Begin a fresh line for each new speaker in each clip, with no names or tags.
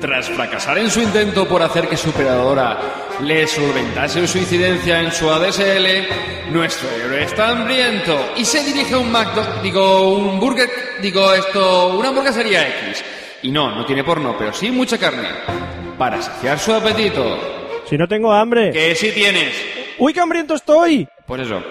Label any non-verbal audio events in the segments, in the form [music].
Tras fracasar en su intento por hacer que su operadora le solventase su incidencia en su ADSL, nuestro héroe está hambriento y se dirige a un Macdo, digo, un burger, digo esto, una hamburguesería X. Y no, no tiene porno, pero sí mucha carne. Para saciar su apetito.
Si no tengo hambre.
Que sí tienes.
¡Uy, qué hambriento estoy!
Pues eso.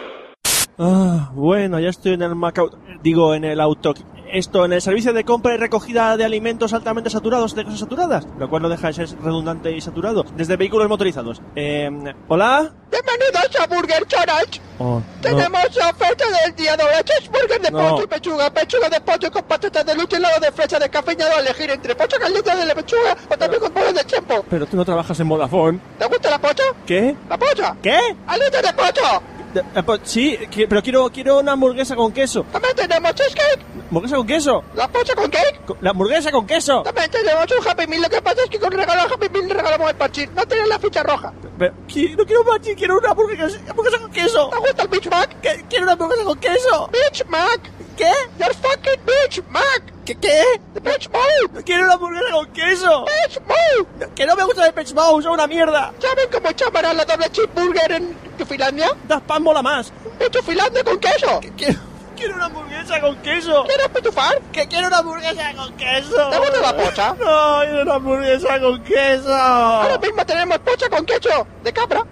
Ah, bueno, ya estoy en el Macau. Digo, en el auto. Esto, en el servicio de compra y recogida de alimentos altamente saturados, de cosas saturadas, lo cual no deja de ser redundante y saturado, desde vehículos motorizados. Eh, ¿Hola?
Bienvenidos a Burger Challenge.
Oh, no.
Tenemos la oferta del día de hoy. Cheeseburger de
No.
pollo y pechuga, pechuga de pollo con patatas de lucha y lado de fresa de cafeñado a elegir entre pollo caliente de la pechuga o también con pollo de tiempo.
Pero tú no trabajas en Vodafone.
¿Te gusta la pollo?
¿Qué?
¿La pollo?
¿Qué?
¡Alita de pollo!
De- eh, po- Sí, qui- pero quiero, quiero una hamburguesa con queso.
También tenemos cheesecake,
¿Hamburguesa con queso?
la pollo con cake.
Co- ¿La hamburguesa con queso?
También tenemos un Happy Meal. Lo que pasa es que con regalo a Happy Meal le regalamos el parchís. No tenés la ficha roja.
Pero, qui- no quiero machi, quiero una hamburguesa, hamburguesa con queso.
¿Te gusta el Beach Mac?
¿Qué? Quiero una hamburguesa con queso.
Beach Mac.
¿Qué?
Your fucking Beach Mac.
¿Qué? ¿Qué?
The Beach Mode.
Quiero una hamburguesa con queso.
Beach Mode.
Que no me gusta el Pech Mouse, es una mierda.
¿Saben cómo llamarán la doble cheeseburger en Finlandia?
Daspan mola más.
Hecho Finlandia con queso.
Quiero, quiero una hamburguesa con queso.
¿Quieres pitufar?
Que quiero una hamburguesa con queso.
¿Te gusta la pocha?
No, quiero una hamburguesa con
Ahora
queso.
mismo tenemos pocha con queso de cabra.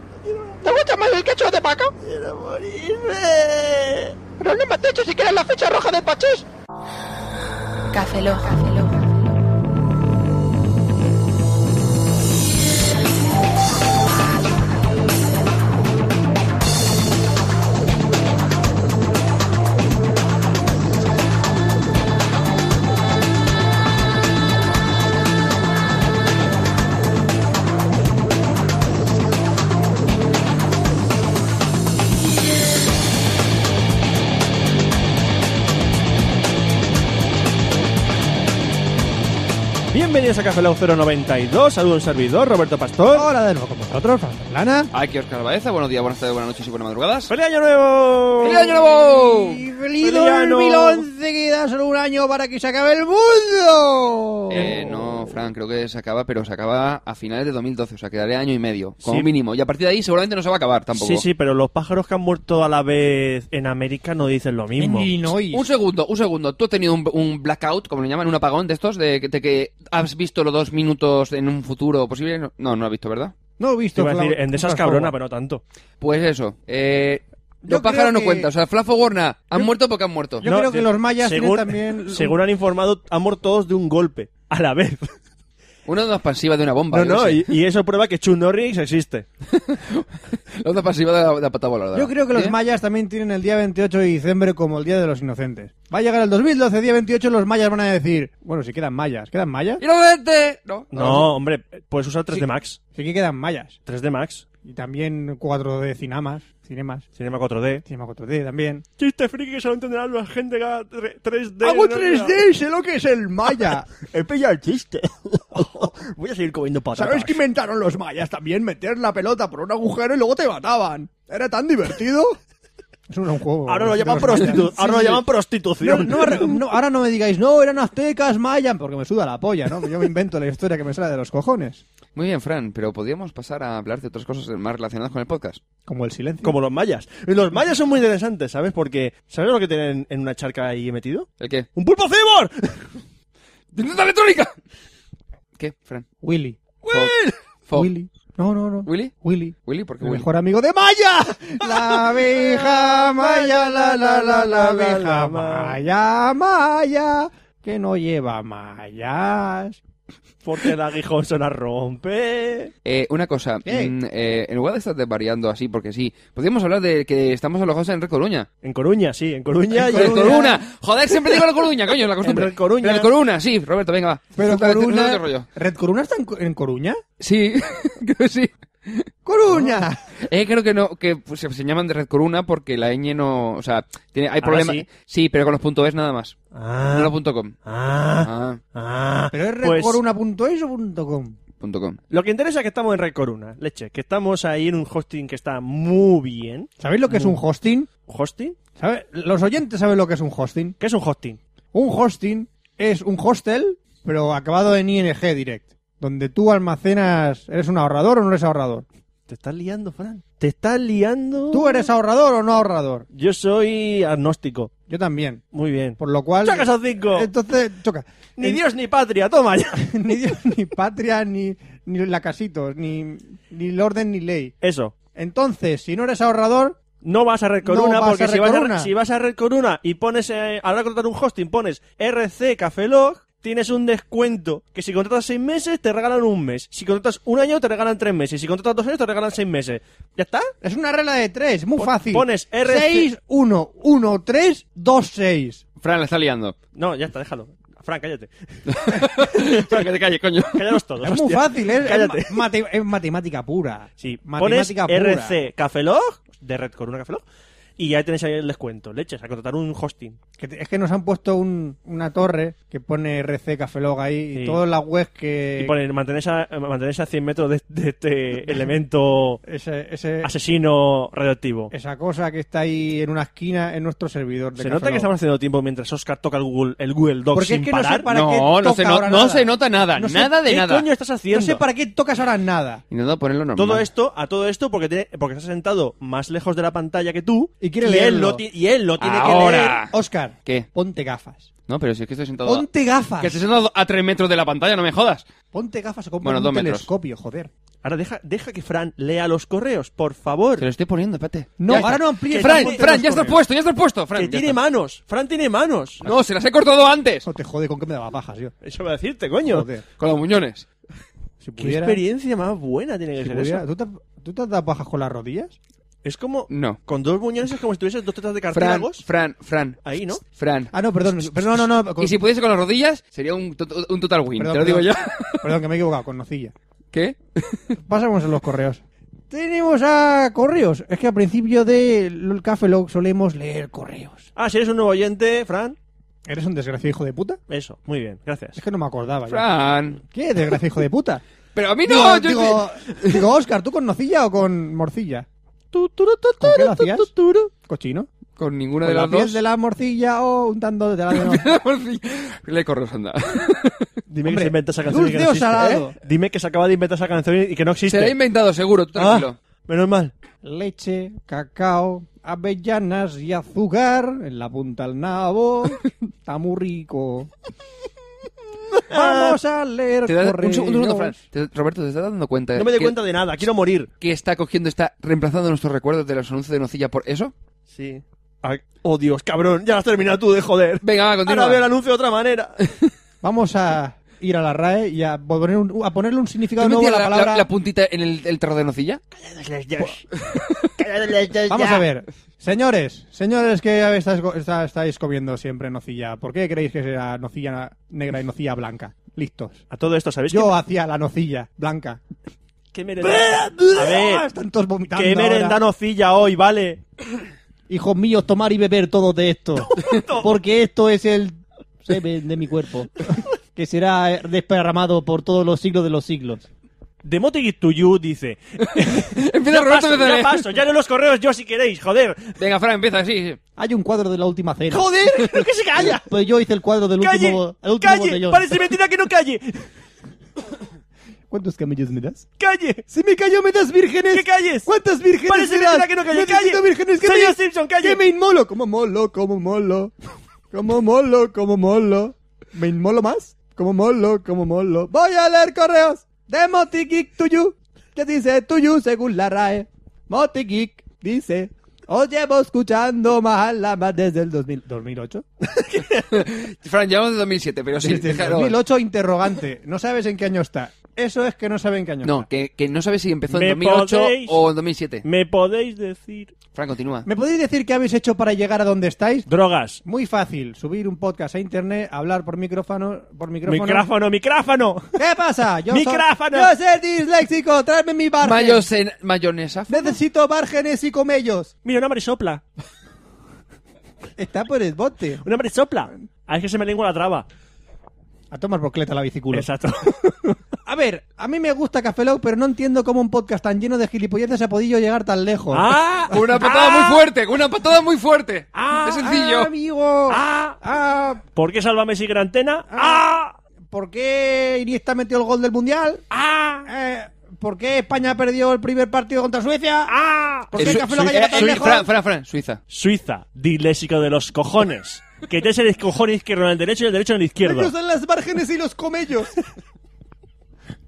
¿Te gusta más el queso de vaca?
Quiero morirme.
Pero no me has dicho si quieres la fecha roja del pachís.
Café Lock.
Bienvenidos a Café Lau 092. Saludo a un servidor, Roberto Pastor.
Hola de nuevo con vosotros, Fran Lana.
Aquí Oscar Baeza. Buenos días, buenas tardes, buenas noches y buenas madrugadas.
¡Feliz Año Nuevo!
¡Feliz Año Nuevo!
Y feliz
Feliz año.
2011, queda solo un año para que se acabe el mundo.
Eh, no, Fran, creo que se acaba, pero se acaba a finales de 2012, o sea, quedaría año y medio, como
Sí.
mínimo. Y a partir de ahí seguramente no se va a acabar tampoco.
Sí, sí, pero los pájaros que han muerto a la vez en América no dicen lo
En
mismo.
Illinois.
Un segundo, un segundo. ¿Tú has tenido un, un blackout, como lo llaman, un apagón de estos, de, que- de que has visto los dos minutos en un futuro posible? No, no lo has visto, ¿verdad?
No he
Te
visto.
iba a decir,
Flau-
en de esas
Flau-
cabrona, pero no tanto.
Pues eso. Eh,
Yo
los pájaros
creo
no
que-
cuentan. O sea, Flafo Gorna, han
Yo-
muerto porque han muerto.
Yo creo que
de-
los mayas
según,
tienen también-
[laughs] Según han informado, han muerto todos de un golpe, a la [laughs] vez.
Una onda expansiva de una bomba.
no,
yo
no,
qué sé.
y, y eso prueba que Chundorrix existe.
La onda expansiva de la, de la pata voladora. ¿Eh?
Yo creo que los
¿Eh?
¿Sí?
mayas también tienen el día 28 de diciembre como el Día de los Inocentes. Va a llegar el 2012, día 28, los mayas van a decir... Bueno, si quedan mayas. ¿Quedan mayas?
¡Inocente! No,
No, hombre, puedes usar 3D Max.
Sí que quedan mayas.
3D Max,
Y también 4D cinamas. Cinemas.
Cinema 4D.
Cinema 4D también.
Chiste friki que solo entenderán la gente que haga 3D.
Hago 3D, sé lo que es el
[laughs]
maya.
He pillado el chiste. [laughs] Voy a seguir comiendo patatas.
¿Sabes que inventaron los mayas también? Meter la pelota por un agujero y luego te mataban. Era
[laughs]
tan divertido. Eso no es un juego.
Ahora lo llaman, prostitu-
prostitución.
ahora lo llaman prostitución.
ahora no me digáis, no, eran aztecas, mayas, porque me suda la polla, ¿no? Yo me invento la historia que me sale de los cojones.
Muy bien, Fran, pero podríamos pasar a hablar de otras cosas más relacionadas con el podcast.
Como el silencio.
Como los mayas. Los mayas son muy interesantes, ¿sabes? Porque, ¿sabes lo que tienen en una charca ahí metido?
¿El qué?
¡Un pulpo cibor! [laughs]
¡Intenta electrónica! ¿Qué, Fran?
Willy.
Fog. Fog.
Willy. No, no, no.
¿Willy?
Willy.
¿Willy? ¿Por qué
El
Willy?
mejor amigo de Maya. La abeja Maya, la la la la abeja Maya, Maya, que no lleva mayas.
Porque el aguijón se la rompe.
Eh, una cosa,
¿Qué?
mm, eh, en lugar de estar variando así, porque sí, podríamos hablar de que estamos alojados en Red Coruña.
En Coruña, sí, en Coruña. y-
¡Red Coruña! ¡Joder, siempre digo Red Coruña, coño, es la costumbre!
En Red Coruña.
¡Red Coruña! Sí, Roberto, venga, va.
Pero
Suéltate, suéltate
Coruña.
el rollo.
¿Red Coruña está en, Co- en Coruña?
Sí, [laughs] creo que sí.
¡Coruña!
Eh, creo que no, que pues, se, se llaman de Red Coruna porque la ñ no, o sea, tiene, hay
Ahora
problemas.
Ah, sí.
pero con los punto .es nada más. No
Ah,
los punto .com.
ah,
Ah,
ah.
¿Pero es
Pues,
redcoruna.es o punto .com?
punto .com.
Lo que interesa es que estamos en Red Coruna, leche. Que estamos ahí en un hosting que está muy bien.
¿Sabéis lo que es un hosting?
¿Hosting?
¿Sabe- Los oyentes saben lo que es un hosting.
¿Qué es un hosting?
Un hosting es un hostel, pero acabado en ING direct. donde tú almacenas. ¿Eres un ahorrador o no eres ahorrador?
Te estás liando, Fran. Te estás liando.
¿Tú eres ahorrador o no ahorrador?
Yo soy agnóstico.
Yo también.
Muy bien.
Por lo cual.
¡Choca esos cinco!
Entonces, choca.
Ni Dios ni patria, toma [laughs] ya.
[laughs] ni Dios, ni patria, ni, ni lacasitos, ni, ni el orden, ni ley.
Eso.
Entonces, si no eres ahorrador,
No vas a Red
No
Corona
vas a
porque
Red
si, vas
Corona.
A, si vas a Red Corona y pones, eh, a la hora de contratar un hosting, pones RC Cafelog, tienes un descuento que si contratas seis meses te regalan un mes. Si contratas un año te regalan tres meses. Si contratas dos años te regalan seis meses. ¿Ya está?
es una regla de tres, muy
Pon-
fácil.
pones RC.
6, 1, 1, 3, 2, 6.
Fran, la está liando.
No, ya está, déjalo. Fran, cállate. [laughs]
Fran, que te calles, coño.
Callaros todos.
Es muy
hostia.
fácil, ¿eh? es, es
Cállate.
ma- mate- es matemática pura.
Sí, pones
matemática pura.
RC Cafelog, de Red Corona Cafelog, y ya tenéis ahí el descuento. Leches, a contratar un hosting.
Que te- es que nos han puesto un- una torre que pone RC Cafelog ahí
Sí.
y todas las webs que.
Y poner, mantenerse a, mantenerse a 100 metros de, de este elemento
[laughs] ese-
Ah,
ese-
asesino radioactivo.
esa cosa que está ahí en una esquina en nuestro servidor. De
Se nota
Cafelog.
que estamos haciendo tiempo mientras Oscar toca el Google, el Google Doc
Porque
sin
es que no sé
parar.
para qué
no, no
toca
se, no-
ahora
no
nada.
se nota nada.
No sé
nada de
¿Qué
nada.
coño estás haciendo?
No sé para qué tocas ahora nada.
Y no ponerlo normal.
Todo esto, a todo esto, porque, tiene, porque está sentado más lejos de la pantalla que tú.
Y quiere
él
leerlo.
lo, ti- y él lo tiene que leer.
Ahora.
Oscar,
¿Qué?
ponte gafas.
No, pero si es que estoy sentado. a-
Ponte gafas.
Que estoy sentado a tres metros de la pantalla, no me jodas.
Ponte gafas o
Bueno,
compra
dos
un
metros.
telescopio, joder.
Ahora deja, deja que Fran lea los correos, por
Te
favor.
lo estoy poniendo, espérate.
No,
Ya
ahora
está.
no amplíes.
Fran,
tampoco
Fran, ya
telescopio.
estás puesto, ya estás puesto. Fran,
Que
ya
tiene
está.
manos. Fran tiene manos.
No, se las he cortado antes.
No te jode con que me daba bajas, yo.
Eso va a decirte, coño.
Joder.
Con los muñones.
Si
Qué
pudiera,
experiencia más buena tiene que
si
ser
pudiera-
eso.
¿tú, te, tú te has dado bajas con las rodillas?
Es como...
No.
Con dos muñones es como si tuvieses dos tetas de
Fran,
cartílagos.
Fran, Fran.
Ahí, ¿no?
Fran.
Ah, no, perdón. Perdón, no, no. con-
Y si pudiese con las rodillas, sería un, to- un total win.
perdón,
te lo digo
perdón.
yo. [laughs]
[laughs] Perdón, que me he equivocado, con nocilla.
¿Qué?
Pasamos a los correos. Tenemos a correos. Es que al principio del Café Log solemos leer correos.
Ah, si eres un nuevo oyente, Fran.
¿Eres un desgraciado hijo de puta?
Eso, muy bien, gracias.
Es que no me acordaba. ya.
Fran.
¿Qué desgraciado hijo de puta?
Pero a mí [laughs]
digo,
no. yo
digo, digo, Oscar, ¿tú con nocilla o con morcilla?
Tu, turu, tu,
¿Con qué lo
turu,
hacías?
tu, turu.
¿Cochino?
Con ninguna
¿Con
de
la
las
piel
dos. [laughs]
de la morcilla o untando de la de no?
Por fin. Le corro, anda.
Dime
Hombre,
que se inventa esa canción.
dulce
y que no
o
existe,
salado.
¿eh? Dime que se acaba de inventar esa canción y que no existe.
Se la he inventado, seguro, tú tranquilo.
Ah, menos mal.
Leche, cacao, avellanas y azúcar en la punta
[laughs]
del nabo. Está muy rico. Vamos a leer
Te das- un,
correos.
segundo, un segundo, Fran. Te- Roberto, ¿te estás dando cuenta?
No me doy
que-
cuenta de nada, Eh, quiero morir.
que está cogiendo, está reemplazando nuestros recuerdos de los anuncios de Nocilla por eso?
Sí. oh Dios, cabrón, ya has terminado tú de joder.
Venga, va, continúa.
Ahora veo el anuncio de otra manera.
Vamos a ir a la RAE y a, poner un- a ponerle un
¿Tú
significado
metías
nuevo a
la,
la
la-
palabra.
la puntita en el, el tarro de Nocilla?
Vamos a ver. Señores, señores que estáis, co- está- estáis comiendo siempre nocilla, ¿por qué creéis que será nocilla negra y nocilla blanca? Listos.
A todo esto, ¿sabéis
Yo hacía la nocilla blanca.
qué? ¿Qué merendano? A
Ah,
ver,
están todos vomitando.
qué
ahora.
merendanocilla hoy, ¿vale?
Hijos míos, tomar y beber todo de esto.
[laughs]
porque esto es el semen de mi cuerpo. [laughs] que será desparramado por todos los siglos de los siglos.
The Motive to You [laughs] dice...
[laughs] Empieza
Ya
Roberto
paso,
empieza a
ya
leer.
paso, ya leo los correos yo si queréis, joder.
Venga, Fran, empieza, sí. sí.
Hay un cuadro de la última cena.
[laughs] ¡Joder! ¡No que se calla!
Pues yo hice el cuadro del
¡Calle!
último, el último
¡Calle!
botellón.
¡Parece mentira que no calle!
¿Cuántos camellos me das?
¡Calle!
Si me callo, me das vírgenes.
¡Que calles!
¿Cuántas vírgenes
Parece
me das?
mentira que no calle,
Necesito
calle.
vírgenes. ¿Qué
Señor
me-
Simpson, calle.
¿Qué me inmolo? Como molo, como molo. Como molo, como molo. ¿Me inmolo más? Como molo, como molo. Voy a leer correos de Motigeek to you. ¿Qué dice to you según la RAE? Motigeek dice... Os llevo escuchando Mahalama desde el 2000, 2008.
Fran, llevamos de 2007, pero [laughs] sí.
Desde el
déjalo.
2008 interrogante. No sabes en qué año está. Eso es que no saben qué año
No,
está.
que, que no sabes si empezó en
¿Me
2008
podéis?
o en 2007.
¿Me podéis decir...?
Fran, continúa.
¿Me podéis decir qué habéis hecho para llegar a donde estáis?
Drogas.
Muy fácil, subir un podcast a internet, hablar por micrófono, por micrófono.
Micrófono, micrófono. [laughs]
¿Qué pasa? Yo
Micrófono.
soy- yo soy disléxico, tráeme mi margen.
Mayose- mayonesa.
Necesito márgenes y comellos.
Mira, una marisopla.
Está por el bote.
Una marisopla. Ah, es que se me lengua la traba.
A tomar bocleta la
[laughs]
bicicula.
Exacto.
A ver, a mí me gusta Café Lock, pero no entiendo cómo un podcast tan lleno de gilipolleces ha podido llegar tan lejos.
¡Ah!
Con una patada
¡Ah!
muy fuerte, con una patada muy fuerte.
Ah,
es sencillo.
amigo.
¡Ah!
Ah,
¿Por qué Sálvame sigue antena? ¡Ah!
¿Por qué Iniesta metió el gol del Mundial? ¡Ah! ¿Por qué España perdió el primer partido contra Suecia? ¡Ah! ¿Por qué
Eh,
el
Su-
Café Lock ha
Sui-
llegado
Sui-
tan lejos?
Fran, Fran, Fran, Suiza.
Suiza, disléxico de los cojones. Que te el cojón izquierdo en el derecho y el derecho en el izquierdo.
Ellos en las márgenes y los comellos. [laughs]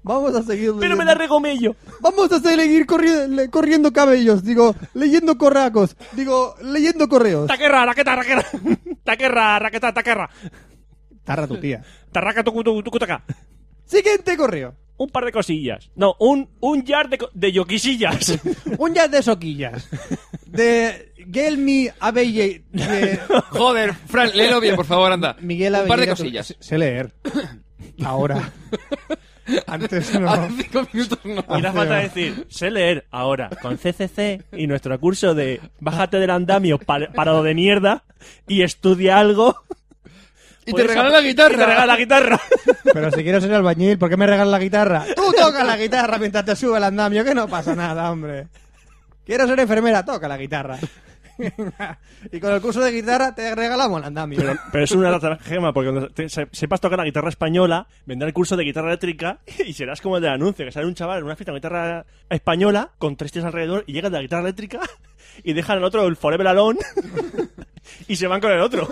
Vamos a seguir
Pero me
leyendo.
da regomello.
Vamos a seguir corri- le- corriendo cabellos, digo, leyendo corracos, digo, leyendo correos.
Taquerra, raqueta, raqueta. [laughs] Taquerra, raqueta, taquerra.
Tarra tu tía.
Tarraca, tucu, tucu, tucu, taca.
Siguiente correo.
Un par de cosillas. No, un, un yard de, co- de
[laughs]
yoquisillas. [laughs]
Un jazz de soquillas. [laughs] De Gelmi Abeye. de
Joder, Fran, léelo bien, por favor, anda.
Miguel
Un par de
Abellera-
cosillas. [laughs]
Sé [coughs] leer. [coughs] Ahora. Antes no.
Hace cinco minutos no.
Y da falta decir, sé leer ahora con CCC y nuestro curso de bájate del andamio pa- parado de mierda y estudia algo.
[laughs] Y te
Puedes
regalan
ap-
la guitarra.
Y te regalan la
[laughs]
guitarra.
Pero si quiero ser albañil, ¿por qué me regalas la guitarra? Tú tocas la guitarra mientras te sube el andamio, que no pasa nada, hombre. Quiero ser enfermera, toca la guitarra. [laughs] y con el curso de guitarra te regalamos el andamio.
Pero, pero es una gema, porque cuando te- se- sepas tocar la guitarra española, vendrá el curso de guitarra eléctrica [laughs] y serás como el del anuncio, que sale un chaval en una fiesta con guitarra española, con tres tíos alrededor, y llega el de la guitarra eléctrica [laughs] y dejan al otro el Forever Alone [laughs] y se van con el otro.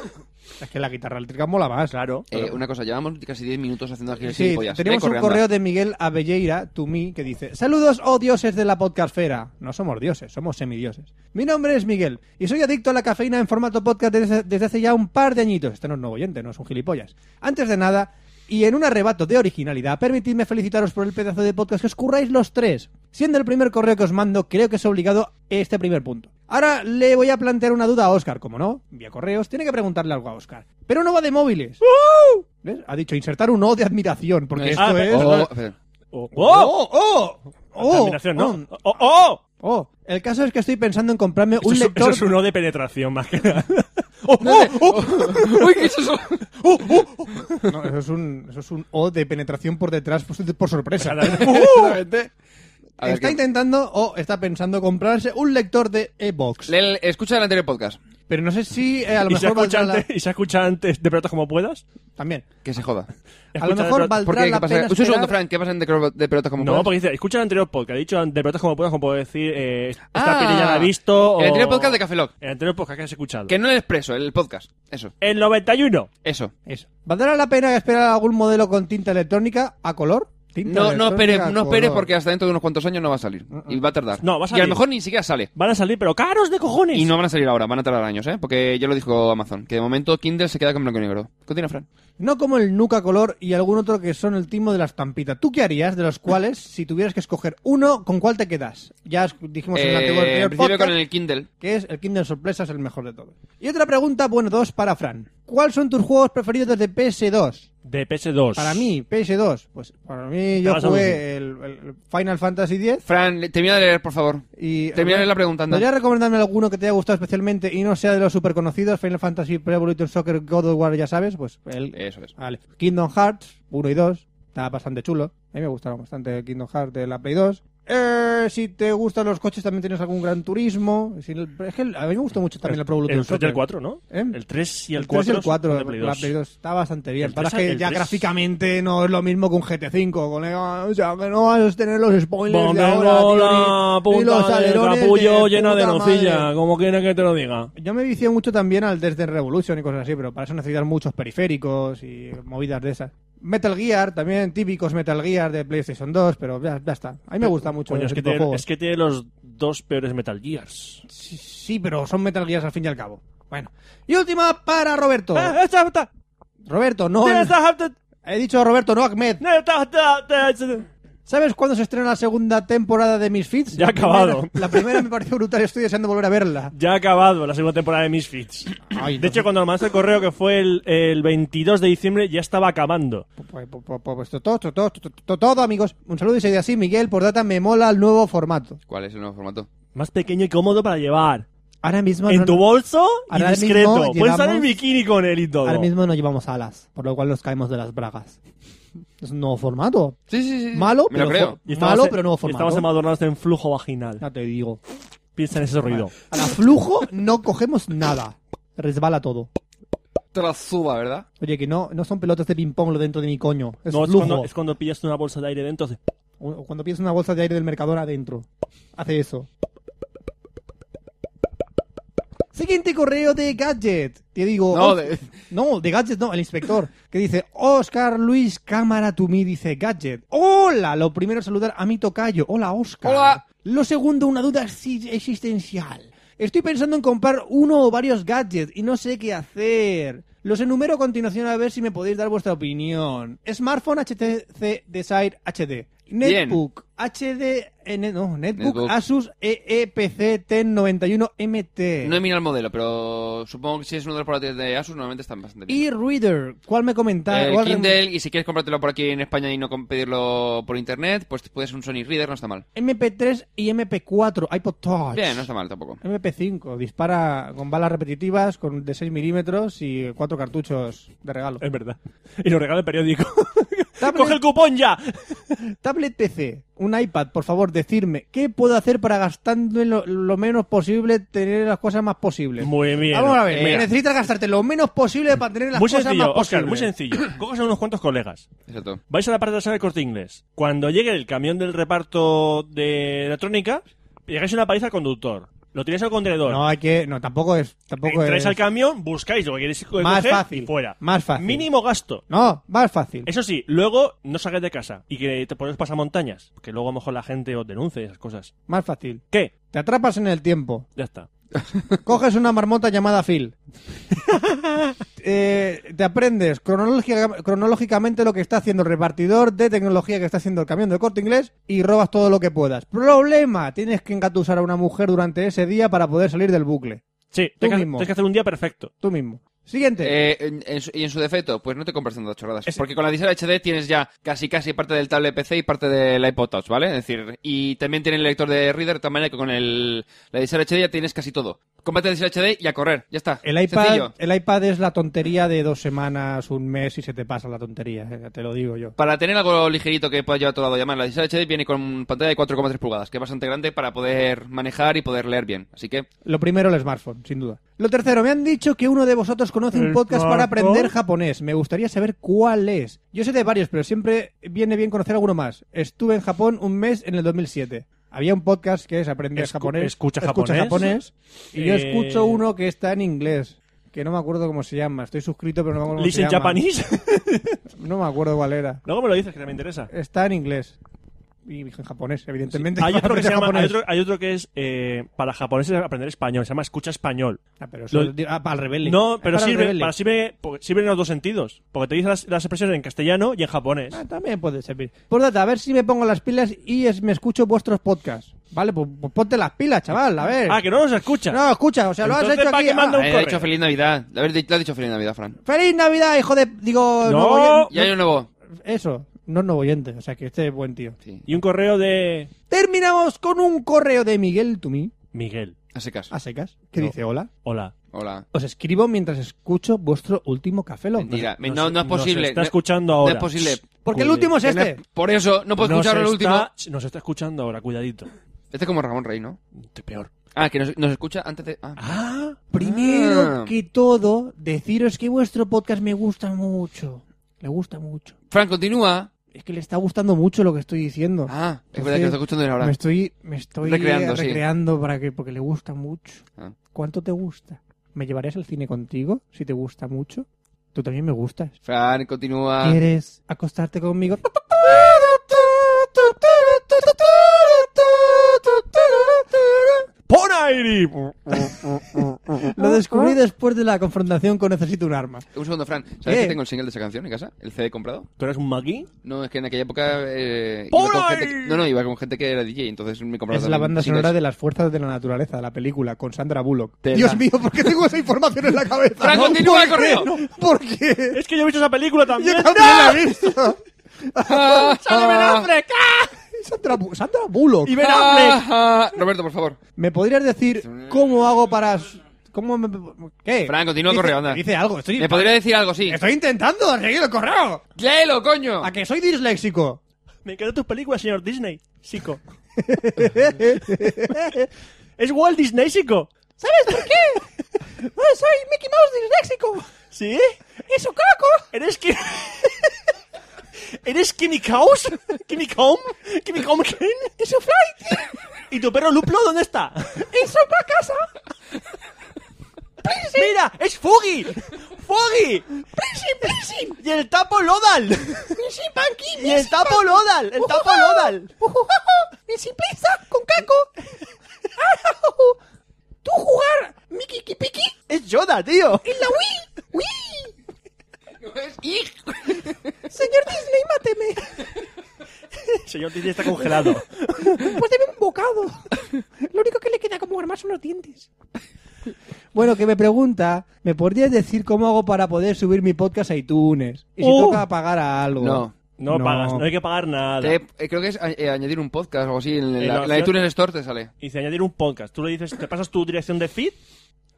Es que la guitarra eléctrica mola más. Claro.
Eh, una cosa, llevamos casi 10 minutos haciendo aquí el
Sí,
gilipollas. Ve
tenemos un
corriendo.
correo de Miguel Abelleira, to me, que dice Saludos, oh dioses de la podcastfera. No somos dioses, somos semidioses. Mi nombre es Miguel y soy adicto a la cafeína en formato podcast desde, desde hace ya un par de añitos. Este no es nuevo oyente, no es un gilipollas. Antes de nada, y en un arrebato de originalidad, permitidme felicitaros por el pedazo de podcast que os curráis los tres. Siendo el primer correo que os mando, creo que es obligado este primer punto. Ahora le voy a plantear una duda a Oscar, como no, vía correos, tiene que preguntarle algo a Oscar. Pero no va de móviles. ¿Ves? Ha dicho insertar un O de admiración, porque esto
Ah,
es.
pero-
Oh, espera.
¡Oh!
¡Oh! ¡Oh! ¡Oh!
Contaminación, ¿no? ¡Oh! oh!
Oh, oh. El caso es que estoy pensando en comprarme
Eso
un
es-
lector.
Eso es
[laughs]
uno de penetración, más que nada. ¡Oh! ¡Oh!
Uy, ¿qué es
[laughs]
eso?
¡Oh! ¡Oh! ¡Oh!
No, eso es un, eso es un O de penetración por detrás, por, por sorpresa. [laughs]
Exactamente. A ver,
está
¿qué?
intentando o está pensando comprarse un lector de e-box.
Lee el- escucha el anterior podcast.
Pero no sé si eh, a lo
Y se,
mejor
escucha
valdrá la-
antes, y se escucha antes de pronto como puedas.
también.
Que se joda.
A lo
Escucha
mejor
de pronto-
valdrá
Porque
la
¿qué pasa?
pena
Un segundo,
esperar-
Fran, ¿qué pasa en de, cro- de pelotas como
No,
puedas?
porque dice, escucha el anterior podcast. He dicho de pelotas como puedas, como puedo decir, eh, esta
Ah,
pirilla la he visto.
el
o-
anterior podcast de Café Lock.
El anterior podcast que has escuchado.
Que no el expreso, el podcast. Eso,
El 91.
eso.
Eso. ¿Valdrá la pena esperar algún modelo con tinta electrónica a color? Tinta
No, no
electrónica
esperes,
a
no esperes
color.
porque hasta dentro de unos cuantos años no va a salir. Y va a tardar.
No, va a
Y a
salir.
lo mejor ni siquiera sale.
Van a salir, pero caros de cojones.
Y no van a salir ahora, van a tardar años, ¿eh? Porque ya lo dijo Amazon, que de momento Kindle se queda con blanco y negro. Continúa, Fran.
No como el Nuca Color y algún otro que son el timo de la estampita. ¿Tú qué
[laughs]
harías de los cuales, si tuvieras que escoger uno, con cuál te quedas? Ya os dijimos en el
Eh,
anterior
en
anterior
principio
podcast
con el Kindle.
que es el Kindle Sorpresa es el mejor de todos. Y otra pregunta, bueno, dos para Fran. ¿Cuáles son tus juegos preferidos desde PS2?
De
Pues
PS2.
Para mí, PS2. Pues para mí
Te
yo
vas a
jugué el, el Final Fantasy X
Fran, le- termina de leer, por favor.
y...
Termina de leer la pregunta, anda.
¿Podrías recomendarme alguno que te haya gustado especialmente y no sea de los super conocidos? Final Fantasy, Pro Evolution Soccer, God of War, ya sabes, pues el,
Eso es.
Vale. Kingdom Hearts 1 y 2. Está bastante chulo. A mí me gustaron bastante el Kingdom Hearts de la Play 2. Eh, si te gustan los coches, también tienes algún Gran Turismo. Si el- es que el- a mí me gustó mucho también la Pro
El,
Evolution
el 3 y
Soccer.
el 4, ¿no?
¿Eh?
El 3 y el,
El 3
4.
y el 4
son
de
de Play
la
2.
Play 2 está bastante bien.
El
Para
3,
que
el
ya
3.
gráficamente no es lo mismo que un GT5. Colega. O sea, que no vas a tener los spoilers de
Bombe
ahora, tío,
bola,
ni- ni los
punta de
alerones
capullo
de
llena de
puta
nocilla,
madre.
como quiera que te lo diga.
Yo me vicié mucho también al Desde Revolution y cosas así, pero para eso necesitas muchos periféricos y movidas de esas. Metal Gear, también típicos Metal Gear de PlayStation 2, pero ya, ya está. A mí me gusta mucho
Coño, es
ese
que,
tipo de
tiene,
juegos.
es que tiene los dos peores Metal Gears.
Sí, sí, pero son Metal Gears al fin y al cabo. Bueno. Y última para Roberto.
Ah, esta, esta.
Roberto, no...
Tiene esta, esta,
He dicho Roberto, no Ahmed.
esta, esta, esta, esta.
¿Sabes cuándo se estrena la segunda temporada de Misfits?
Ya
La
ha acabado.
primera- la primera me pareció brutal y estoy deseando volver a verla.
Ya ha acabado la segunda temporada de
[coughs]
Misfits.
Ay,
de hecho, cuando me mandaste el correo, que fue el, el 22 de diciembre, ya estaba acabando.
Pues, pues, pues, pues, todo, todo, todo, todo, todo, amigos. Un saludo y seguid así, Miguel. Por data, me mola el nuevo formato.
¿Cuál es el nuevo formato?
Más pequeño y cómodo para llevar.
Ahora mismo,
en
no,
tu bolso y
Ahora mismo
discreto. Puedes estar en
llevamos-
bikini con él y todo.
ahora mismo no llevamos alas, por lo cual nos caemos de las bragas. Es un nuevo formato.
Sí, sí, sí.
Malo,
Me lo
pero
creo.
fo- malo, pero nuevo
y
formato.
Estamos adornados en flujo vaginal.
Ya te digo.
Piensa en ese ruido.
A la flujo no cogemos nada. Resbala todo.
te la suba, ¿verdad?
Oye, que no, no son pelotas de ping-pong lo dentro de mi coño. Es
No, es
flujo.
cuando, es cuando pillas una bolsa de aire dentro. hace-
O- o cuando piensas una bolsa de aire del mercador adentro. Hace eso. Siguiente correo de Gadget. Te digo.
No,
oh,
de-
[laughs] no, de Gadget no, el inspector. Que dice: Oscar Luis Cámara Tumí, dice Gadget. Hola, lo primero es saludar a mi tocayo. Hola, Oscar.
Hola.
Lo segundo, una duda exi- existencial. Estoy pensando en comprar uno o varios gadgets y no sé qué hacer. Los enumero a continuación a ver si me podéis dar vuestra opinión. Smartphone HTC Desire HD.
Bien.
Netbook HD... eh, ne- no, Netbook,
Netbook.
Asus E EEPC T91MT.
No he mirado el modelo, pero supongo que si es uno de los portátiles de Asus, normalmente están bastante bien.
y Reader, ¿cuál me comentáis?
El
¿Cuál re-
Kindle, y si quieres comprártelo por aquí en España y no com- pedirlo por internet, pues puedes un Sony Reader, no está mal.
MP3 y MP4, iPod Touch.
Bien, no está mal tampoco.
MP5, dispara con balas repetitivas con de 6 milímetros y cuatro cartuchos de regalo.
Es verdad. [laughs] Y lo regala el periódico.
Tablet-
[laughs] ¡Coge el cupón ya!
Tablet PC, un iPad, por favor, decirme qué puedo hacer para gastando lo, lo menos posible, tener las cosas más posibles.
Muy bien.
Vamos a ver,
Mira,
necesitas gastarte lo menos posible para tener las
muy
cosas
sencillo,
más
Oscar,
posibles.
muy sencillo.
[clears throat]
Coges a unos cuantos colegas.
Exacto.
Vais a la parte trasera del corte inglés. Cuando llegue el camión del reparto de electrónica, llegáis a una paliza al conductor. Lo tiráis al contenedor.
No hay que, no tampoco es, tampoco
Entráis
es.
al camión, buscáis lo que queréis coger
Más fácil,
y fuera.
más fácil.
Mínimo gasto.
No, más fácil.
Eso sí, luego no salgáis de casa y que te ponéis pasamontañas. Que luego a lo mejor la gente os denuncie esas cosas.
Más fácil.
¿Qué?
Te atrapas en el tiempo.
Ya está.
Coges una marmota llamada Phil. Eh, te aprendes cronológica- cronológicamente lo que está haciendo el repartidor de tecnología que está haciendo el camión del corte inglés y robas todo lo que puedas. Problema, tienes que engatusar a una mujer durante ese día para poder salir del bucle.
Sí,
Tú
tienes que,
mismo.
tienes que hacer un día perfecto.
Tú mismo. Siguiente.
Eh, en- en su- y en su defecto, pues no te compras tantas chorradas. Porque con la Diesel HD tienes ya casi casi parte del tablet PC y parte del iPod Touch, ¿vale? Es decir, y también tiene el lector de Reader, de tal manera que con el, la Diesel HD ya tienes casi todo. Cómprate la Diesel HD y a correr, ya está.
el, iPad,
Sencillo.
el iPad es la tontería de dos semanas, un mes y se te pasa la tontería, eh, te lo digo yo.
Para tener algo ligerito que pueda llevar a todo lado llamar, la Diesel HD viene con pantalla de 4,3 pulgadas, que es bastante grande para poder manejar y poder leer bien. Así que,
Lo primero, el smartphone, sin duda. Lo tercero, me han dicho que uno de vosotros conoce un
¿El
podcast para
smartphone?
aprender japonés. Me gustaría saber cuál es. Yo sé de varios, pero siempre viene bien conocer alguno más. Estuve en Japón un mes en el 2007. Había un podcast que es Aprender
Escu-
japonés.
escucha japonés.
japonés. Y yo
Eh,
escucho uno que está en inglés. Que no me acuerdo cómo se llama. Estoy suscrito, pero no me acuerdo cómo se
Listen
llama.
Japanese. [laughs]
No me acuerdo cuál era.
luego me lo dices, que
[laughs]
me interesa.
Está en inglés. Y en japonés, evidentemente. [laughs]
Hay otro, que se llama, hay,
Japonés.
otro, hay otro que es eh, para japoneses aprender español, se llama Escucha Español.
Ah, pero eso-
Lo-
ah, para el rebelde.
No, pero
Para el
sirve,
rebelde.
para, sirve, porque sirve en los dos sentidos. Porque te dice las, las expresiones en castellano y en japonés.
Ah, también puede servir. Por data, a ver si me pongo las pilas y es- me escucho vuestros podcasts. Vale, pues, pues ponte las pilas, chaval, a ver.
Ah, que no los escucha.
No, escucha, o sea, lo has
Entonces,
hecho
¿para
aquí.
qué manda
ah.
un
eh, le
correo?
he dicho Feliz Navidad. Le habéis di- le has dicho Feliz Navidad, Fran.
¡Feliz Navidad, hijo de...! Digo,
No.
nuevo
Y hay
oyente.
un nuevo.
Eso, no es nuevo oyente, o sea, que este es buen tío.
Sí,
Y un correo de
Terminamos con un correo de Miguel Tumí,
Miguel.
a secas.
a secas, que
No.
dice, hola,
Hola.
Hola.
os escribo mientras escucho vuestro último café Lock".
Mentira. Me-
Nos-
No, no es
nos
posible.
está
No-
escuchando ahora.
No es posible.
Porque el
Cuide.
último es
Que no
este.
es- Por eso, no puedo
Nos
escuchar el último.
está- Nos está escuchando ahora, cuidadito.
Este es como Ramón Rey, ¿no?
Estoy peor.
Ah, que nos, nos escucha antes de. Ah.
Ah,
Primero
Ah.
que todo, deciros que vuestro podcast me gusta mucho. Le gusta mucho.
Fran, continúa.
Es que le está gustando mucho lo que estoy diciendo.
Ah, es
Entonces,
verdad que lo está escuchando él ahora.
Me estoy, me estoy
Recreando,
recreando,
sí.
para que, porque le gusta mucho.
Ah.
¿Cuánto te gusta? ¿Me llevarías al cine contigo si te gusta mucho? Tú también me gustas.
Fran, continúa.
¿Quieres acostarte conmigo?
¡Pon aire!
Lo descubrí después de la confrontación con Necesito un arma.
Un segundo, Fran. ¿Sabes
¿Qué?
que tengo el single de esa canción en casa? ¿El CD comprado?
¿Tú eres un maqui?
No, es que en aquella época. eh,
¡Por
iba con
ahí!
gente que- no, no, iba con gente que era DJ, entonces me compraba.
Es la banda sonora de las fuerzas de la naturaleza, la película, con Sandra Bullock.
Tela.
Dios mío, ¿por qué tengo esa información en la cabeza?
¡Fran,
No,
continúa el
¿por qué?
correo!
No, ¿Por qué?
Es que yo he visto esa película también.
Yo también la he visto.
¡Sale
Sandra, Bu- Sandra Bullock.
Y Ben
Ah.
Affleck.
Ah, Roberto, por favor.
¿Me podrías decir cómo hago para... s- ¿Cómo me... ¿Qué?
Fran, continúa el
Dice-
correo, anda.
Dice algo. Estoy,
¿Me podría decir algo? Sí.
estoy intentando seguir el correo.
¡Léelo, coño!
A que soy disléxico.
Me encantan tus películas, señor Disney. Chico. es Walt Disney, chico.
¿Sabes por qué?
[laughs]
soy Mickey Mouse disléxico.
¿Sí?
Y su coco.
¿Eres que... [laughs] ¿Eres Kenny Caos? ¿Kenny Com? ¿Kenny Com Ken?
Y su flight.
¿Y tu perro Luplo dónde está?
Y su pa' casa.
[laughs] ¡Mira! ¡Es Foggy! ¡Foggy!
Príncipe, príncipe.
¡Y el tapo Lodal!
Príncipe aquí.
¡Y el tapo Lodal! ¡El tapo [laughs] Lodal! oh,
Mi simplista con caco.
Ah, oh.
Tú jugar Mickey Kipiki
¡Es Yoda, tío!
en la Wii. Wii.
¡Ij!
Señor Disney, máteme.
[laughs] Señor Disney está congelado.
Pues debe un bocado. Lo único que le queda como armar son los dientes. Bueno, que me pregunta, ¿me podrías decir cómo hago para poder subir mi podcast a iTunes? Y si
Uh.
toca pagar a algo.
Oh. No.
No, pagas, no hay que pagar nada.
Te- eh, creo que es a- eh, añadir un podcast o algo así. En
Eh,
la,
no,
la
yo-
iTunes Store te sale.
Dice añadir un podcast. Tú le dices, te pasas tu dirección de feed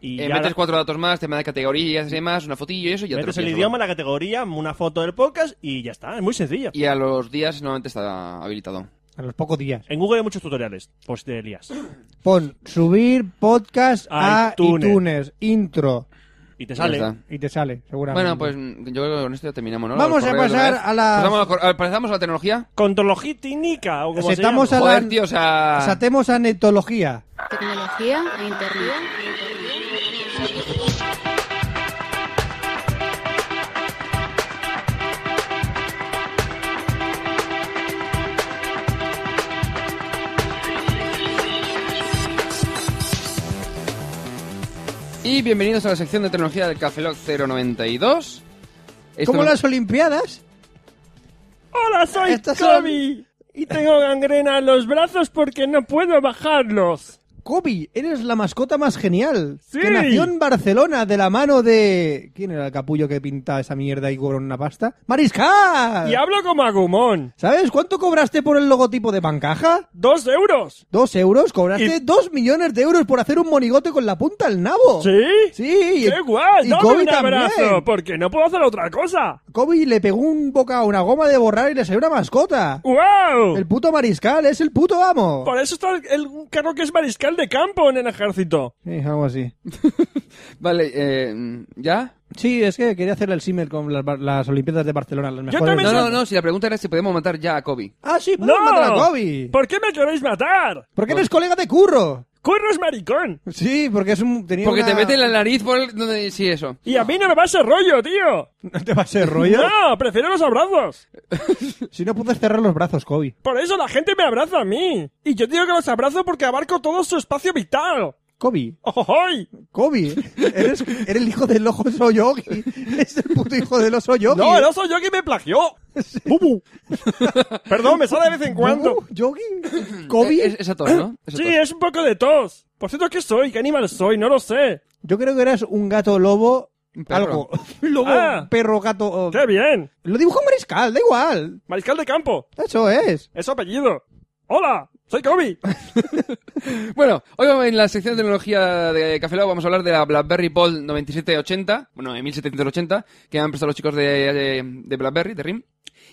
y
Eh,
ya
metes
la-
cuatro datos más, tema de categorías y demás, una fotillo y eso. y Ya te lo
metes el
piensas,
idioma,
¿no?
la categoría, una foto del podcast y ya está. Es muy sencillo.
Y a los días normalmente está habilitado.
A los pocos días.
En Google hay muchos tutoriales. Pues te lías.
Pon subir podcast a
iTunes.
iTunes. intro.
Y te
Ya
sale.
está.
Y te sale, seguramente.
Bueno, pues mm, yo creo que con esto ya terminamos, ¿no?
Vamos
Los
a
correos Pues de
pasar
una vez.
a las-
Pasamos a los cor- a- ¿Pasamos a la tecnología?
Contrologitínica o como se
Aceptamos
llama.
a la-
Joder, tío, o sea...
Saltemos a netología.
Tecnología e internet.
Y bienvenidos a la sección de tecnología del Café Lock 092. Esto
Como
no-
las Olimpiadas.
Hola, soy
Estas son-
Kobe. Y tengo gangrena en los brazos porque no puedo bajarlos.
Kobe, eres la mascota más genial.
Sí.
Que nació en Barcelona de la mano de. ¿Quién era el capullo que pinta esa mierda y cobró una pasta? ¡Mariscal!
Y hablo como Agumón.
¿Sabes cuánto cobraste por el logotipo de Bancaja?
¡Dos euros!
¿Dos euros? Cobraste
Y-
dos millones de euros por hacer un monigote con la punta al nabo.
¿Sí?
Sí. y-
¡Qué guay!
y
¡Dame
Kobe
un abrazo!
también.
Porque no puedo hacer otra cosa.
Kobe le pegó un boca a una goma de borrar y le salió una mascota.
¡Wow!
El puto mariscal es el puto amo.
Por eso está el, el carro que es mariscal de campo en el ejército.
Sí, algo así.
Vale, eh, mm, ¿ya?
Sí, es que quería hacerle el simmer con las, bar- las Olimpiadas de Barcelona, las mejores.
también
No,
Eso-
no, no, si la pregunta era si podemos matar ya a Kobe.
Ah, sí,
¡No!
podemos matar a Kobe.
¿Por qué me queréis matar?
Porque eres colega de Curro.
¡Curro es maricón!
Sí, porque es un... tenía
Porque te
una-
mete en la nariz por el... donde- Sí, eso.
Y a mí no me va ese rollo, tío.
[laughs] ¿No te va a ser rollo?
[laughs]
No, prefiero los abrazos.
Si no puedes cerrar los brazos, Kobe.
Por eso la gente me abraza a mí. Y yo digo que los abrazo porque abarco todo su espacio vital.
Kobe.
¡Ojojoy!
Kobe. Eres, eres el hijo del ojo [laughs] Soyogi. Eres el puto hijo del oso Yogi.
No, el oso yogi me plagió.
[laughs]
Bubu. Perdón, me sale de vez en cuando.
¿Cómo? ¿Yogi?
Eh,
¿Kobe?
Es, esa tos, [clears throat] ¿no? Esa
Sí,
tos.
es un poco de tos. Por cierto, ¿qué soy? ¿Qué animal soy? No lo sé.
Yo creo que eras un gato lobo...
Un perro.
Algo. [laughs] Lobo,
Ah.
perro, gato... oh.
¡Qué bien!
Lo dibujó un mariscal, da igual.
Mariscal de campo.
Eso es.
Es su apellido. ¡Hola! ¡Soy Kobe!
Bueno, hoy vamos- en la sección de tecnología de Café Lock vamos a hablar de la BlackBerry Bold 9780, bueno, de 1780, que han prestado los chicos de, de- de BlackBerry, de RIM.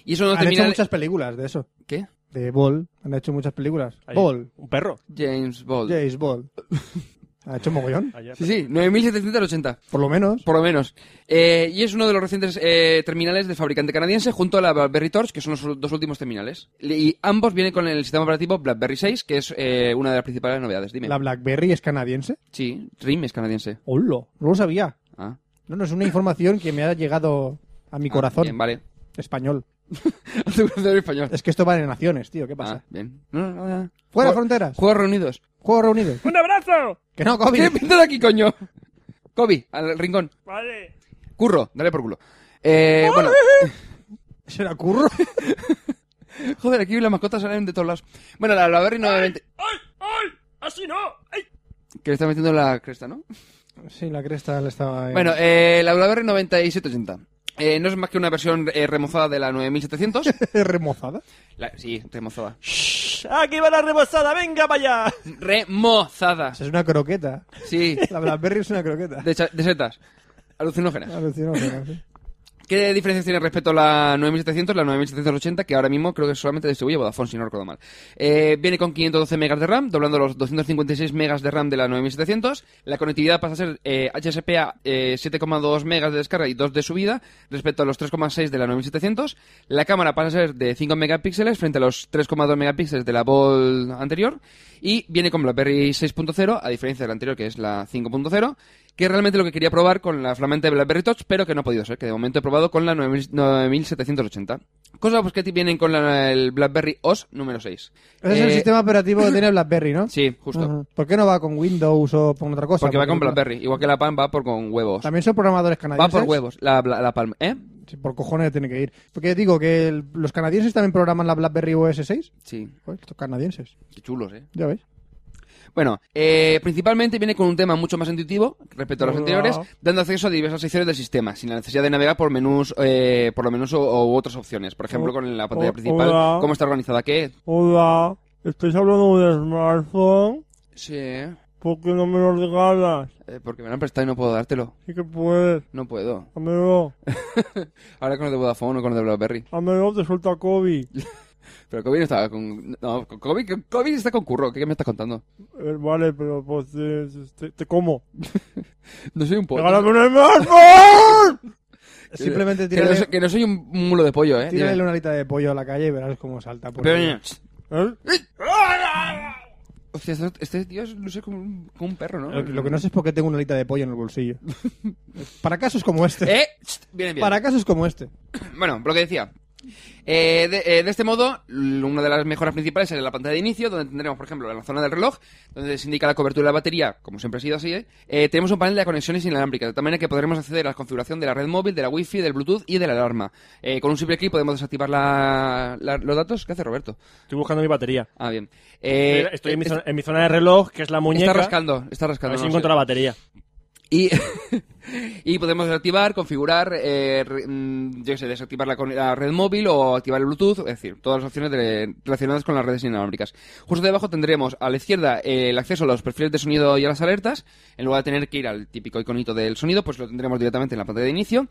Y eso no
Han hecho
termina...
muchas películas de eso.
¿Qué?
De Ball. Han hecho muchas películas.
Ahí,
Ball.
Un perro.
James Bold.
Jace Ball. Ha hecho mogollón,
Ayer.
Sí, sí, 9780.
por lo menos.
Por lo menos. Eh, y es uno de los recientes eh, terminales del fabricante canadiense junto a la BlackBerry Torch, que son los dos últimos terminales. Y ambos vienen con el sistema operativo BlackBerry 6, que es eh, una de las principales novedades. Dime.
La BlackBerry es canadiense.
Sí, RIM es canadiense.
Hola, no lo sabía.
Ah.
No, no, es una información que me ha llegado a mi
Ah,
corazón
bien, vale. [laughs]
español.
Tu corazón español.
Es que esto va de naciones, tío, ¿qué Eh, pasa?
Ah, bien. No, no, no, no.
Fuera
Jue-
fronteras.
Juegos reunidos.
Juegos reunidos.
¡Un abrazo!
Que no, Kobe.
¿Qué pintas aquí, coño? Kobe, al rincón.
Vale.
Curro, dale por culo. Eh, bueno,
¿Será
[laughs]
curro?
joder, aquí las mascotas salen de todos lados. Bueno, la BlackBerry 920...
¡Ay! ¡Ay! ¡Así no! ¡Ay!
Que le está metiendo la cresta, ¿no?
sí, la cresta le estaba... ahí.
Bueno, eh, la BlackBerry 9780. Eh, no es más que una versión eh, remozada de la
[laughs]
9700.
[laughs] remozada.
La- sí, remozada.
¡Aquí va la rebozada! ¡Venga para [laughs] allá!
Remozada.
O sea, es una croqueta.
Sí, [laughs]
La BlackBerry es una croqueta.
de, cha- de setas. Alucinógenas. Eh,
Alucinógeno, sí.
¿Qué diferencias tiene respecto a la 9700, la 9780, que ahora mismo creo que solamente distribuye Vodafone, si no recuerdo mal? Eh, viene con 512 megas de RAM, doblando los 256 megas de RAM de la 9700. La conectividad pasa a ser eh, HSPA eh, 7,2 megas de descarga y 2 de subida, respecto a los 3,6 de la 9700. La cámara pasa a ser de 5 megapíxeles frente a los 3,2 megapíxeles de la Ball anterior. Y viene con BlackBerry 6.0, a diferencia de la anterior que es la 5.0 que es realmente lo que quería probar con la flamante BlackBerry Touch, pero que no ha podido ser, que de momento he probado con la 9000 9780. Cosas pues, que vienen con la- el BlackBerry OS número 6.
Ese es el
Eh,
sistema Ah, operativo que tiene BlackBerry, ¿no?
Sí, justo.
Ajá. ¿Por qué no va con Windows o con otra cosa?
Porque va con BlackBerry, igual que la PAN va por con huevos.
También son programadores
Va
canadienses.
por huevos, la, la, la Palm, ¿eh?
Sí, por cojones tiene que ir. Porque digo que el- los canadienses también programan la BlackBerry OS 6.
Sí,
Joder, estos canadienses.
qué chulos, ¿eh?
Ya ves.
Bueno, eh, principalmente viene con un tema mucho más intuitivo respecto a los
Hola.
anteriores, dando acceso a diversas secciones del sistema, sin la necesidad de navegar por menús, eh, por lo menos o, o otras opciones. Por ejemplo,
Oh,
Ho-
con la pantalla
ho-
principal,
hola.
cómo está organizada, ¿qué?
Hola, ¿estáis hablando de smartphone?
Sí, eh,
¿Por qué no me lo regalas?
porque me lo han prestado y no puedo dártelo.
Sí que puedes.
No puedo. [laughs]
Dámelo,
Ahora con el de Vodafone o con el de BlackBerry.
dámelo, te suelta Kobe.
Pero Kobe no estaba con... No, con Kobe, con Kobe está con curro. ¿Qué me estás contando?
Eh, Vale, pero pues eh, te, te como.
No soy un pollo.
¡Regálame un smartphone!
[laughs] Simplemente
Que no, soy,
tírale,
que no soy un mulo de pollo, ¿eh?
tírale
Dime.
una alita de pollo a la calle y verás cómo salta. por ahí.
Pero-
¿Eh?
Hostia, este- este tío es, no sé, como un, como un perro, ¿no?
Lo, lo que no sé es por qué tengo una alita de pollo en el
[laughs]
bolsillo. Para casos como este.
¡Eh! Psst, Viene bien.
Para casos como este.
Bueno, lo que decía. Eh, de, eh, de este modo, l- una de las mejoras principales es la pantalla de inicio, donde tendremos, por ejemplo, en la zona del reloj, donde se indica la cobertura de la batería, como siempre ha sido así, ¿eh? Eh, tenemos un panel de conexiones inalámbricas, de tal manera que podremos acceder a la configuración de la red móvil, de la wifi, del bluetooth y de la alarma. Eh, con un simple clic podemos desactivar la- la- los datos. ¿Qué hace Roberto?
Estoy buscando mi batería.
Ah, bien. Eh,
Estoy en mi,
eh,
zona, en mi zona de reloj, que es la muñeca.
Está rascando, está
A
rascando.
ver si
no
encuentro
sé.
la batería.
Y, [laughs] y podemos activar, configurar, eh, re- mm, yo qué sé, desactivar la, con- la red móvil o activar el Bluetooth, es decir, todas las opciones de- relacionadas con las redes inalámbricas. Justo debajo tendremos a la izquierda eh, el acceso a los perfiles de sonido y a las alertas. En lugar de tener que ir al típico iconito del sonido, pues lo tendremos directamente en la pantalla de inicio.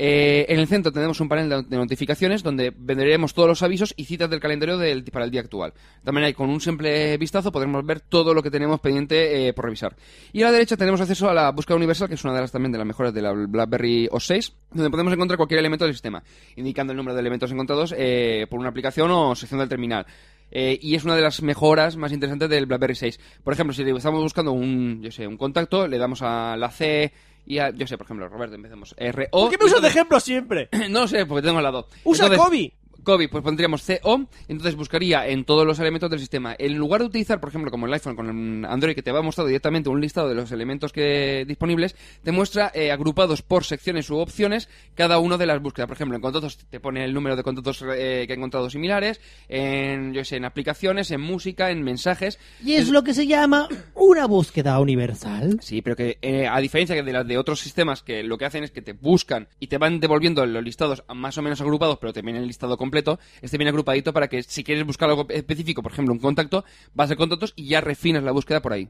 Eh, en el centro tenemos un panel de de notificaciones donde venderemos todos los avisos y citas del calendario del, para el día actual. También hay con un simple vistazo podremos ver todo lo que tenemos pendiente eh, por revisar. Y a la derecha tenemos acceso a la búsqueda universal, que es una de las también de las mejores de la BlackBerry OS 6, donde podemos encontrar cualquier elemento del sistema, indicando el número de elementos encontrados eh, por una aplicación o sección del terminal. Eh, y es una de las mejoras más interesantes del BlackBerry 6. Por ejemplo, si estamos buscando un, yo sé, un contacto, le damos a la C y a, yo sé, por ejemplo, Roberto, empecemos R O.
¿Por qué me usas de ejemplo [laughs] siempre?
[clears throat] No lo sé, porque tengo al lado.
¡Usa
Entonces,
Kobe!
Kobe, pues pondríamos CO, entonces buscaría en todos los elementos del sistema. En lugar de utilizar, por ejemplo, como el iPhone con el Android, que te va mostrando directamente un listado de los elementos que disponibles, te muestra eh, agrupados por secciones u opciones cada uno de las búsquedas. Por ejemplo, en contactos te pone el número de contactos eh, que ha encontrado similares, en, yo sé, en aplicaciones, en música, en mensajes.
Y es lo que se llama una búsqueda universal.
Sí, pero que eh, a diferencia que de las de otros sistemas que lo que hacen es que te buscan y te van devolviendo los listados más o menos agrupados, pero te viene el listado completo, este viene agrupadito para que si quieres buscar algo específico, por ejemplo, un contacto, vas a contactos y ya refinas la búsqueda por ahí.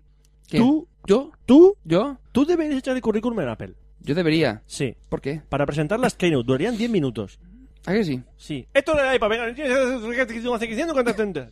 ¿Qué?
¿Tú?
¿Yo?
¿Tú?
¿Yo?
Tú deberías echar el currículum en Apple.
Yo debería.
Sí.
¿Por qué?
Para presentar las Keynote durarían 10 minutos.
¿A que sí?
Sí. Esto no era iPad. Venga,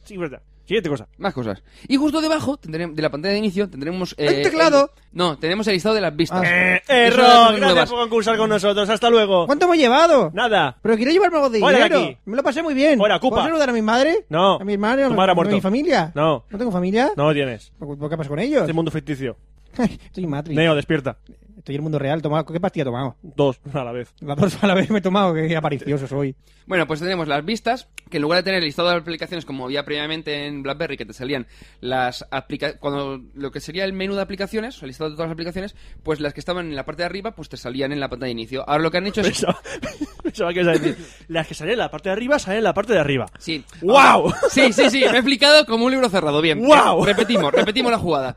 Sí, verdad. Siguiente cosa.
Más cosas. Y justo debajo tendremos, de la pantalla de inicio tendremos... eh,
¡El teclado!
el- no, tenemos el listado de las vistas.
Ah,
Eh,
Que son las
error.
nuevas.
Gracias por concursar con nosotros. Hasta luego.
¿Cuánto hemos llevado?
Nada.
Pero quiero llevarme algo de
Fuera de
dinero.
aquí.
Me lo pasé muy bien.
Fuera, ocupa.
¿Puedo saludar a mi madre?
No.
¿A mi hermano?
Tu madre ha
¿A
muerto.
mi familia?
No.
¿No tengo familia?
No tienes.
¿Por por qué pasa con ellos?
Este mundo ficticio.
Estoy en Matrix.
Neo, despierta.
Estoy en el mundo real. Tomado. ¿Qué pastilla he tomado?
Dos a la vez.
Las dos a la vez me he tomado. Qué aparicioso soy.
Bueno, pues tenemos las vistas, que en lugar de tener el listado de aplicaciones como había previamente en BlackBerry, que te salían las aplicaciones, cuando lo que sería el menú de aplicaciones, el listado de todas las aplicaciones, pues las que estaban en la parte de arriba, pues te salían en la pantalla de inicio. Ahora lo que han hecho es...
Pensaba, pensaba que ibas a decir. Las que salen en la parte de arriba salen en la parte
[laughs]
de arriba.
Sí.
¡Guau!
Sí, sí, sí, me he explicado como un libro cerrado, bien.
¡Guau!
Repetimos, repetimos la jugada.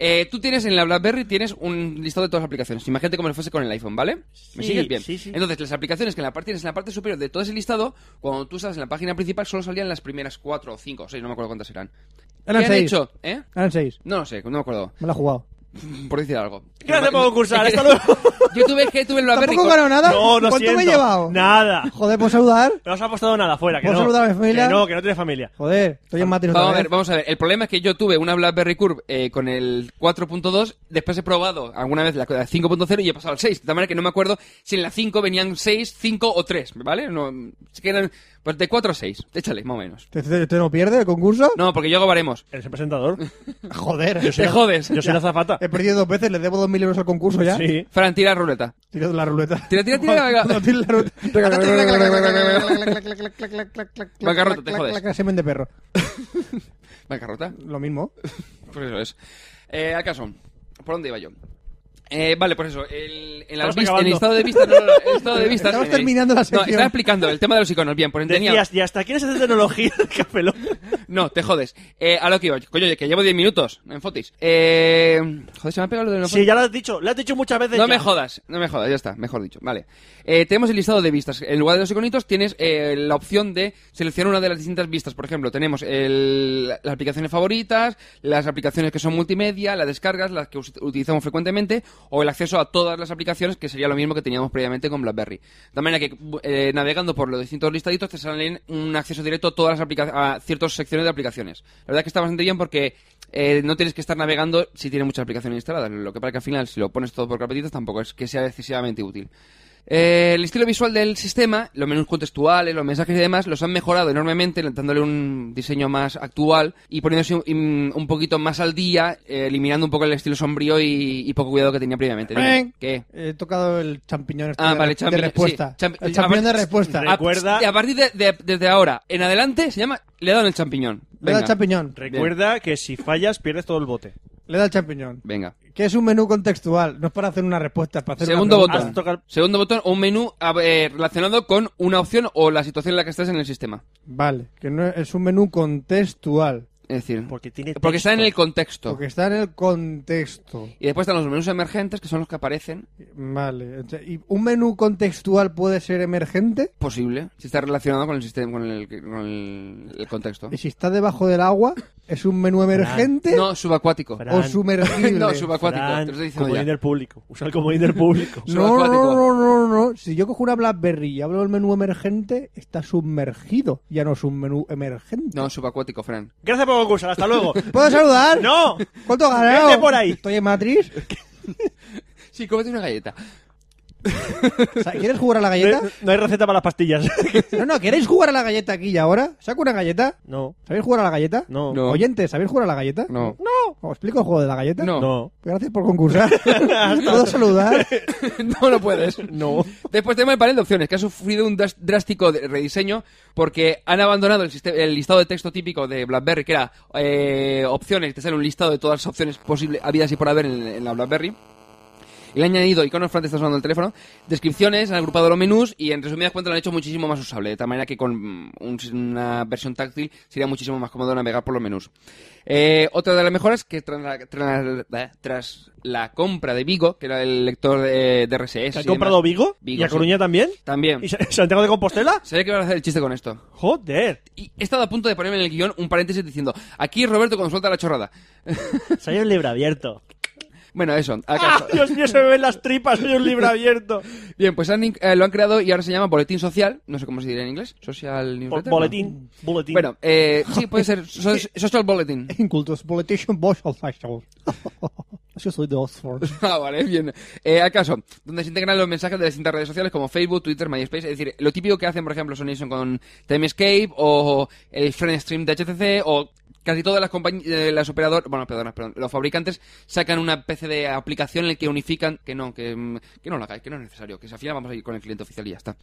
Eh, tú tienes en la BlackBerry tienes un listado de todas las aplicaciones. Imagínate como si fuese con el iPhone, ¿vale? ¿Me
Sí,
sigues bien?
sí, sí.
Entonces, las aplicaciones que en la parte, tienes en la parte superior de todo ese listado, cuando tú estás en la página principal, solo salían las primeras cuatro o cinco o seis, no me acuerdo cuántas eran.
Eran
¿Qué han
seis.
hecho? ¿Eh?
Eran seis.
No lo sé, no me acuerdo.
Me la he jugado.
Por decir algo.
Gracias por concursar, hasta luego.
Yo tuve que tuve el Blackberry.
¿Tampoco ganó nada?
No, no
¿Cuánto
siento.
me he llevado?
Nada.
Joder, ¿puedo saludar?
No has apostado nada, fuera, que
¿Puedo
no.
saludar a mi familia?
Que no, que no tienes familia.
Joder, estoy en Matrix
Vamos a
otra
ver,
vez.
vamos a ver. El problema es que yo tuve una BlackBerry Curve eh, con el 4.2, después he probado alguna vez la la 5.0 y he pasado al 6. De tal manera que no me acuerdo si en la 5 venían 6, 5 o 3, ¿vale? No, sí que eran pues de 4 a 6. Échale, más o menos.
¿Te, te- te no pierde el
[laughs]
concurso?
No, porque yo hago baremos.
Eres el presentador.
[laughs] Joder.
Yo soy-
Te jodes.
Yo soy la zafata.
He perdido dos veces, le debo dos mil euros al concurso ya.
Sí.
Fran, tira ruleta.
Tira la ruleta.
Tira, tira, tira.
No, tira la ruleta.
Bancarrota, te jodes.
La semen de perro.
Bancarrota.
Lo mismo.
Pues eso es. Eh, al caso, ¿por dónde iba yo? Eh, vale, pues eso. El, en, las vistas-
Estamos
en el
acabando.
estado de vistas. no, no, no, el estado de vistas.
Estamos
en el-
terminando la
No,
sección.
estaba explicando el tema de los iconos. Bien, pues tenía.
Decías, y hasta aquí es de tecnología, capelón.
No, te jodes. Eh, a lo que iba. Coño, que llevo 10 minutos en fotis. Eh, joder, se me ha pegado lo de no
Sí, ya lo has dicho, lo has dicho muchas veces.
No
ya.
me jodas, no me jodas, ya está, mejor dicho. Vale. Eh, tenemos el listado de vistas. En lugar de los iconitos tienes eh, la opción de seleccionar una de las distintas vistas. Por ejemplo, tenemos el- las aplicaciones favoritas, las aplicaciones que son multimedia, las descargas, las que us- utilizamos frecuentemente, o el acceso a todas las aplicaciones, que sería lo mismo que teníamos previamente con BlackBerry. De manera que bu- eh, navegando por los distintos listaditos te salen un acceso directo a todas las aplica- a ciertas secciones de aplicaciones. La verdad que está bastante bien porque eh, no tienes que estar navegando si tienes muchas aplicaciones instaladas, lo que para que al final, si lo pones todo por carpetitas, tampoco es que sea excesivamente útil. Eh, el estilo visual del sistema, los menús contextuales, los mensajes y demás, los han mejorado enormemente, dándole un diseño más actual y poniéndose un, im- un poquito más al día, eh, eliminando un poco el estilo sombrío y, y poco cuidado que tenía previamente. Dime, ¿Qué?
He tocado el champiñón este
Ah,
de,
vale,
de
champiñón,
respuesta.
sí, champi-
el champiñón de
aparte-
respuesta.
Re- Recuerda-
A, a partir de, de- desde ahora en adelante se llama le he dado en el champiñón.
Le da
Venga,
el champiñón.
Recuerda que si fallas, pierdes todo el bote.
Le da el champiñón.
venga.
Que es un menú contextual. No es para hacer una respuesta, es para hacer
Segundo
una
botón.
pregunta.
Has tocado-
Segundo botón o un menú a- eh, relacionado con una opción o la situación en la que estás en el sistema.
Vale, que no es, es un menú contextual.
Es decir, porque,
Porque tiene.
está en el contexto.
Porque está en el contexto.
Y después están los menús emergentes, que son los que aparecen.
Vale. ent- ¿Y un menú contextual puede ser emergente?
Posible, si está relacionado con el sistema, con el, con el- el contexto.
¿Y si está debajo del agua? ¿Es un menú emergente
No, subacuático.
Fran,
o
[laughs]
sumergible?
No, subacuático,
Fran,
te lo estoy diciendo
comodín
ya.
del público. Usa el comodín
[laughs]
del público.
No, no,
Subacuático.
no, no, no, no. Si yo cojo una BlackBerry y hablo del menú emergente, está submergido. Ya no es un menú emergente.
No, subacuático, Fran.
Gracias por concursar, hasta luego.
¿Puedo saludar?
¡No!
¿Cuánto has ganado?
Vete por ahí.
Estoy en Matrix.
Sí, cómete una galleta.
O sea, ¿Quieres jugar a la
No,
galleta?
no hay receta para las pastillas. [laughs]
No, no, ¿queréis jugar a la galleta aquí y ahora? ¿Saco una galleta?
No,
¿Sabéis jugar a la galleta?
no,
No.
Oyentes, ¿sabéis jugar a la galleta?
No.
¿Os explico el juego de la galleta?
No.
no.
Gracias por
[laughs]
concursar. ¿Puedo saludar?
[laughs] No, no puedes.
No.
Después tenemos el panel de opciones, que ha sufrido un dras- drástico de- rediseño porque han abandonado el, siste- el listado de texto típico de BlackBerry, que era eh, opciones, te sale un listado de todas las opciones posibles, habidas y por haber en, en la BlackBerry. Y le han añadido iconos, Fran, te estás usando el teléfono, descripciones, han agrupado los menús y en resumidas cuentas lo han hecho muchísimo más usable, de tal manera que con mm, un- una versión táctil sería muchísimo más cómodo navegar por los menús. Eh, otra de las mejoras que tras la, tras la- tras la compra de Vigo, que era el lector de, de RSS. y
¿Se ha
demás,
comprado Vigo?
Vigo,
¿Y a
sí.
Coruña también?
También.
¿Y Sa- Santiago de Compostela?
Sabía que iba a hacer el chiste con esto.
Joder.
Y he estado a punto de ponerme en el guión un paréntesis diciendo, aquí Roberto cuando suelta la chorrada.
Soy un libro abierto.
Bueno, eso. al
¡Ah!
caso.
Dios mío, se me ven las tripas, soy un libro abierto.
Bien, pues han in- eh, lo han creado y ahora se llama Boletín Social. No sé cómo se diría en inglés. Social
Bo-
Newsletter. ¿no?
Boletín, boletín.
Bueno, eh, sí, puede ser. so- social Bulletin.
[laughs]
Incultos Politician Social [laughs] Festival. Yo soy de Oxford.
Ah, vale, bien. Eh, al caso, donde se integran los mensajes de las distintas redes sociales como Facebook, Twitter, MySpace. Es decir, lo típico que hacen, por ejemplo, Sonation con Timescape o el Friendstream de HTC o casi todas las compañías, las operadoras, bueno, perdón, perdón, los fabricantes sacan una especie de aplicación en la que unifican, que no, que, mm, que no lo hagáis, que no es necesario, que si al final vamos a ir con el cliente oficial y ya está.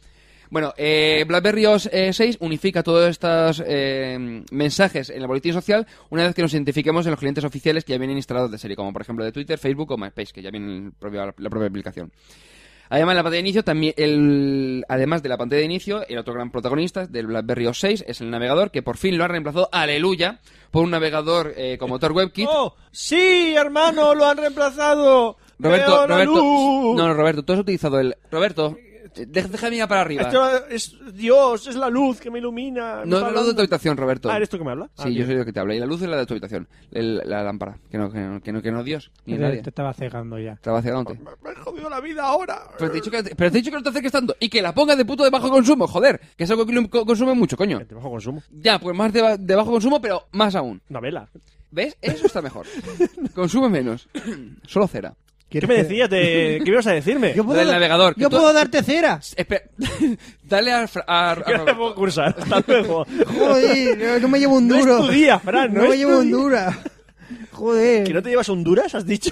Bueno, eh, BlackBerry OS eh, 6 unifica todos estos eh, mensajes en la boletín social una vez que nos identifiquemos en los clientes oficiales que ya vienen instalados de serie, como por ejemplo de Twitter, Facebook o MySpace, que ya viene el propio- la propia aplicación. Además, en la pantalla de inicio, también el, además de la pantalla de inicio, el otro gran protagonista del BlackBerry OS 6 es el navegador, que por fin lo ha reemplazado, aleluya, por un navegador eh, con motor WebKit.
¡Oh! ¡Sí, hermano! ¡Lo han reemplazado!
Roberto,
Veo la
Roberto,
luz.
no, no, Roberto, tú has utilizado el... Roberto, Deja, deja de mirar para arriba.
Esto es Dios, es la luz que me ilumina. me
No es
está
la luz de tu
hablando.
habitación, Roberto.
Ah, ¿eres tú Ah, que me habla?
Sí, yo soy el que te habla. Y la luz es la de tu habitación. El- la lámpara. Que no, que no, que no, que no Dios. Ni nadie.
Eh, Te estaba cegando ya.
Estaba cegándote.
Me has jodido la vida ahora.
Pero te, he dicho que, pero te he dicho que no te acerques tanto. Y que la pongas de puto de bajo consumo, joder. Que es algo que lo co- consume mucho, coño.
Te bajo consumo.
Ya, pues más de, ba- de bajo consumo, pero más aún.
Una vela.
¿Ves? Eso está
[laughs]
mejor. Consume menos. [clears throat] Solo cera.
¿Qué me decías? de- ¿Qué ibas a decirme?
Yo puedo,
Del navegador, que
yo
tú-
puedo darte cera.
Espera. [laughs] Dale a, Fra- a- a
[laughs] ¿Qué
Roberto.
debo cursar? Hasta luego.
Joder, no- no me llevo un
No es
duro.
tu día, Fran, no
me
es
llevo
tu
un
día.
duro. Joder.
¿Que no te llevas a Honduras, has dicho?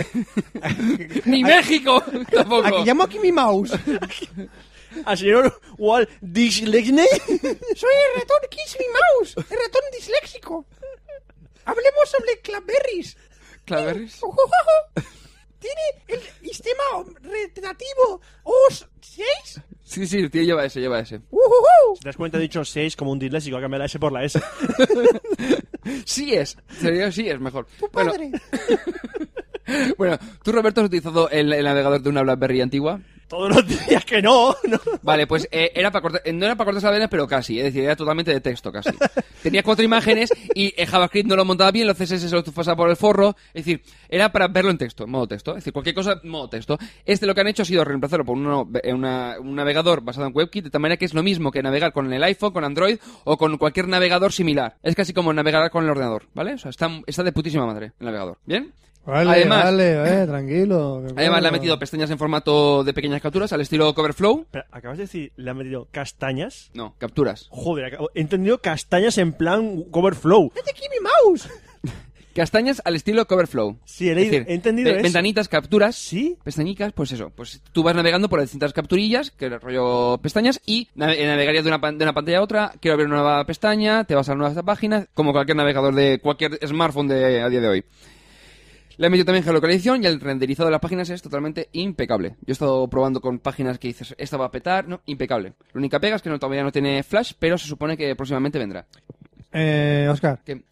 [laughs]
Ni México [laughs] tampoco.
Aquí llamo aquí mi mouse.
¿Al señor Walt Disney?
[laughs] Soy el ratón Kiss mi mouse. El ratón disléxico. Hablemos sobre Claberries.
Claveris.
Tiene el sistema retratativo OS 6.
Sí, sí, tío, lleva ese, lleva ese.
¿Te das cuenta? He dicho 6 como un disléxico. Cambiar la S por la S.
Sí es. Sería sí es mejor. Tu
padre.
Bueno, [laughs] bueno, tú, Roberto, has utilizado el, el navegador de una BlackBerry antigua.
Todos los días que no. ¿no?
Vale, pues eh, era para cortar- eh, no era para cortarse las venas, pero casi. Es decir, era totalmente de texto, casi. Tenía cuatro imágenes y eh, JavaScript no lo montaba bien, los CSS se lo pasaba por el forro. Es decir, era para verlo en texto, en modo texto. Es decir, cualquier cosa, en modo texto. Este lo que han hecho ha sido reemplazarlo por uno, eh, una- un navegador basado en WebKit, de tal manera que es lo mismo que navegar con el iPhone, con Android o con cualquier navegador similar. Es casi como navegar con el ordenador, ¿vale? O sea, está, está de putísima madre el navegador. ¿Bien?
Vale,
Además-
vale, eh, tranquilo. que
Además, le ha
bueno.
metido pestañas en formato de pequeñas capturas, al estilo Coverflow.
Espera, ¿Acabas de decir, le han metido castañas?
No, capturas.
Joder, acabo- he entendido castañas en plan cover flow.
Aquí mi mouse.
Castañas al estilo Coverflow.
Sí, he, leído- he entendido
ve-
eso.
Ventanitas, capturas.
¿Sí?
Pestañicas, pues eso. Pues tú vas navegando por distintas capturillas, que era rollo pestañas, y nave- navegarías de una, pan- de una pantalla a otra. Quiero abrir una nueva pestaña, te vas a nuevas páginas, como cualquier navegador de cualquier smartphone de a día de hoy. Le he metido también geolocalización y el renderizado de las páginas es totalmente impecable. Yo he estado probando con páginas que dices, esta va a petar, no, impecable. La única pega es que no, todavía no tiene flash, pero se supone que próximamente vendrá.
Eh, Oscar,
¿Qué?